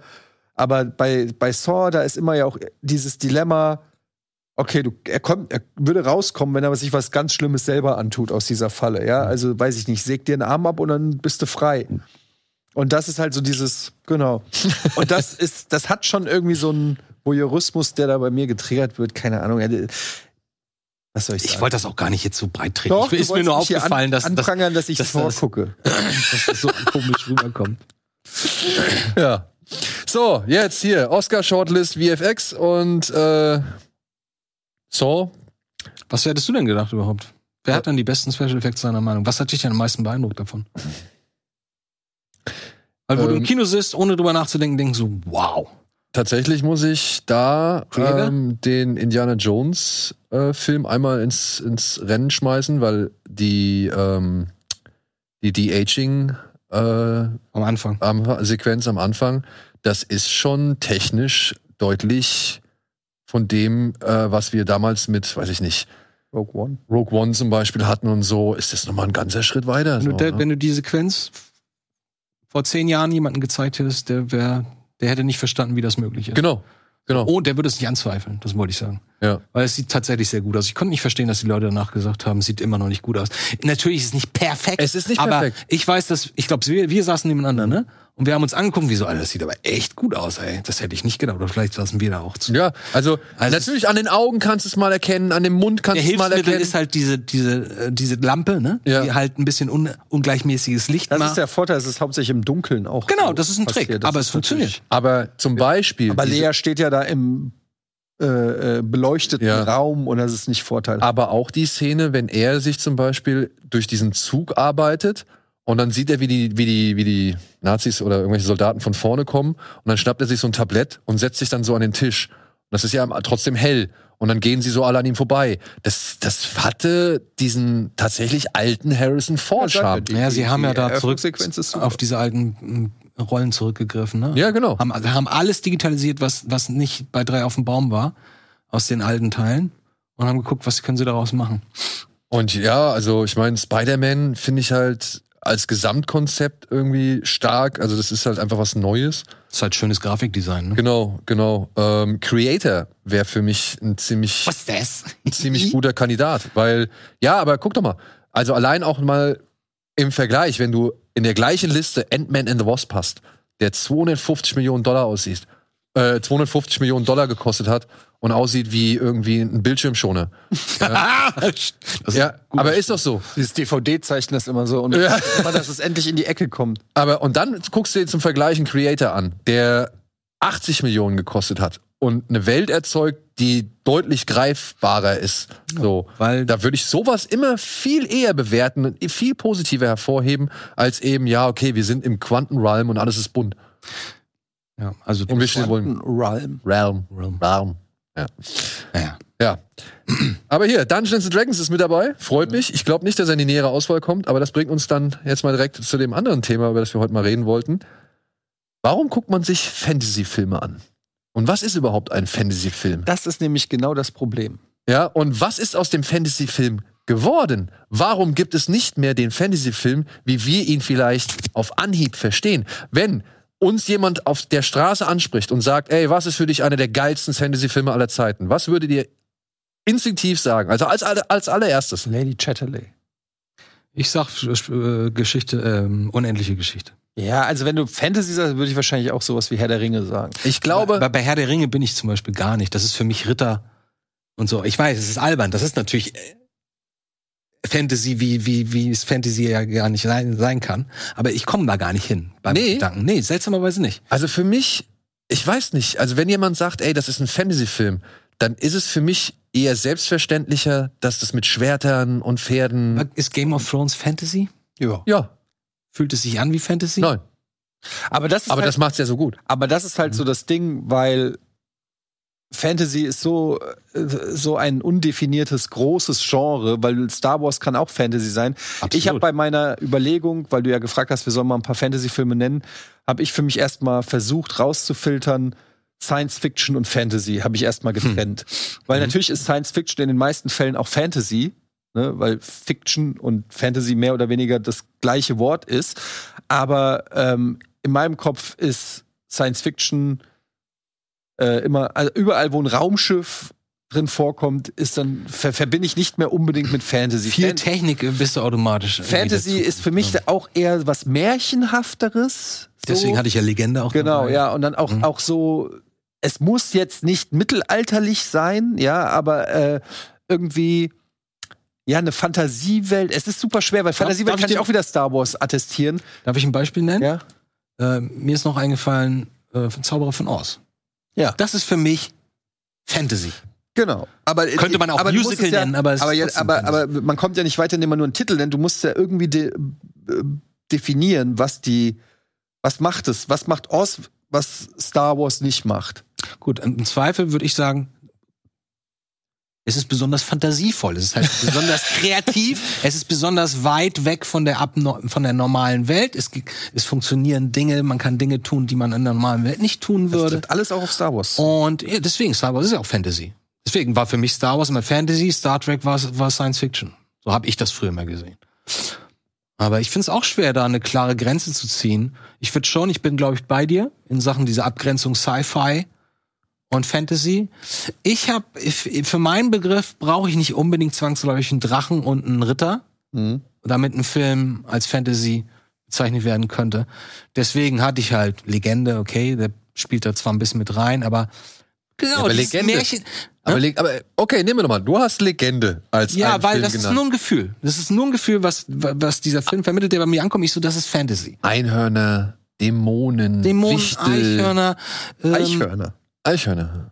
Aber bei, bei Saw, da ist immer ja auch dieses Dilemma, okay, du, er, kommt, er würde rauskommen, wenn er sich was ganz Schlimmes selber antut aus dieser Falle.
Mhm.
Ja, also weiß ich nicht, säg dir einen Arm ab und dann bist du frei. Und das ist halt so dieses, genau. Und das ist, das hat schon irgendwie so einen Voyeurismus, der da bei mir getriggert wird. Keine Ahnung. Ja, Was soll ich sagen?
Ich wollte das auch gar nicht jetzt so breit treten.
Doch,
ich,
du
ist mir nur
wolltest mich hier
aufgefallen,
an,
dass, dass,
anprangern, dass ich
dass das-
vorgucke.
dass das so komisch rüberkommt.
Ja. So, jetzt hier, Oscar Shortlist VFX und äh, so.
Was hättest du denn gedacht überhaupt? Wer hat dann die besten Special Effects seiner Meinung? Was hat dich denn am meisten beeindruckt davon? Weil wo du im
Ähm.
Kino sitzt, ohne drüber nachzudenken, denkst du, wow.
Tatsächlich muss ich da
Creator?
ähm, den Indiana Jones äh, Film einmal ins, ins Rennen schmeißen, weil die ähm, die De-Aging äh,
Am Anfang.
am, Sequenz am Anfang, das ist schon technisch deutlich von dem, äh, was wir damals mit, weiß ich nicht,
Rogue One.
Rogue One zum Beispiel hatten und so, ist das nochmal ein ganzer Schritt weiter.
Wenn
So,
du, der,
ne?
wenn du die Sequenz vor zehn Jahren jemandem gezeigt hättest, der wär, der hätte nicht verstanden, wie das möglich ist.
Genau, genau.
Und der würde es nicht anzweifeln, das wollte ich sagen.
Ja.
Weil es sieht tatsächlich sehr gut aus. Ich konnte nicht verstehen, dass die Leute danach gesagt haben, sieht immer noch nicht gut aus. Natürlich ist es nicht perfekt.
Es ist nicht
aber
perfekt.
Ich weiß, dass, ich glaube, wir, wir saßen nebeneinander, ne? Und wir haben uns angeguckt, wie so, Alter, das sieht aber echt gut aus, ey. Das hätte ich nicht gedacht. Oder vielleicht saßen wir da auch zu.
Ja, also,
Also es-
natürlich an den Augen kannst du es mal erkennen, an dem Mund kannst
Der
du es mal
Hilfsmittel
erkennen.
ist halt diese, diese, äh, diese Lampe, ne?
Ja.
Die halt ein bisschen un, ungleichmäßiges Licht
Das
macht.
ist der Vorteil, es ist hauptsächlich im Dunkeln auch.
genau,
so
das ist ein Trick.
passiert. Das
aber es
ist
funktioniert.
aber zum Beispiel,
Aber
diese,
Lea steht ja da im äh, äh, beleuchteten
Ja.
Raum und das ist nicht Vorteil.
aber auch die Szene, wenn er sich zum Beispiel durch diesen Zug arbeitet und dann sieht er, wie die, wie die, wie die Nazis oder irgendwelche Soldaten von vorne kommen und dann schnappt er sich so ein Tablett und setzt sich dann so an den Tisch. Und das ist ja trotzdem hell. Und dann gehen sie so alle an ihm vorbei. Das, das hatte diesen tatsächlich alten Harrison Ford-Charme.
Die-
Naja, sie
die-
haben ja
die
da zurück
Eröffnungssequenz ist super.
auf diese alten mm, Rollen zurückgegriffen, ne?
Ja, genau.
Haben, haben alles digitalisiert, was, was nicht bei drei auf dem Baum war, aus den alten Teilen. Und haben geguckt, was können sie daraus machen.
Und ja, also ich meine, Spider-Man finde ich halt als Gesamtkonzept irgendwie stark. Also das ist halt einfach was Neues.
ist halt schönes Grafikdesign, ne?
Genau, genau. Ähm, Creator wäre für mich ein ziemlich,
Was ist das?
ein ziemlich guter Kandidat, weil ja, aber guck doch mal. Also allein auch mal im Vergleich, wenn du in der gleichen Liste Ant-Man and the Wasp hast, der 250 Millionen Dollar aussieht, äh, 250 Millionen Dollar gekostet hat und aussieht wie irgendwie ein Bildschirmschoner.
das
Ja, aber ist doch so.
Dieses DVD-Zeichen ist immer so. Und
Ja.
aber dass es endlich in die Ecke kommt.
Aber und dann guckst du dir zum Vergleich einen Creator an, der 80 Millionen gekostet hat und eine Welt erzeugt, die deutlich greifbarer ist. So,
weil-
da würde ich sowas immer viel eher bewerten und viel positiver hervorheben als eben ja, okay, wir sind im Quantenrealm und alles ist bunt.
ja, also
Und wir stehen wohl im
Realm.
Realm.
Realm.
Realm.
Naja.
Ja. Aber hier, Dungeons and Dragons ist mit dabei. Freut mich. Ich glaube nicht, dass er in die nähere Auswahl kommt, aber das bringt uns dann jetzt mal direkt zu dem anderen Thema, über das wir heute mal reden wollten. Warum guckt man sich Fantasy-Filme an? Und was ist überhaupt ein Fantasy-Film?
Das ist nämlich genau das Problem.
Ja, und was ist aus dem Fantasy-Film geworden? Warum gibt es nicht mehr den Fantasy-Film, wie wir ihn vielleicht auf Anhieb verstehen? Wenn uns jemand auf der Straße anspricht und sagt, ey, was ist für dich einer der geilsten Fantasy-Filme aller Zeiten? Was würdet ihr instinktiv sagen? Also als, alle- als allererstes.
Lady Chatterley.
Ich sag äh, Geschichte, ähm, unendliche Geschichte.
Ja, also wenn du Fantasy sagst, würde ich wahrscheinlich auch sowas wie Herr der Ringe sagen.
Ich glaube,
bei, bei Herr der Ringe bin ich zum Beispiel gar nicht. Das ist für mich Ritter und so. Ich weiß, es ist albern. Das ist natürlich äh, Fantasy, wie, wie, wie es Fantasy ja gar nicht sein, sein kann. Aber ich komme da gar nicht hin beim
Nee.
Gedanken. Nee, seltsamerweise nicht.
also für mich, ich weiß nicht, also wenn jemand sagt, ey, das ist ein Fantasy-Film, dann ist es für mich eher selbstverständlicher, dass das mit Schwertern und Pferden.
Ist Game of Thrones Fantasy?
Ja.
Ja,
Fühlt es sich an wie Fantasy?
nein.
Aber das ist
Aber
halt
das macht's ja so gut.
Aber das ist halt so das Ding, weil Fantasy ist so, äh, so ein undefiniertes, großes Genre, weil Star Wars kann auch Fantasy sein. Ich habe bei meiner Überlegung, weil du ja gefragt hast, wir sollen mal ein paar Fantasy-Filme nennen, habe ich für mich erstmal versucht rauszufiltern, Science Fiction und Fantasy habe ich erstmal getrennt. Weil natürlich ist Science Fiction in den meisten Fällen auch Fantasy, ne? weil Fiction und Fantasy mehr oder weniger das gleiche Wort ist. Aber ähm, in meinem Kopf ist Science Fiction äh, immer, also überall, wo ein Raumschiff drin vorkommt, ist dann ver verbinde ich nicht mehr unbedingt mit Fantasy.
Viel
Fan-
Technik äh, bist du automatisch. irgendwie
Fantasy
dazu.
ist für mich
Ja.
auch eher was märchenhafteres. so.
Deswegen hatte ich ja Mhm. Legende auch
Genau,
dabei.
ja. Und dann auch, auch so, es muss jetzt nicht mittelalterlich sein, ja, aber äh, irgendwie, ja, eine Fantasiewelt. Es ist super schwer, weil Fantasiewelt
darf ich
kann ich
den-
auch wieder Star Wars attestieren.
Darf ich ein Beispiel nennen?
Ja.
Äh, mir ist noch eingefallen, äh, von Zauberer von Oz.
Ja.
Das ist für mich Fantasy.
Genau. Aber,
Könnte man auch
aber du
Musical
musst es ja,
nennen, aber es
aber,
ist
ja,
trotzdem
aber,
Fantasy.
aber man kommt ja nicht weiter, indem man nur einen Titel nennt. Du musst ja irgendwie de, äh, definieren, was die, was macht es, was macht Oz, was Star Wars nicht macht.
Gut, im Zweifel würde ich sagen, es ist besonders fantasievoll, es ist halt besonders kreativ, es ist besonders weit weg von der, abno- von der normalen Welt, es, ge- es funktionieren Dinge, man kann Dinge tun, die man in der normalen Welt nicht tun
Das
würde.
trifft alles auch auf Star Wars.
Und ja, deswegen, Star Wars ist ja auch Fantasy. Deswegen war für mich Star Wars immer Fantasy, Star Trek war, war Science Fiction. So habe ich das früher immer gesehen. Aber ich finde es auch schwer, da eine klare Grenze zu ziehen. Ich würde schon, ich bin, glaube ich, bei dir in Sachen dieser Abgrenzung Sci-Fi und Fantasy. Ich habe, für meinen Begriff brauche ich nicht unbedingt zwangsläufig einen Drachen und einen Ritter,
Mhm.
damit ein Film als Fantasy bezeichnet werden könnte. Deswegen hatte ich halt Legende, okay, der spielt da zwar ein bisschen mit rein, aber genau,
aber
dieses
Legende.
Märchen. ne?
Aber, leg- aber okay, nehmen wir nochmal. Du hast Legende als
Ja,
einen
weil
Film
das ist
genannt.
nur ein Gefühl. Das ist nur ein Gefühl, was, was dieser Film vermittelt, der bei mir ankommt. Ich so, das ist Fantasy.
Einhörner, Dämonen,
Dämonen,
Wichtel.
Eichhörner. Ähm,
Eichhörner.
Eichhörner.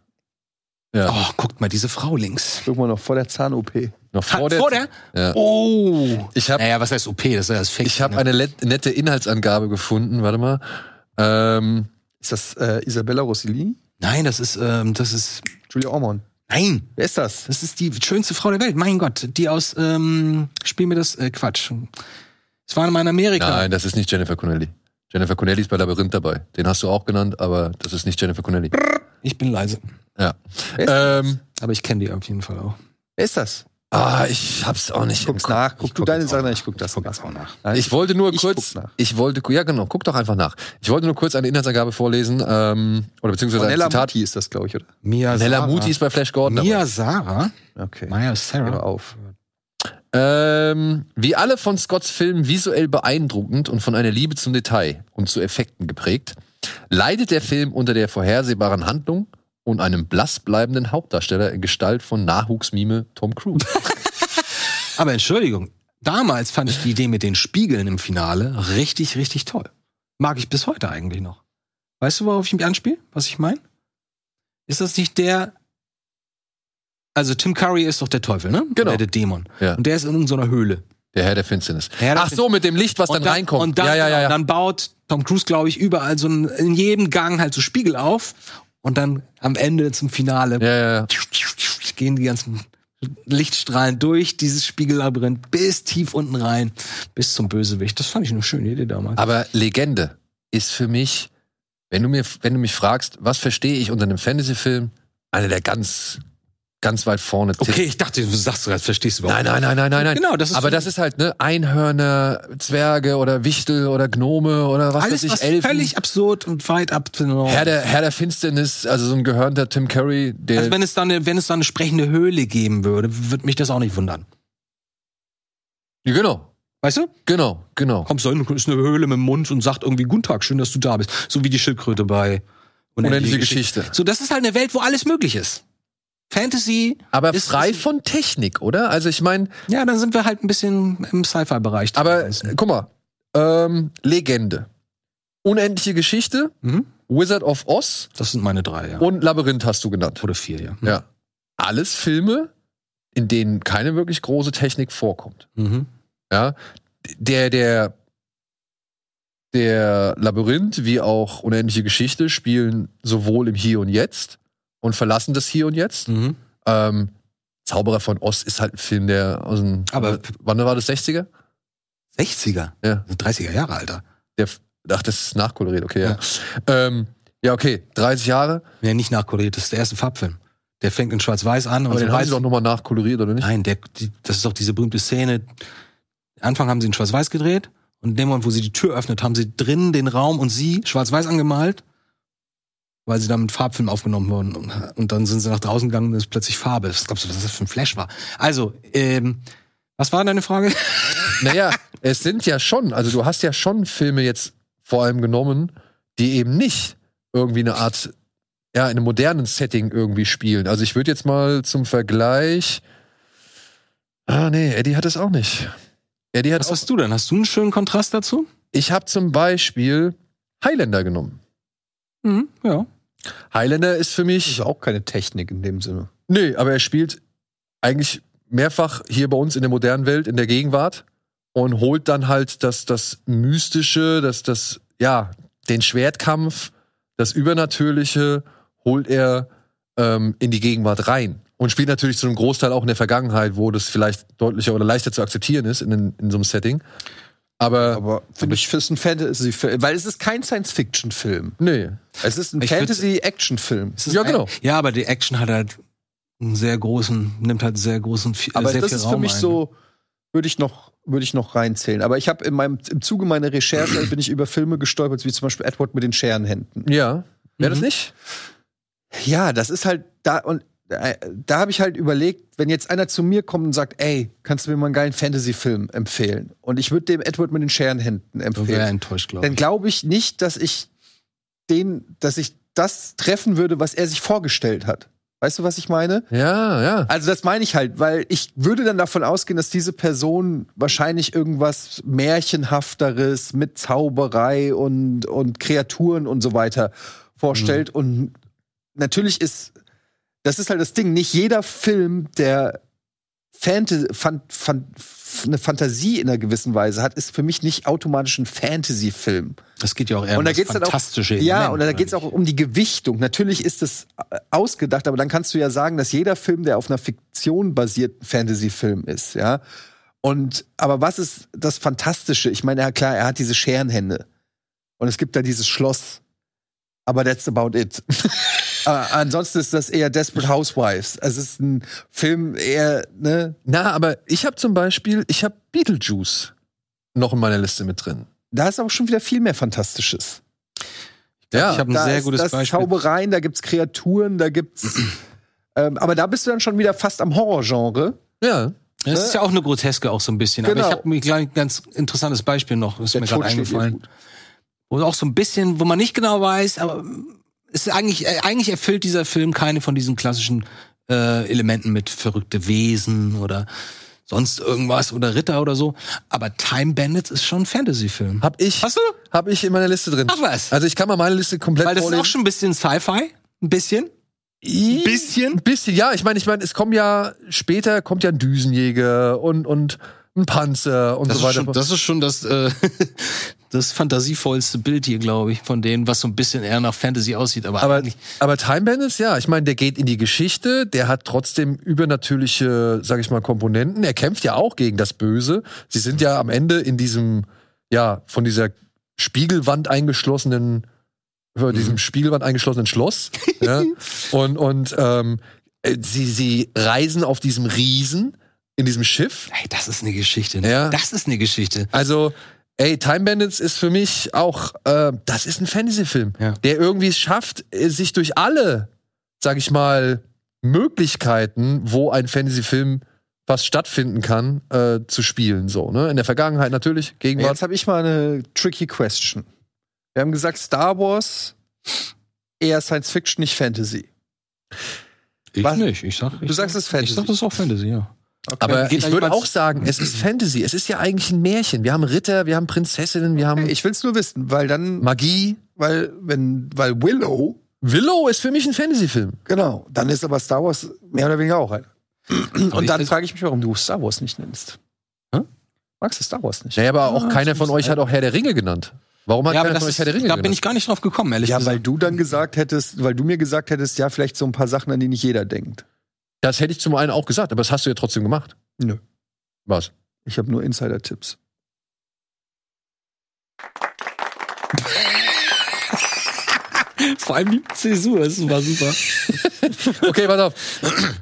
Ja,
Oh, guckt mal, diese Frau links.
Irgendwann noch vor der Zahn-OP.
noch
Ha,
vor der. Ja.
Oh.
Ich habe
Naja, was heißt OP? Das ist ja das Fake.
ich hab
ne?
eine let- nette Inhaltsangabe gefunden. Warte mal. Ähm,
Ist das äh, Isabella Rossellini?
Nein, das ist, ähm, das ist.
Julia Ormond.
Nein!
Wer ist das?
Das ist die schönste Frau der Welt. Mein Gott, die aus, ähm, spiel mir das, äh, Quatsch. Es war mal in Amerika.
nein, das ist nicht Jennifer Connelly. Jennifer Connelly ist bei Labyrinth dabei. Den hast du auch genannt, aber das ist nicht Jennifer Connelly.
Ich bin leise.
Ja.
Echt?
Ähm,
Aber ich kenne die auf jeden Fall auch.
Wer ist das?
ah, ich hab's auch
Oh
nicht. im
Guck's
Kopf.
nach. Guck,
Ich
du
guck
deine
jetzt
Sachen
auch
nach. Ich guck das nach.
auch nach.
Nein,
Ich wollte nur
Ich
kurz,
guck nach.
ich wollte, ja genau, guck doch einfach nach. Ich wollte nur kurz eine Inhaltsangabe vorlesen, ähm, oder beziehungsweise
Nella
ein Zitat.
Muti ist das, glaube ich, oder?
Mia
Nella
Sarah.
Muti ist bei Flash Gordon dabei.
Mia Sarah.
Okay.
Maya
Hör
Sarah.
auf.
Ähm, wie alle von Scotts Filmen visuell beeindruckend und von einer Liebe zum Detail und zu Effekten geprägt, leidet der Film unter der vorhersehbaren Handlung und einem blass bleibenden Hauptdarsteller in Gestalt von Nachwuchsmime Tom Cruise.
Aber Entschuldigung, damals fand ich die Idee mit den Spiegeln im Finale richtig, richtig toll. Mag ich bis heute eigentlich noch. Weißt du, worauf ich mich anspiele? Was ich meine? Ist das nicht der. Also Tim Curry ist doch der Teufel, ne?
Genau.
Oder der Dämon.
Ja.
Und der ist in irgendeiner Höhle.
der Herr der Finsternis.
Herr der
Ach so, mit dem Licht, was dann, reinkommt.
Und dann, genau,
ja, ja, ja, ja.
dann baut Tom Cruise, glaube ich, überall so einen, in jedem Gang halt so Spiegel auf. Und dann am Ende zum Finale
ja, ja, ja.
gehen die ganzen Lichtstrahlen durch dieses Spiegellabyrinth bis tief unten rein, bis zum Bösewicht. Das fand ich eine schöne Idee damals.
Aber Legende ist für mich, wenn du, mir, wenn du mich fragst, was verstehe ich unter einem Fantasy-Film, einer der ganz, ganz weit vorne
Okay, ich dachte, du sagst sogar, das verstehst du überhaupt
Nein, nein, nein, nein, nein, nein.
Genau, das ist-
Aber das ist halt, ne, Einhörner, Zwerge oder Wichtel oder Gnome oder was
Alles
weiß
was
ich, Elfen.
völlig absurd und weit ab.
Herr der, Herr der Finsternis, also so ein gehörnter Tim Curry, der.
also wenn es, dann eine, wenn es dann eine sprechende Höhle geben würde, würde mich das auch nicht wundern.
Ja, genau,
Weißt du?
genau, genau.
Kommt so hin, ist eine Höhle mit dem Mund und sagt irgendwie Guten Tag, schön, dass du da bist. So wie die Schildkröte bei
Unendliche Geschichte.
So, das ist halt eine Welt, wo alles möglich ist. Fantasy,
Aber
Ist-
frei
ist-
von Technik, oder? Also ich meine,
ja, dann sind wir halt ein bisschen im Sci-Fi-Bereich.
aber
teilweise.
äh, guck mal, ähm, Legende. Unendliche Geschichte,
Mhm.
Wizard of Oz
Das sind meine drei, ja.
und Labyrinth hast du genannt.
Oder vier, ja.
Ja. Alles Filme, in denen keine wirklich große Technik vorkommt.
Mhm.
Ja, der, der, der Labyrinth wie auch unendliche Geschichte spielen sowohl im Hier und Jetzt und verlassen das Hier und Jetzt.
Mhm.
Ähm, Zauberer von Oz ist halt ein Film, der aus den.
Aber-
wann war das 60er?
60er?
Ja.
Das sind 30er Also Jahre, Alter.
Der, ach, das ist nachkoloriert, okay, ja. Ja. Ähm, ja, okay, 30 Jahre.
Ja, nicht nachkoloriert, das ist der erste Farbfilm. Der fängt in Schwarz-Weiß an
Aber
und
den
so
Also haben sie
weiß.
doch nochmal nachkoloriert, oder nicht?
Nein, der, die, das ist doch diese berühmte Szene. Anfang haben sie in Schwarz-Weiß gedreht und in dem Moment, wo sie die Tür öffnet, haben sie drinnen den Raum und sie schwarz-weiß angemalt. weil sie dann mit Farbfilm aufgenommen wurden. Und, und dann sind sie nach draußen gegangen und es ist plötzlich Farbe. Was glaubst du, was das für ein Flash war? Also, ähm, was war deine Frage?
Naja, es sind ja schon, also du hast ja schon Filme jetzt vor allem genommen, die eben nicht irgendwie eine Art, ja, in einem modernen Setting irgendwie spielen. Also ich würde jetzt mal zum Vergleich. Ah, nee, Eddie hat es auch nicht. Eddie hat
Was
auch.
hast du denn? Hast du einen schönen Kontrast dazu?
Ich habe zum Beispiel Highlander genommen.
Mhm, ja.
Highlander ist für mich.
Das ist auch keine Technik in dem Sinne.
Nee, aber er spielt eigentlich mehrfach hier bei uns in der modernen Welt, in der Gegenwart und holt dann halt das, das Mystische, das, das, ja, den Schwertkampf, das Übernatürliche holt er ähm, in die Gegenwart rein. Und spielt natürlich zu einem Großteil auch in der Vergangenheit, wo das vielleicht deutlicher oder leichter zu akzeptieren ist in, den- in so einem Setting. Aber,
Aber finde ich, es ist ein Fantasy-Film. Weil es ist kein Science-Fiction-Film.
nee.
Es ist ein
Ich würd-
Fantasy-Action-Film.
Es ist
Ja,
ein-
genau.
Ja, aber die Action hat halt einen sehr großen, nimmt halt sehr großen, viel-
Aber
sehr
das
viel
ist
Raum
für mich
ein.
so, würde ich noch würde ich noch reinzählen. Aber ich habe in meinem im Zuge meiner Recherche bin ich über Filme gestolpert, wie zum Beispiel Edward mit den Scherenhänden.
Ja. Wäre das
Mhm.
nicht?
Ja, das ist halt da und äh, da habe ich halt überlegt, wenn jetzt einer zu mir kommt und sagt, ey, kannst du mir mal einen geilen Fantasy-Film empfehlen? Und ich würde dem Edward mit den Scherenhänden
Da wäre er
empfehlen.
enttäuscht, glaube
Dann
ich.
glaube ich nicht, dass ich den, dass ich das treffen würde, was er sich vorgestellt hat. Weißt du, was ich meine?
Ja, ja.
Also das meine ich halt, weil ich würde dann davon ausgehen, dass diese Person wahrscheinlich irgendwas Märchenhafteres mit Zauberei und, und Kreaturen und so weiter vorstellt. Und natürlich ist, das ist halt das Ding, nicht jeder Film, der Fantasy, fan, fan, eine Fantasie in einer gewissen Weise hat, ist für mich nicht automatisch ein Fantasy-Film.
Das geht ja auch eher
Und da
um das
geht's dann auch-
fantastische
Ja,
Element,
und da
oder
geht es auch
nicht?
um die Gewichtung. Natürlich ist es äh, ausgedacht, aber dann kannst du ja sagen, dass jeder Film, der auf einer Fiktion basierten Fantasy-Film ist, ja. Und aber was ist das Fantastische? Ich meine, ja klar, er hat diese Scherenhände und es gibt da dieses Schloss, aber that's about it. äh, ansonsten ist das eher Desperate Housewives. Also es ist ein Film eher ne.
Na, aber ich habe zum Beispiel, ich habe Beetlejuice noch in meiner Liste mit drin.
Da ist auch schon wieder viel mehr Fantastisches.
Ja,
ich hab ein
da
sehr
ist,
gutes
das
Beispiel.
Zaubereien, da gibt's Kreaturen, da gibt's. ähm, aber da bist du dann schon wieder fast am Horrorgenre.
ja.
Das ist ja auch eine Groteske auch so ein bisschen.
Genau.
Aber ich habe mir gleich ein ganz interessantes Beispiel noch, ist
Der
mir gerade
Tod steht ihr
eingefallen.
gut.
Wo auch so ein bisschen, wo man nicht genau weiß, aber es ist eigentlich, äh, eigentlich erfüllt dieser Film keine von diesen klassischen äh, Elementen mit verrückte Wesen oder sonst irgendwas oder Ritter oder so. Aber Time Bandits ist schon ein Fantasy-Film.
Hab ich,
Hast du?
hab ich in meiner Liste drin.
Ach was.
Also ich kann mal meine Liste komplett
Weil das ist
vorlesen.
auch schon ein bisschen Sci-Fi. Ein bisschen.
ein
bisschen?
Ein bisschen, ja. Ich meine, ich meine, es kommen ja später kommt ja ein Düsenjäger und, und ein Panzer und
Das
so
ist,
weiter.
schon, das ist schon das, äh, das fantasievollste Bild hier, glaube ich, von denen, was so ein bisschen eher nach Fantasy aussieht. Aber,
aber,
eigentlich,
aber Time Bandits, ja, ich meine, der geht in die Geschichte, der hat trotzdem übernatürliche, sag ich mal, Komponenten. Er kämpft ja auch gegen das Böse. Sie sind ja am Ende in diesem, ja, von dieser Spiegelwand eingeschlossenen, über diesem Spiegelwand eingeschlossenen Schloss. ja. Und, und ähm, äh, sie, sie reisen auf diesem Riesen, in diesem Schiff.
ey, das ist eine Geschichte. Ne?
Ja.
Das ist eine Geschichte.
Also, ey, Time Bandits ist für mich auch, äh, das ist ein Fantasy-Film,
Ja.
der irgendwie es schafft, äh, sich durch alle, sag ich mal, Möglichkeiten, wo ein Fantasy-Film was stattfinden kann, äh, zu spielen. So, ne? In der Vergangenheit natürlich, Gegenwart.
Jetzt habe ich mal eine tricky question. Wir haben gesagt, Star Wars eher Science Fiction, nicht Fantasy.
Ich
Was?
nicht. Ich sag, ich
Du sagst es ist Fantasy.
Ich sag, das ist auch Fantasy, ja.
Aber
Geht
ich
da
würde
jemand-
auch sagen, es ist Fantasy. Es ist ja eigentlich ein Märchen. Wir haben Ritter, wir haben Prinzessinnen, wir haben
ich will es nur wissen, weil dann,
Magie.
weil, wenn, weil Willow,
Willow ist für mich ein Fantasy-Film.
genau, dann ist aber Star Wars mehr oder weniger auch ein. Und
ich-
dann frage ich mich, warum du Star Wars nicht nennst.
Hä?
Magst du Star Wars nicht?
Naja, aber auch
Ah,
keiner von
stimmt.
euch hat auch Herr der Ringe genannt. Warum hat
ja, aber
keiner
das
von euch
ist,
Herr der Ringe
da bin
genannt?
ich gar nicht drauf gekommen, ehrlich
Ja, weil
gesagt.
du dann gesagt hättest, weil du mir gesagt hättest, ja, vielleicht so ein paar Sachen, an die nicht jeder denkt.
Das hätte ich zum einen auch gesagt, aber das hast du ja trotzdem gemacht.
Nö.
Was?
Ich habe nur Insider-Tipps.
Vor allem die Zäsur, das war super.
Okay, pass auf.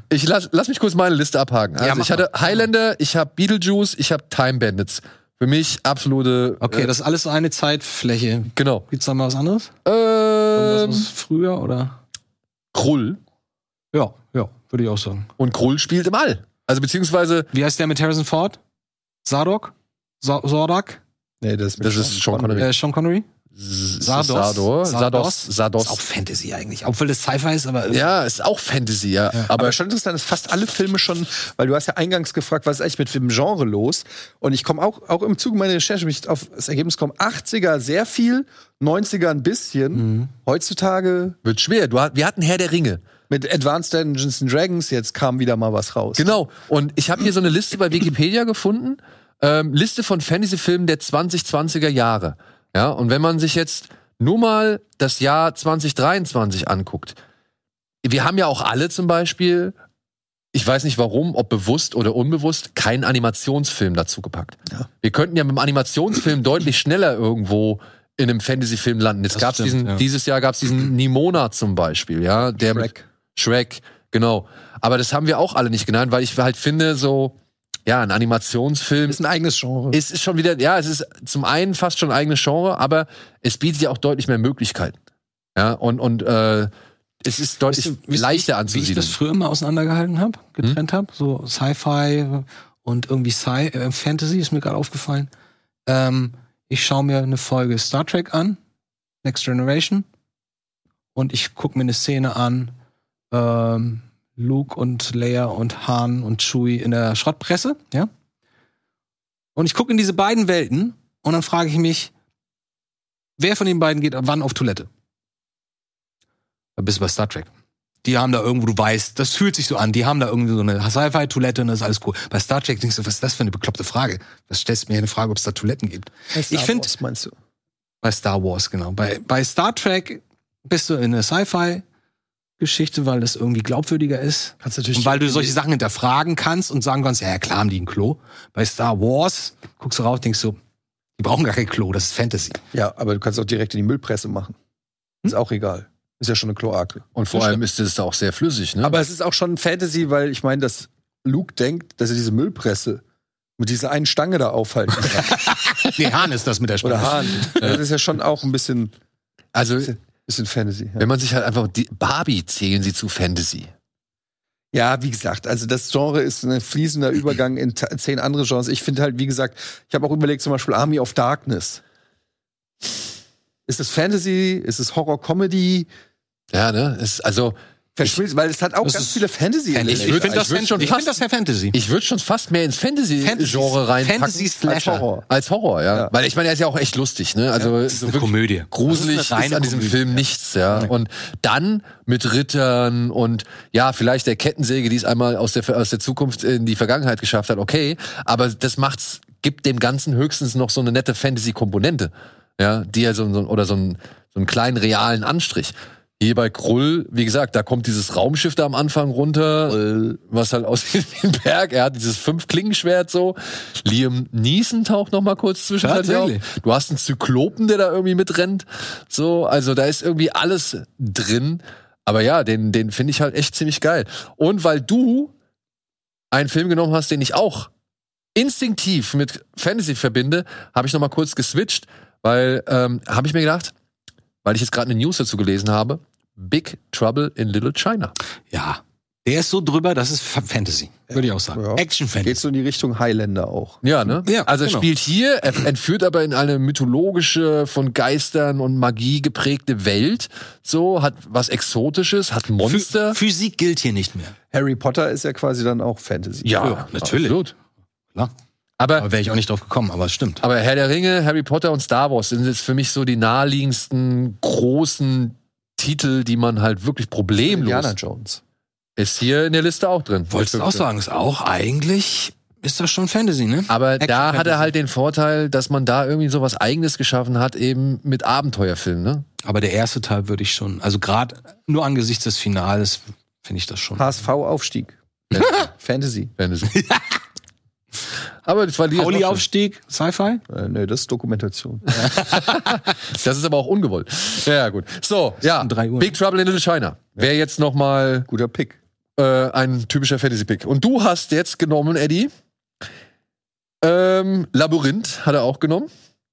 Ich lass, lass mich kurz meine Liste abhaken. Also
mach
ich hatte Highlander, ich habe Beetlejuice, ich habe Time Bandits. Für mich absolute.
Okay,
äh,
das ist alles so eine Zeitfläche.
genau.
Gibt's da mal was anderes? Irgendwas
Ähm,
was früher oder?
Krull.
Ja, ja, würde ich auch sagen.
Und Krull spielt im All. Also beziehungsweise,
Wie heißt der mit Harrison Ford? Sardok? Sa Sordak?
Nee, das,
das ist Sean Connery.
Äh, Sean Connery?
Sardos.
Sardos.
Sador.
Sardos.
Sardos. Sardos.
Ist auch Fantasy eigentlich, obwohl das Sci-Fi ist, aber
ja, ist auch Fantasy, ja. Aber,
Aber schon interessant ist fast alle Filme schon, weil du hast ja eingangs gefragt, was ist eigentlich mit dem Genre los? Und ich komme auch, auch im Zuge meiner Recherche bin ich auf das Ergebnis gekommen, 80er sehr viel, 90er ein bisschen. Heutzutage
wird schwer. Du, hat- wir hatten Herr der Ringe.
mit Advanced Dungeons and Dragons, jetzt kam wieder mal was raus.
Genau. Und ich habe hier so eine Liste bei Wikipedia gefunden. Ähm, Liste von Fantasy-Filmen der 2020er Jahre. Ja, und wenn man sich jetzt nur mal das Jahr 2023 anguckt, wir haben ja auch alle zum Beispiel, ich weiß nicht warum, ob bewusst oder unbewusst, keinen Animationsfilm dazu gepackt. Wir könnten ja mit dem Animationsfilm deutlich schneller irgendwo in einem Fantasy-Film landen. Jetzt
Das
gab's
stimmt,
diesen,
ja.
dieses Jahr gab's diesen Nimona zum Beispiel, ja, der mit-
Shrek.
Shrek, genau. Aber das haben wir auch alle nicht genannt, weil ich halt finde, so, ja, ein Animationsfilm
Ist ein eigenes Genre.
es ist schon wieder, ja, es ist zum einen fast schon ein eigenes Genre, aber es bietet ja auch deutlich mehr Möglichkeiten. Ja, und, und äh, es ist deutlich
Wisst ihr- wisst ihr,
leichter
Wie ich das
anzusiedeln. Hm?
früher immer auseinandergehalten habe, getrennt habe, so Sci-Fi und irgendwie Sci äh, Fantasy ist mir gerade aufgefallen. Ähm, ich schaue mir eine Folge Star Trek an, Next Generation, und ich gucke mir eine Szene an, ähm, Luke und Leia und Han und Chewie in der Schrottpresse, ja. Und ich gucke in diese beiden Welten und dann frage ich mich, wer von den beiden geht wann auf Toilette? Da bist du bei Star Trek. Die haben da irgendwo, du weißt, das fühlt sich so an, die haben da irgendwie so eine Sci-Fi-Toilette und das ist alles cool. Bei Star Trek denkst du, was ist das für eine bekloppte Frage? Das stellst du mir eine Frage, ob es da Toiletten gibt. ich
Star
finde,
Wars, meinst du?
bei Star Wars, genau. Bei, bei Star Trek bist du in einer Sci-Fi-Geschichte, weil das irgendwie glaubwürdiger ist.
Kannst natürlich
Und weil du solche Sachen hinterfragen kannst und sagen kannst, ja, ja, klar haben die ein Klo. Bei Star Wars guckst du rauf, denkst du, die brauchen gar kein Klo, das ist Fantasy.
Ja, aber du kannst auch direkt in die Müllpresse machen. Ist auch egal. Ist ja schon eine Kloake.
Und vor allem ist es auch sehr flüssig, ne?
Aber es ist auch schon Fantasy, weil ich meine, dass Luke denkt, dass er diese Müllpresse mit dieser einen Stange da aufhalten kann.
Nee, Hahn ist das mit der
Oder
Sprache.
Hahn. Das ist ja schon auch ein bisschen,
also,
bisschen Fantasy. Ja.
wenn man sich halt einfach, die Barbie zählen sie zu Fantasy.
ja, wie gesagt, also das Genre ist ein fließender Übergang in ta- zehn andere Genres. Ich finde halt, wie gesagt, ich habe auch überlegt, zum Beispiel Army of Darkness. Ist es Fantasy? Ist es Horror-Comedy?
Ja, ne? Es, also,
Verschmilzt, weil es hat auch
Das
ganz
ist
viele
Ich,
Ich
Fantasy-Elemente. Also
würd-
finde das,
ich würd
Fan-
schon
ich
fast-
find das ja Fantasy.
ich würde schon fast mehr ins Fantasy-Genre reinpacken.
als
Fantasy-Slasher.
Horror.
Als Horror, ja.
Ja.
Weil ich meine, er ist ja auch echt lustig, ne? Also so wirklich
Komödie.
gruselig
Das
ist,
ist eine reine
an diesem
Komödie.
Film nichts, ja. Und dann mit Rittern und ja, vielleicht der Kettensäge, die es einmal aus der, aus der Zukunft in die Vergangenheit geschafft hat, okay. Aber das macht's, gibt dem Ganzen höchstens noch so eine nette Fantasy-Komponente. Ja, die ja so, so oder so einen, so einen kleinen realen Anstrich. Hier bei Krull, wie gesagt, da kommt dieses Raumschiff da am Anfang runter, was halt aussieht wie ein Berg. Er hat dieses Fünf-Klingenschwert so. Liam Neeson taucht noch mal kurz zwischenzeitlich auf.
Tatsächlich.
Du hast einen Zyklopen, der da irgendwie mitrennt. So, also da ist irgendwie alles drin. Aber ja, den, den finde ich halt echt ziemlich geil. Und weil du einen Film genommen hast, den ich auch instinktiv mit Fantasy verbinde, habe ich noch mal kurz geswitcht, weil ähm, habe ich mir gedacht, weil ich jetzt gerade eine News dazu gelesen habe, Big Trouble in Little China.
Ja. Der ist so drüber, das ist Fa- Fantasy. Würde ich auch sagen.
Ja. Geht
Action-Fantasy.
so in die Richtung Highlander auch.
Ja, ne?
Ja,
also
genau.
spielt hier, er entführt aber in eine mythologische, von Geistern und Magie geprägte Welt. So, hat was Exotisches, hat Monster.
Physik Physik gilt hier nicht mehr.
Harry Potter ist ja quasi dann auch Fantasy.
ja, natürlich.
Absolut.
Klar.
Aber,
Aber wäre ich auch nicht drauf gekommen, aber es stimmt.
aber Herr der Ringe, Harry Potter und Star Wars sind jetzt für mich so die naheliegendsten großen Titel, die man halt wirklich
Indiana
problemlos
Jones.
ist hier in der Liste auch drin.
Wolltest du auch sagen, ist auch eigentlich, ist das schon Fantasy, ne?
Aber da hat
Fantasy.
er halt den Vorteil, dass man da irgendwie so was Eigenes geschaffen hat, eben mit Abenteuerfilmen, ne?
Aber der erste Teil würde ich schon, also gerade nur angesichts des Finales finde ich das schon.
HSV-Aufstieg. Fantasy.
Fantasy. aber das war die
Pauli Aufstieg, Sci-Fi?
Äh, nö, das ist Dokumentation.
Das ist aber auch ungewollt. Ja, gut. So, ja.
um drei Uhr.
Big Trouble in Little China. Wäre jetzt nochmal
Guter Pick.
äh, ein typischer Fantasy-Pick. Und du hast jetzt genommen, Eddie, Ähm, Labyrinth hat er auch genommen.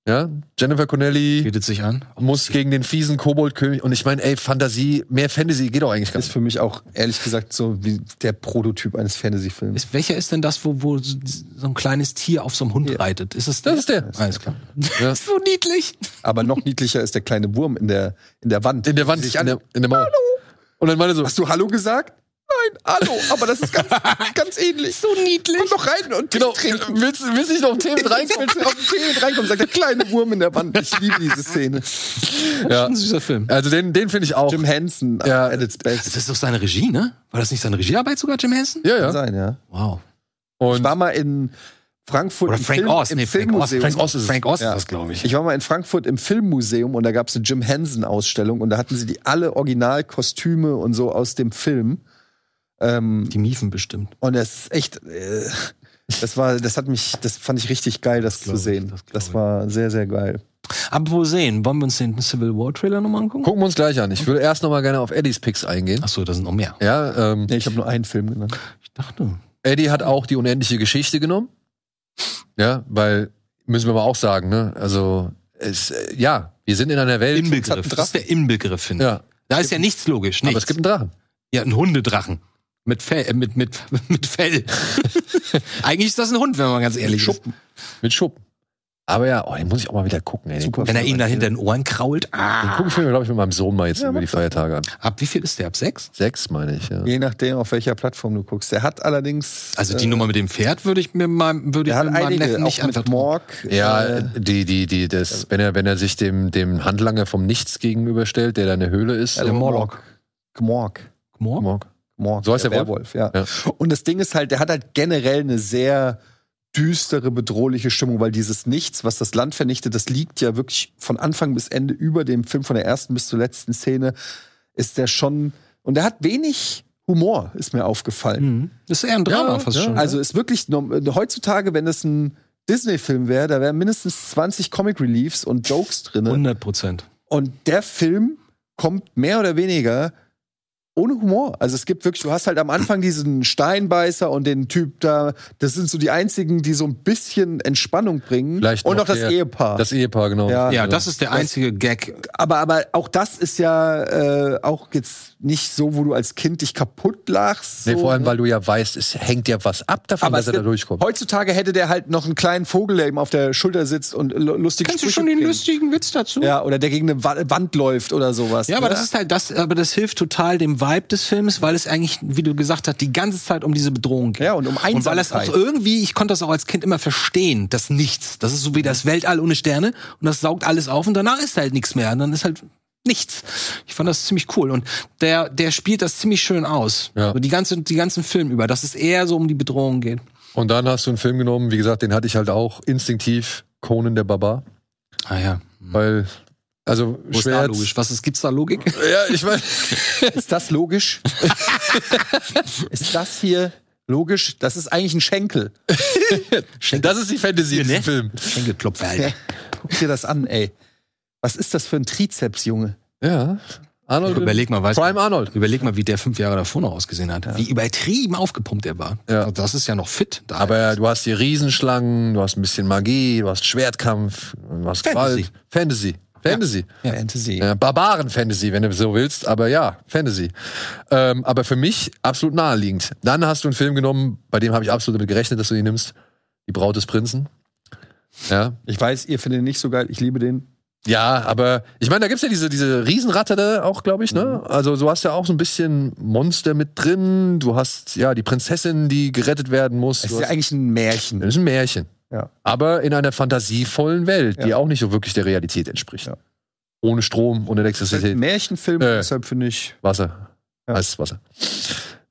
Ja, Jennifer Connelly
Bietet sich an.
muss gegen den fiesen Koboldkönig. Und ich meine, ey, Fantasie, mehr Fantasy geht doch eigentlich gar
Ist
nicht.
für mich auch, ehrlich gesagt, so wie der Prototyp eines Fantasy-Films.
Ist, welcher ist denn das, wo, wo so so ein kleines Tier auf so einem Hund reitet? Ist es
Das ist der.
Alles klar.
Ja.
so niedlich.
Aber noch niedlicher ist der kleine Wurm in der, in der Wand.
In der Wand,
Sich
in
an-
der, in der Mauer. Und dann meinte er so,
Hast du Hallo gesagt? Nein, Hallo. Aber das ist ganz, ganz ähnlich. So niedlich. Komm doch rein und
genau,
trinken.
willst, willst du nicht noch Themen reinkommen?
Willst du auf den Tee mit reinkommen? Sagt der kleine Wurm in der Wand. Ich liebe diese Szene.
ja.
Ein süßer Film.
Also den, den finde ich auch.
Jim Henson
Ja.
at its
Das
best.
ist doch seine Regie, ne? War das nicht seine Regiearbeit sogar, Jim Henson?
Ja,
Kann
ja.
sein, ja.
Wow.
Ich
Und
war mal in Frankfurt
Oder
im
Frank
Film,
Oz.
im
Nee, Frank Oz.
Filmmuseum.
Frank Oz ist, Frank Oz ist
Ja.
das, glaube ich.
Ich war mal in Frankfurt im Filmmuseum und da gab es eine Jim Henson-Ausstellung und da hatten sie die alle Originalkostüme und so aus dem Film. Ähm,
Die Miefen bestimmt.
und das ist echt, äh, das war, das hat mich, das fand ich richtig geil, das, zu
glaub ich,
sehen.
das glaub
das
ich.
war sehr, sehr geil.
Apropos sehen, wollen wir uns den Civil War Trailer nochmal angucken?
gucken wir uns gleich an. Ich würde erst noch mal gerne auf Eddies Picks eingehen.
Achso, da sind noch mehr.
Ja, ähm,
Nee, ich habe nur einen Film genannt.
Ich dachte.
Eddie hat auch die unendliche Geschichte genommen. Ja, weil, müssen wir mal auch sagen, ne? Also, es, äh, ja, wir sind in einer Welt.
Inbegriff. Das ist der Inbegriff, finde ich.
Ja,
Da ist ja nichts logisch. Nichts.
aber es gibt einen Drachen.
ja, ein Hundedrachen. Mit Fell. Äh, mit, mit, mit Fell. Eigentlich ist das ein Hund, wenn man ganz ehrlich ist.
Mit Schuppen. Aber ja, oh, den muss ich auch mal wieder gucken, ey. Den
Super.
Wenn er ihm da hinter den Ohren krault. Ah.
gucke ich mir, glaube ich, mit meinem Sohn mal jetzt über die Feiertage an.
Ab wie viel ist der? Ab sechs?
Sechs, meine ich, ja.
Je nachdem, auf welcher Plattform du guckst. Der hat allerdings. äh,
Also die Nummer mit dem Pferd würde ich mir meinem, würde ich
der hat
mit meinem
einige,
Neffen
auch
nicht
mit
anvertrauen.
Morg.
Ja,
äh,
die, die, die, das, wenn er, wenn er sich dem, dem Handlanger vom Nichts gegenüberstellt, der da eine Höhle ist.
äh,
der Morlock. Morg.
Morg?
Morg.
Morg.
So heißt der
Werwolf, ja. Und das Ding ist halt, der hat halt generell eine sehr düstere, bedrohliche Stimmung, weil dieses Nichts, was das Land vernichtet, das liegt ja wirklich von Anfang bis Ende über dem Film, von der ersten bis zur letzten Szene, ist der schon. Und der hat wenig Humor, ist mir aufgefallen.
Mhm. Das ist eher ein Drama
Ja,
fast
ja.
schon.
Also ist wirklich norm- heutzutage, wenn das ein Disney-Film wäre, da wären mindestens 20 Comic Reliefs und Jokes drin.
100 Prozent.
Und der Film kommt mehr oder weniger ohne Humor. Also es gibt wirklich, du hast halt am Anfang diesen Steinbeißer und den Typ da, das sind so die einzigen, die so ein bisschen Entspannung bringen.
Vielleicht
und
noch
noch das
der-
Ehepaar.
Das Ehepaar, genau.
Ja.
Ja, das ist der einzige Gag.
aber, aber auch das ist ja äh, auch jetzt nicht so, wo du als Kind dich kaputt lachst.
Nee,
so,
vor allem,
ne?
weil du ja weißt, es hängt ja was ab davon,
Aber
dass
es
er da
gibt-
durchkommt.
Heutzutage hätte der halt noch einen kleinen Vogel, der ihm auf der Schulter sitzt und lu- lustige
Kennst du
Sprüche
schon den
bringt.
lustigen Witz dazu?
Ja, oder der gegen eine Wa- Wand läuft oder sowas.
Ja, aber
ne?
das ist halt das, aber das hilft total dem Vibe des Films, weil es eigentlich, wie du gesagt hast, die ganze Zeit um diese Bedrohung geht.
Ja, und um
Und weil das auch
Einsamkeit.
irgendwie, ich konnte das auch als Kind immer verstehen, das Nichts. Das ist so wie das Weltall ohne Sterne und das saugt alles auf und danach ist halt nichts mehr. Und dann ist halt nichts. Ich fand das ziemlich cool. Und der, der spielt das ziemlich schön aus.
Ja.
So die ganze, die ganzen Film über, dass es eher so um die Bedrohung geht.
Und dann hast du einen Film genommen, wie gesagt, den hatte ich halt auch instinktiv, Conan der Barbar.
Ah ja.
Weil, also
Wo ist da
schwer.
logisch? Was ist, gibt's da Logik?
Ja, ich meine.
ist das logisch? ist das hier logisch? Das ist eigentlich ein Schenkel.
Das ist die Fantasy in
ne?
diesem Film.
Schenkelklopfer,
Ja. Guck dir das an, ey. Was ist das für ein Trizeps, Junge?
Ja. Arnold.
Überleg mal, weißt
Prime Äh, Arnold.
Überleg mal, wie der fünf Jahre davor noch ausgesehen hat. Wie übertrieben aufgepumpt er war. Also
Ja.
Das ist ja noch fit. Da
Aber du hast hier Riesenschlangen, du hast ein bisschen Magie, du hast Schwertkampf, du hast
Fantasy.
Gewalt. Fantasy. Fantasy.
Ja. Fantasy.
Ja. Barbaren-Fantasy, wenn du so willst, aber ja, Fantasy. Ähm, aber für mich absolut naheliegend. Dann hast du einen Film genommen, bei dem habe ich absolut damit gerechnet, dass du ihn nimmst. Die Braut des Prinzen. Ja,
Ich weiß, ihr findet ihn nicht so geil. Ich liebe den.
ja aber ich meine, da gibt's ja diese, diese Riesenratte da auch, glaube ich,
Mhm.
ne? Also du hast ja auch so ein bisschen Monster mit drin. Du hast ja die Prinzessin, die gerettet werden muss.
Es
Du
ist ja
hast-
eigentlich ein Märchen.
das ist ein Märchen.
Ja.
Aber in einer fantasievollen Welt, die
Ja.
auch nicht so wirklich der Realität entspricht.
Ja.
Ohne Strom, ohne
Das ist halt ein
Elektrizität,
Märchenfilm,
Äh.
deshalb finde ich.
Wasser.
Ja.
Heißes Wasser.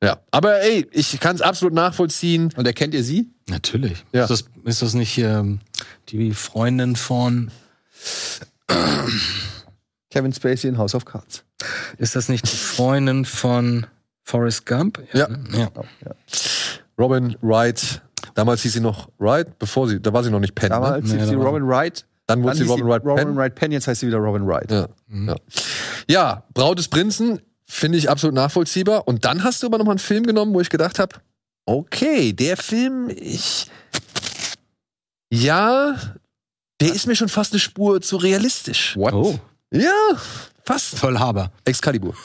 Ja. Aber ey, ich kann es absolut nachvollziehen.
Und erkennt ihr sie?
Natürlich.
Ja.
Ist, das, ist das nicht ähm, die Freundin von.
Kevin Spacey in House of
ne?
Cards.
Ist das nicht die Freundin von Forrest Gump?
Ja.
ne? ja.
Genau, ja.
Robin Wright. Damals hieß sie noch Wright, bevor sie, da war sie noch nicht Penn. Ne?
Damals
Nee,
hieß sie
da war-
Robin Wright.
Dann wurde
Dann
sie
hieß
Robin Wright
Robin
Penn.
Wright Penn, jetzt heißt sie wieder Robin Wright.
Ja.
Mhm.
Ja. ja, Braut des Prinzen finde ich absolut nachvollziehbar. Und dann hast du aber nochmal einen Film genommen, wo ich gedacht habe, okay, der Film, ich. Ja, der ist mir schon fast eine Spur zu realistisch.
What?
Oh,
Ja, fast.
toll Haber.
Excalibur.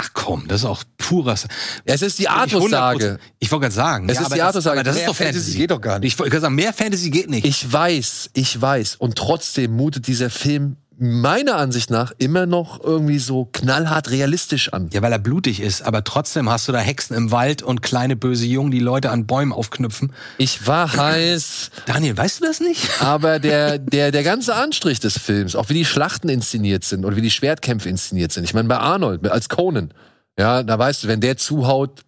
Ach komm, das ist auch purer. Sa-
Es ist die
Nicht 100%.
Artus-Sage.
Ich wollte gerade sagen.
Es ist
aber
die
das-
Artus-Sage.
aber Das ist
Mehr
doch Fantasy.
geht doch gar nicht.
Ich wollte gerade sagen, mehr Fantasy geht nicht.
Ich weiß, ich weiß. Und trotzdem mutet dieser Film meiner Ansicht nach immer noch irgendwie so knallhart realistisch an.
Ja, weil er blutig ist, aber trotzdem hast du da Hexen im Wald und kleine böse Jungen, die Leute an Bäumen aufknüpfen.
Ich war heiß,
Daniel, weißt du das nicht?
aber der, der, der ganze Anstrich des Films, auch wie die Schlachten inszeniert sind oder wie die Schwertkämpfe inszeniert sind. Ich meine, bei Arnold, als Conan, ja, da weißt du, wenn der zuhaut,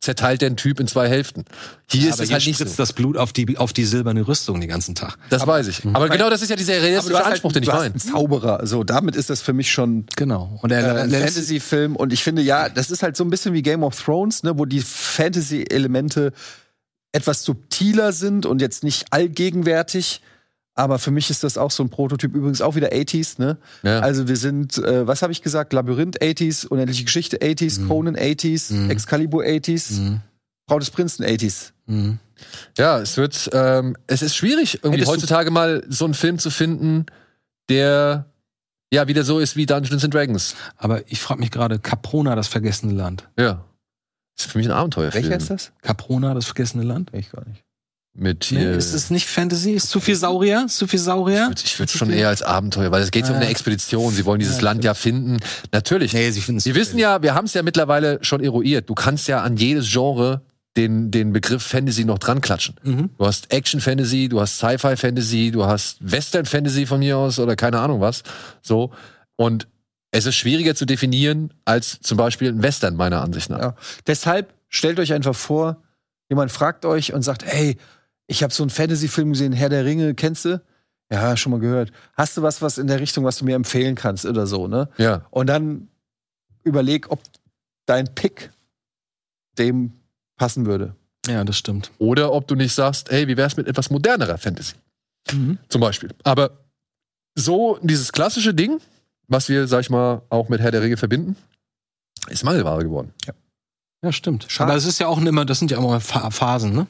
zerteilt der ein Typ in zwei Hälften. Hier ist
aber
es
hier
halt nicht
spritzt
so.
das Blut auf die, auf die silberne Rüstung den ganzen Tag.
Das weiß ich. Aber genau das ist ja dieser
Mhm. Aber du
realistische
hast
Anspruch,
halt,
den ich
du hast
meine.
einen Zauberer. So, damit ist das für mich schon
Genau. Und er,
äh,
er,
ein
lässt-
Fantasy-Film. Und ich finde, ja, das ist halt so ein bisschen wie Game of Thrones, ne, wo die Fantasy-Elemente etwas subtiler sind und jetzt nicht allgegenwärtig. Aber für mich ist das auch so ein Prototyp, übrigens auch wieder 80s, ne?
Ja.
Also wir sind, äh, was habe ich gesagt? Labyrinth 80s, unendliche Geschichte 80s, Conan 80s, Excalibur 80s, Frau des Prinzen 80s.
Mhm.
Ja, es wird, ähm, es ist schwierig, irgendwie
Hättest du-
heutzutage mal so einen Film zu finden, der ja wieder so ist wie Dungeons and Dragons.
aber ich frage mich gerade, Caprona, das vergessene Land.
Ja. Ist für mich ein Abenteuerfilm.
Welcher ist das?
Caprona, das vergessene Land?
Ich gar nicht.
Mit,
Nee,
äh,
Ist es nicht Fantasy? Ist zu viel Saurier? Ist zu viel
ich
Saurier?
würd- ich würde schon eher als Abenteuer, weil es geht ja um
Ah,
eine
ja.
Expedition. Sie wollen dieses Land ja finden. Natürlich.
Nee, sie finden
Sie wissen ja, wir haben es ja mittlerweile schon eruiert. Du kannst ja an jedes Genre den, den Begriff Fantasy noch dran klatschen.
Mhm.
Du hast Action Fantasy, du hast Sci-Fi Fantasy, du hast Western Fantasy von mir aus oder keine Ahnung was. So. Und es ist schwieriger zu definieren als zum Beispiel ein Western, meiner Ansicht nach.
Ja. Deshalb stellt euch einfach vor, jemand fragt euch und sagt, hey, ich habe so einen Fantasy-Film gesehen, Herr der Ringe, kennst du? Ja, schon mal gehört. Hast du was, was in der Richtung, was du mir empfehlen kannst oder so, ne?
Ja.
Und dann überleg, ob dein Pick dem passen würde.
Ja, das stimmt.
Oder ob du nicht sagst, hey, wie wär's mit etwas modernerer Fantasy?
Mhm.
Zum Beispiel. Aber so dieses klassische Ding, was wir, sag ich mal, auch mit Herr der Ringe verbinden, ist Mangelware geworden.
Ja, stimmt.
Schade.
Aber es ist ja auch immer, das sind ja auch immer Pha- Phasen, ne?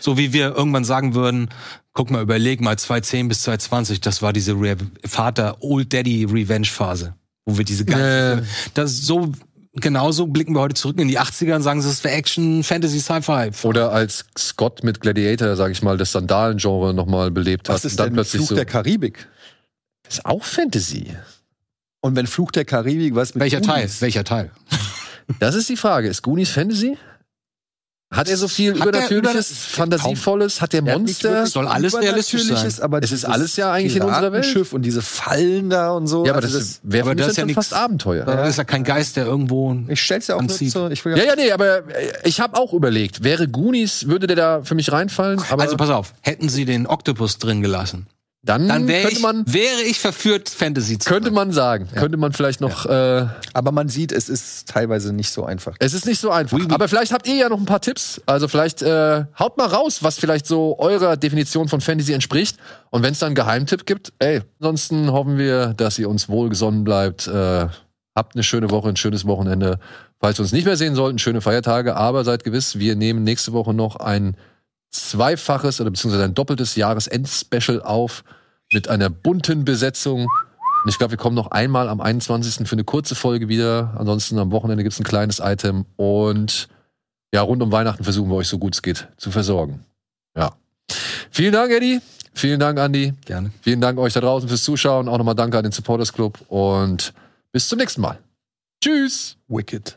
So wie wir irgendwann sagen würden, guck mal, überleg mal 2010 bis 2020, das war diese Re Vater Old Daddy Revenge Phase, wo wir diese ganze das so genauso blicken wir heute zurück in die 80er und sagen, es wäre Action, Fantasy, Sci-Fi.
Oder als Scott mit Gladiator, sag ich mal, das Sandalen-Genre nochmal belebt hat.
Was
und
ist
dann
denn
plötzlich
Fluch
so,
der Karibik?
ist auch Fantasy.
Und wenn Fluch der Karibik, was mit
Welcher Teil?
Goonies?
Welcher Teil?
Das ist die Frage. Ist Goonies Fantasy? Hat er so viel
Hat er
Übernatürliches,
über-
Fantasievolles? Hat der
Ja, nicht
Monster?
wirklich
Soll alles realistisch sein.
Übernatürliches, Aber
Es ist
dieses
alles ja eigentlich in unserer Welt.
Piratenschiff und diese Fallen da und so.
ja, aber
also
das wäre
aber
für mich
das
dann
ist ja
schon
nix.
fast Abenteuer.
Das ist ja kein Geist, der irgendwo.
ich stell's ja auch nur
Anzieht.
zur, ich will
Ja, ja, nee, aber äh, ich habe auch überlegt, wäre Goonies, würde der da für mich reinfallen? Aber
Also pass auf, hätten sie den Oktopus drin gelassen,
dann,
dann wäre
Hm, könnte
ich,
man
wäre ich verführt, Fantasy zu
könnte
machen.
man sagen, könnte man vielleicht noch. Äh,
Aber man sieht, es ist teilweise nicht so einfach.
es ist nicht so einfach. Aber vielleicht habt ihr ja noch ein paar Tipps. Also vielleicht äh, haut mal raus, was vielleicht so eurer Definition von Fantasy entspricht. Und wenn es dann einen Geheimtipp gibt, ey, ansonsten hoffen wir, dass ihr uns wohlgesonnen bleibt. Äh, habt eine schöne Woche, ein schönes Wochenende. Falls wir uns nicht mehr sehen sollten, schöne Feiertage. Aber seid gewiss, wir nehmen nächste Woche noch ein zweifaches oder beziehungsweise ein doppeltes Jahresendspecial auf mit einer bunten Besetzung. Und ich glaube, wir kommen noch einmal am 21. für eine kurze Folge wieder. Ansonsten am Wochenende gibt es ein kleines Item. Und ja, rund um Weihnachten versuchen wir euch so gut es geht zu versorgen. Ja. Vielen Dank, Eddie. Vielen Dank, Andy.
Gerne.
Vielen Dank euch da draußen fürs Zuschauen. Auch nochmal danke an den Supporters Club. Und bis zum nächsten Mal. Tschüss.
Wicked.